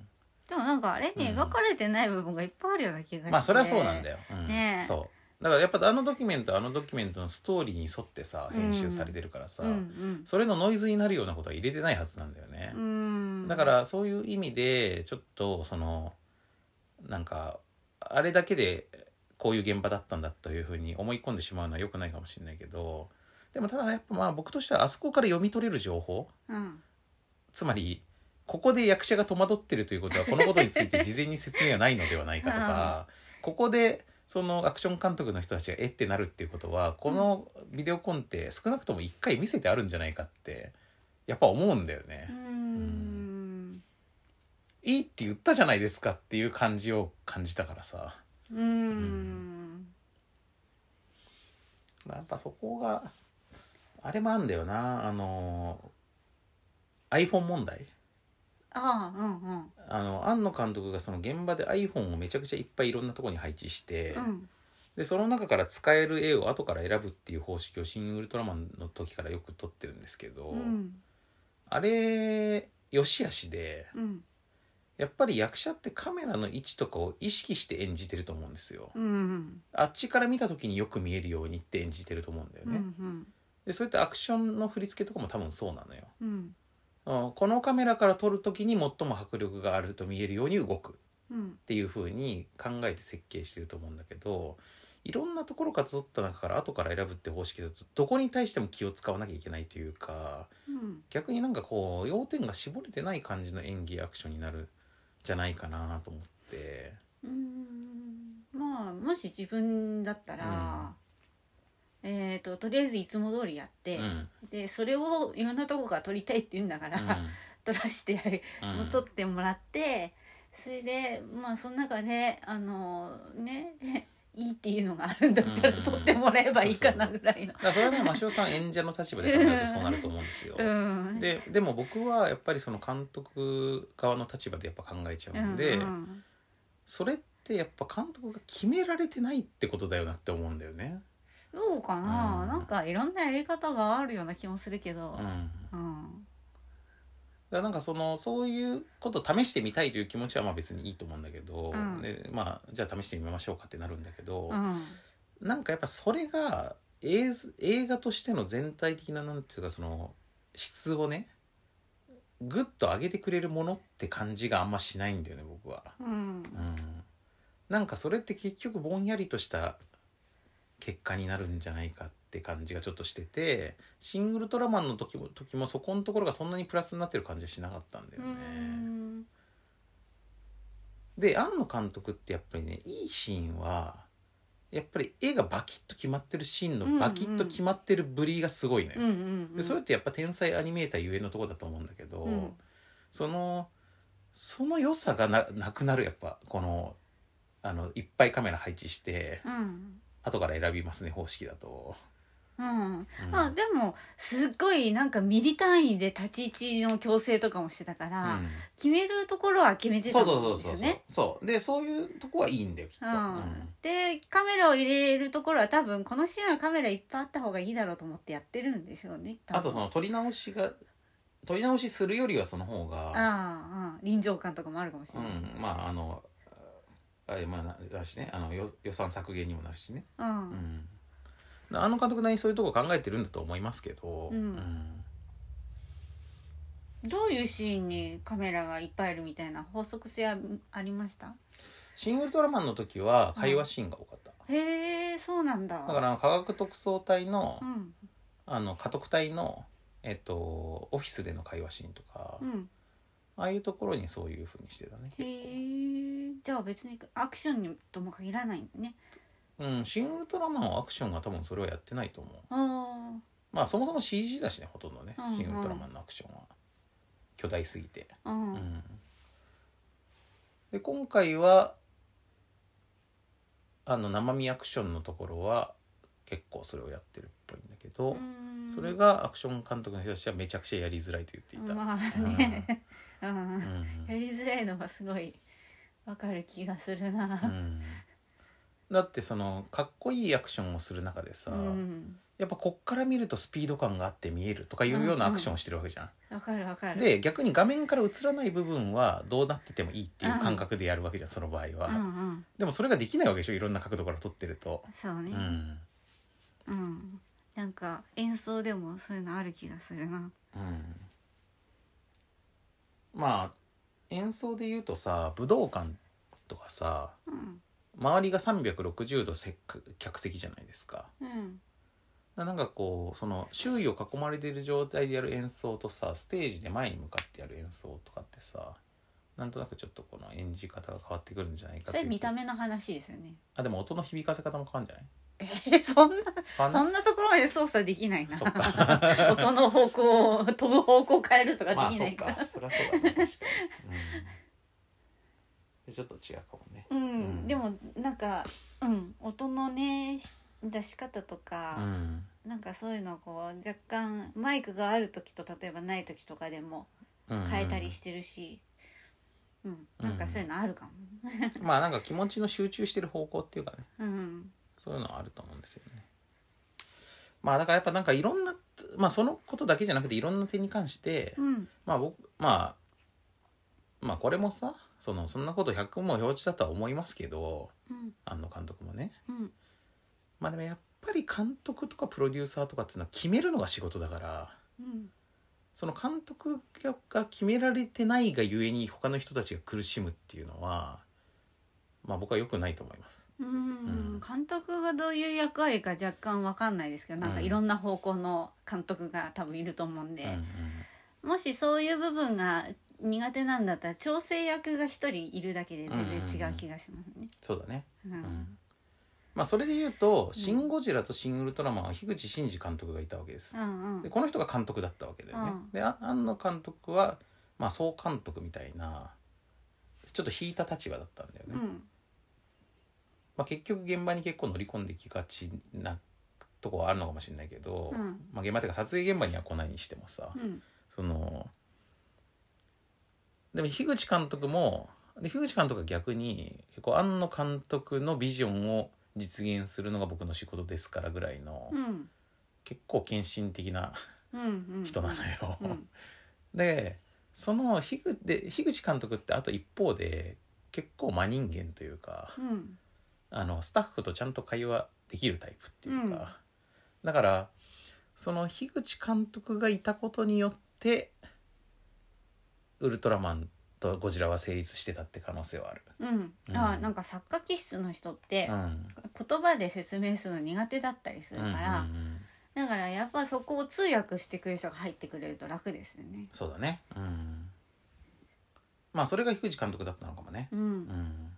ででもなんかあれに描かれてない部分がいっぱいあるような気がして、まあそれはそうなんだよよ、うんねえそうだからやっぱあのドキュメントあのドキュメントのストーリーに沿ってさうん編集されてるからさ、うんうんそれのノイズになるようなことは入れてないはずなんだよねう、んだからそういう意味でちょっとそのなんかあれだけでこういう現場だったんだというふうに思い込んでしまうのは良くないかもしれないけどでもただやっぱまあ僕としてはあそこから読み取れる情報うんつまりここで役者が戸惑ってるということはこのことについて事前に説明がないのではないかとかここでそのアクション監督の人たちがえってなるっていうことはこのビデオコンテ少なくとも1回見せてあるんじゃないかってやっぱ思うんだよね。うんいいって言ったじゃないですかっていう感じを感じたからさうんやっぱそこがあれもあんだよなあの iPhone 問題ああうんあの庵野監督がその現場で iPhone をめちゃくちゃいっぱいいろんなところに配置して、うんうんでその中から使える絵を後から選ぶっていう方式を「シン・ウルトラマン」の時からよく撮ってるんですけど、うんあれよしあしでうんやっぱり役者ってカメラの位置とかを意識して演じてると思うんですよ。うんあっちから見た時によく見えるようにって演じてると思うんだようね。んでそれってアクションの振り付けとかも多分そうなのよ。うんうんこのカメラから撮る時に最も迫力があると見えるように動くうんっていう風に考えて設計してると思うんだけどいろんなところから撮った中から後から選ぶって方式だとどこに対しても気を使わなきゃいけないというかうん逆になんかこう要点が絞れてない感じの演技アクションになるんじゃないかなと思ってうんまあもし自分だったら、えっ、ととりあえずいつも通りやって、うんでそれをいろんなとこから撮りたいって言うんだから、撮らしてやる うんうん撮ってもらってそれでまあその中であのねいいっていうのがあるんだったうらん撮ってもらえばいいかなぐらいのだ。からそれはね真汐さん演者の立場で考えるとそうなると思うんですよ。うん、ででも僕はやっぱりその監督側の立場でやっぱ考えちゃうんで、うんそれってやっぱ監督が決められてないってことだよなって思うんだよね。どうかな、うんなんかいろんなやり方があるような気もするけうどん、だ、かうんらなんかそのそういうことを試してみたいという気持ちはまあ別にいいと思うんだけど、うんでまあ、じゃあ試してみましょうかってなるんだけど、うんなんかやっぱそれが映像映画としての全体的ななんていうかその質をねグッと上げてくれるものって感じがあんましないんだよね僕は。うんうんなんかそれって結局ぼんやりとした結果になるんじゃないかって感じがちょっとしてて「シン・ウルトラマン」の時も時もそこのところがそんなにプラスになってる感じはしなかったんだようね。んで庵野監督ってやっぱりねいいシーンはやっぱり絵がバキッと決まってるシーンうんうんのバキッと決まってるぶりがすごいのよ。うんうんうでんそれってやっぱ天才アニメーターゆえのとこだと思うんだけど、うんそのその良さがななくなるやっぱこのあのいっぱいカメラ配置してうん後から選びますね方式だと。ううんんまあでもすっごいなんかミリ単位で立ち位置の強制とかもしてたから、うん決めるところは決めてそたうそうんそうですそようね。そうでそういうとこはいいんだよきっと。ううんんでカメラを入れるところは多分このシーンはカメラいっぱいあった方がいいだろうと思ってやってるんでしょうね多分あとその撮り直しが撮り直しするよりはその方が。ああああ臨場感とかもあるかもしうれないしん、まああのあまあなだしねあのよ予算削減にもなるしね、ううんん、あの監督なりにそういうとこ考えてるんだと思いますけど、うんどういうシーンにカメラがいっぱいいるみたいな法則性はありましたシン・ウルトラマン」の時は会話シーンが多かった、へえそうなんだだからあの科学特捜隊の,、うんあの家督隊の、えっと、オフィスでの会話シーンとか、うんああいうところにそういうふうにしてたねへえじゃあ別にアクションにとも限らないんだねうん、シン・ウルトラマンはアクションが多分それはやってないと思うあまあそもそも CG だしねほとんどね、うんうんシン・ウルトラマンのアクションは巨大すぎてあうん、で今回はあの生身アクションのところは結構それをやってるっぽいんだけど、うんそれがアクション監督の人たちはめちゃくちゃやりづらいと言っていた、まあね、うんうんやりづらいのがすごいわかる気がするうんな。だってそのかっこいいアクションをする中でさ、うんやっぱこっから見るとスピード感があって見えるとかいうようなアうんうんクションをしてるわけじゃん。わかるわかるで逆に画面から映らない部分はどうなっててもいいっていう感覚でやるわけじゃんその場合は、うんうんでもそれができないわけでしょいろんな角度から撮ってると。そううねんうん、なんか演奏でもそういうのある気がするなうんまあ演奏で言うとさ武道館とかさうん周りが360度せっか客席じゃないですか。うんだなんかこうその周囲を囲まれている状態でやる演奏とさステージで前に向かってやる演奏とかってさなんとなくちょっとこの演じ方が変わってくるんじゃないかそといれう見た目の話ですよねあでも音の響かせ方も変わるんじゃないえそんな変わんそないんなところまで操作できないなそっか 音の方向を飛ぶ方向を変えるとかまあできそなっいから、かそりゃそうだね確かに、うん、でちょっと違うかもねうん、うんでもなんか、うん、音のねし出し方とかう、んなんかそういうのをこう若干マイクがある時と例えばない時とかでもうん変えたりしてるし、うんなんかそういうのあるかも、まあなんか気持ちの集中してる方向っていうかねうんそういうのはあると思うんですよね。まあだからやっぱなんかいろんな、まあそのことだけじゃなくていろんな点に関して、うんまあ僕、まあ、まあこれもさ、その、そんなこと100も表示だとは思いますけど、うん庵野監督もね。うんまあでもやっぱり監督とかプロデューサーとかっていうのは決めるのが仕事だから、うんその監督が決められてないがゆえに他の人たちが苦しむっていうのは、まあ僕は良くないと思います。うんうん監督がどういう役割か若干わかんないですけどなんかいろんな方向の監督が多分いると思うんで、うんうんもしそういう部分が苦手なんだったら調整役が一人いるだけで全然違う気がしますね。そうだね。うんうんまあ、それで言うと「シン・ゴジラ」と「シン・ウルトラマン」は樋口真嗣監督がいたわけですう。んうでんこの人が監督だったわけだよね。うんであ庵野監督は、まあ、総監督みたいなちょっと引いた立場だったんだよね。うんまあ、結局現場に結構乗り込んできがちなとこはあるのかもしれないけど、うんまあ、現場っていうか撮影現場には来ないにしてもさ、うんそのでも樋口監督もで樋口監督は逆に結構庵野監督のビジョンを実現するのが僕の仕事ですからぐらいの、うん結構献身的なうんうん人なのよ。うんでその樋口で樋口監督ってあと一方で結構真人間というかうんあのスタッフとちゃんと会話できるタイプっていうか、だからその樋口監督がいたことによってウルトラマンとゴジラは成立してたって可能性はある。うんうんあなんか作家気質の人ってうん言葉で説明するの苦手だったりするから、うんうんうんだからやっぱそこを通訳してくれる人が入ってくれると楽ですよね。そうだね。うん、まあそれが樋口監督だったのかもね。ううんん、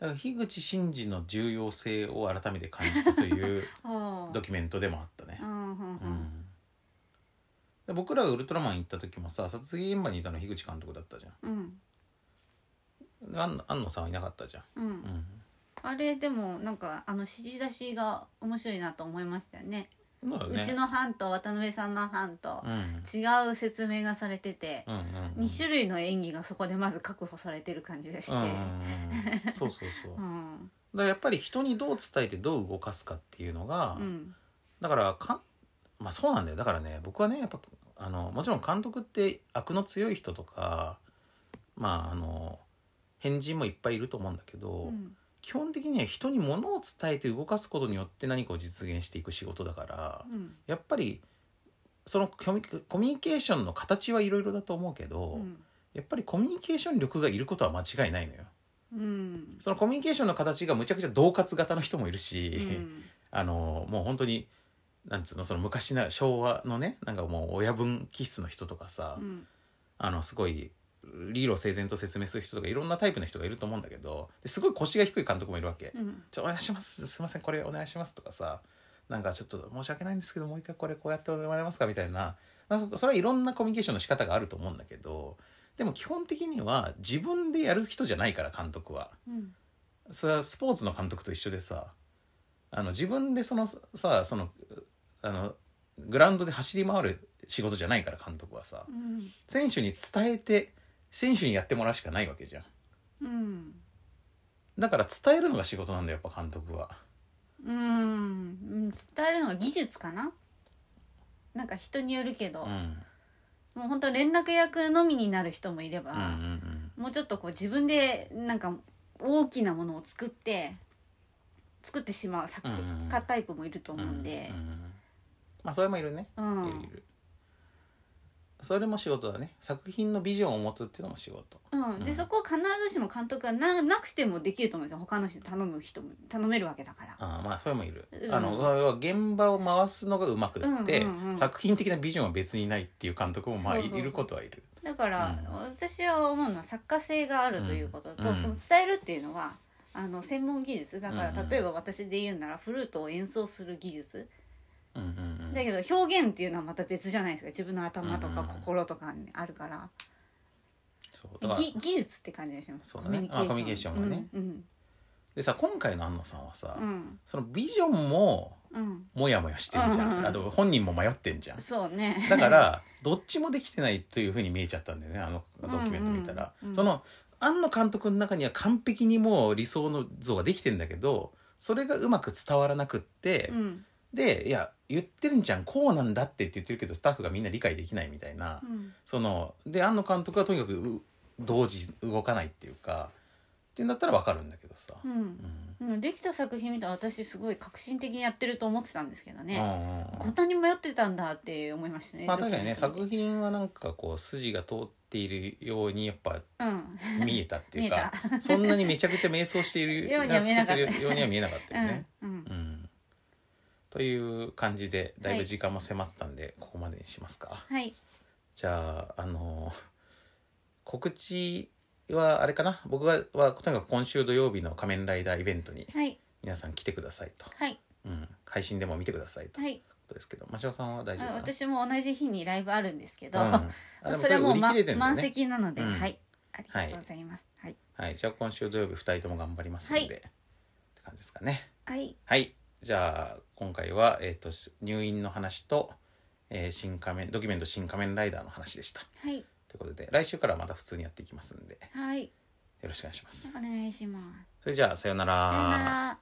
だから樋口真嗣の重要性を改めて感じたという あドキュメントでもあったねあう。んううんうんんで僕らがウルトラマン行った時もさ撮影現場にいたの樋口監督だったじゃんうんで安野安野さんはいなかったじゃん、うんうあれでもなんかあの指示出しが面白いなと思いましたよね。ん、そうだようねちの班と渡辺さんの班とうん違う説明がされてて、うんうんうん二2種類の演技がそこでまず確保されてる感じがして、うんうんうんそうそうそうだうかんらやっぱり人にどう伝えてどう動かすかっていうのが、うんだからかんまあそうなんだよだからね僕はねやっぱあのもちろん監督って悪の強い人とかまああの変人もいっぱいいると思うんだけど、うん基本的には人に物を伝えて動かすことによって何かを実現していく仕事だから、うんやっぱりそのコミコミュニケーションの形はいろいろだと思うけど、うんやっぱりコミュニケーション力がいることは間違いないのよ。うんそのコミュニケーションの形がむちゃくちゃ恫喝型の人もいるし、うんあのもう本当になんつうのその昔な昭和のねなんかもう親分気質の人とかさ、うんあのすごい理路整然と説明する人とかいろんなタイプの人がいると思うんだけどですごい腰が低い監督もいるわけ。うんちょお願いしますすいませんこれお願いしますとかさなんかちょっと申し訳ないんですけどもう一回これこうやってもらえますかみたいな、まあ、そそれはいろんなコミュニケーションの仕方があると思うんだけどでも基本的には自分でやる人じゃないから監督はうんそれはスポーツの監督と一緒でさあの自分でそのさそのあのグラウンドで走り回る仕事じゃないから監督はさうん選手に伝えて選手にやってもらうしかないわけじゃん。うんだから伝えるのが仕事なんだよやっぱ監督はうんうん伝えるのは技術かななんか人によるけど、うんうんもう本当連絡役のみになる人もいれば、うんうんもうちょっとこう自分でなんか大きなものを作って作ってしまう作うん家タイプもいると思うんでう、んうんまあそれもいるねうんいるいるそれも仕事だね作品のビジョンを持つっていうのも仕事うん、でうんそこを必ずしも監督がななくてもできると思うんですよ他の人に頼む人も頼めるわけだから。ああまあそれもいる、うんあの要は現場を回すのがうまくって、うんうんうん作品的なビジョンは別にないっていう監督もまあそういそうそういることはいるだから、うん私は思うのは作家性があるということと、うんその伝えるっていうのはあの専門技術だかうんうらん例えば私で言うならフルートを演奏する技術うんうんうんだけど表現っていうのはまた別じゃないですか自分の頭とうんうかん心とかにあるから、そうだからぎ技術って感じがしますそうだねあコミュニケーションがねうんでさ今回の安野さんはさ、うんそのビジョンもうん、うんモヤモヤしてんじゃん、うんうんあと本人も迷ってんじゃんそうねだからどっちもできてないというふうに見えちゃったんだよねあのドキュメント見たら、うんうんうんその庵野監督の中には完璧にもう理想の像ができてんだけどそれがうまく伝わらなくって、うんでいや言ってるんじゃんこうなんだってって言ってるけどスタッフがみんな理解できないみたいな、うんそので庵野監督はとにかくう同時動かないっていうかってんだったらわかるんだけどさ、ううんんうんできた作品見たら私すごい革新的にやってると思ってたんですけうどんうね、んうんこんなに迷ってたんだって思いましたね。まあ確かにねドキュメ作ント見て品はなんかこう筋が通っているようにやっぱうん、見えたっていうかそんなにめちゃくちゃ迷走している ようには見えなかった作ってるようには見えなかったよね。うんうう、んんという感じでだいぶ時間も迫ったんで、ここまでにしますか。はいじゃああの告知はあれかな僕ははとにかく今週土曜日の「仮面ライダー」イベントにはい皆さん来てくださいと、はいうん、配信でも見てくださいというはいことですけど真汐さんは大丈夫あかな私も同じ日にライブあるんですけど、 うんあでもそれも売りま切れてんだよ満ね席なので、うんはいありがとうございますはいはい、じゃあ今週土曜日2人とも頑張りますんで、はいって感じですかねはいはいじゃあ今回は、えー、とし入院の話と、えー新仮面ドキュメント「新仮面ライダー」の話でしたはいということで来週からまた普通にやっていきますんではいよろしくお願いしますお願いしますそれじゃあさようさよなら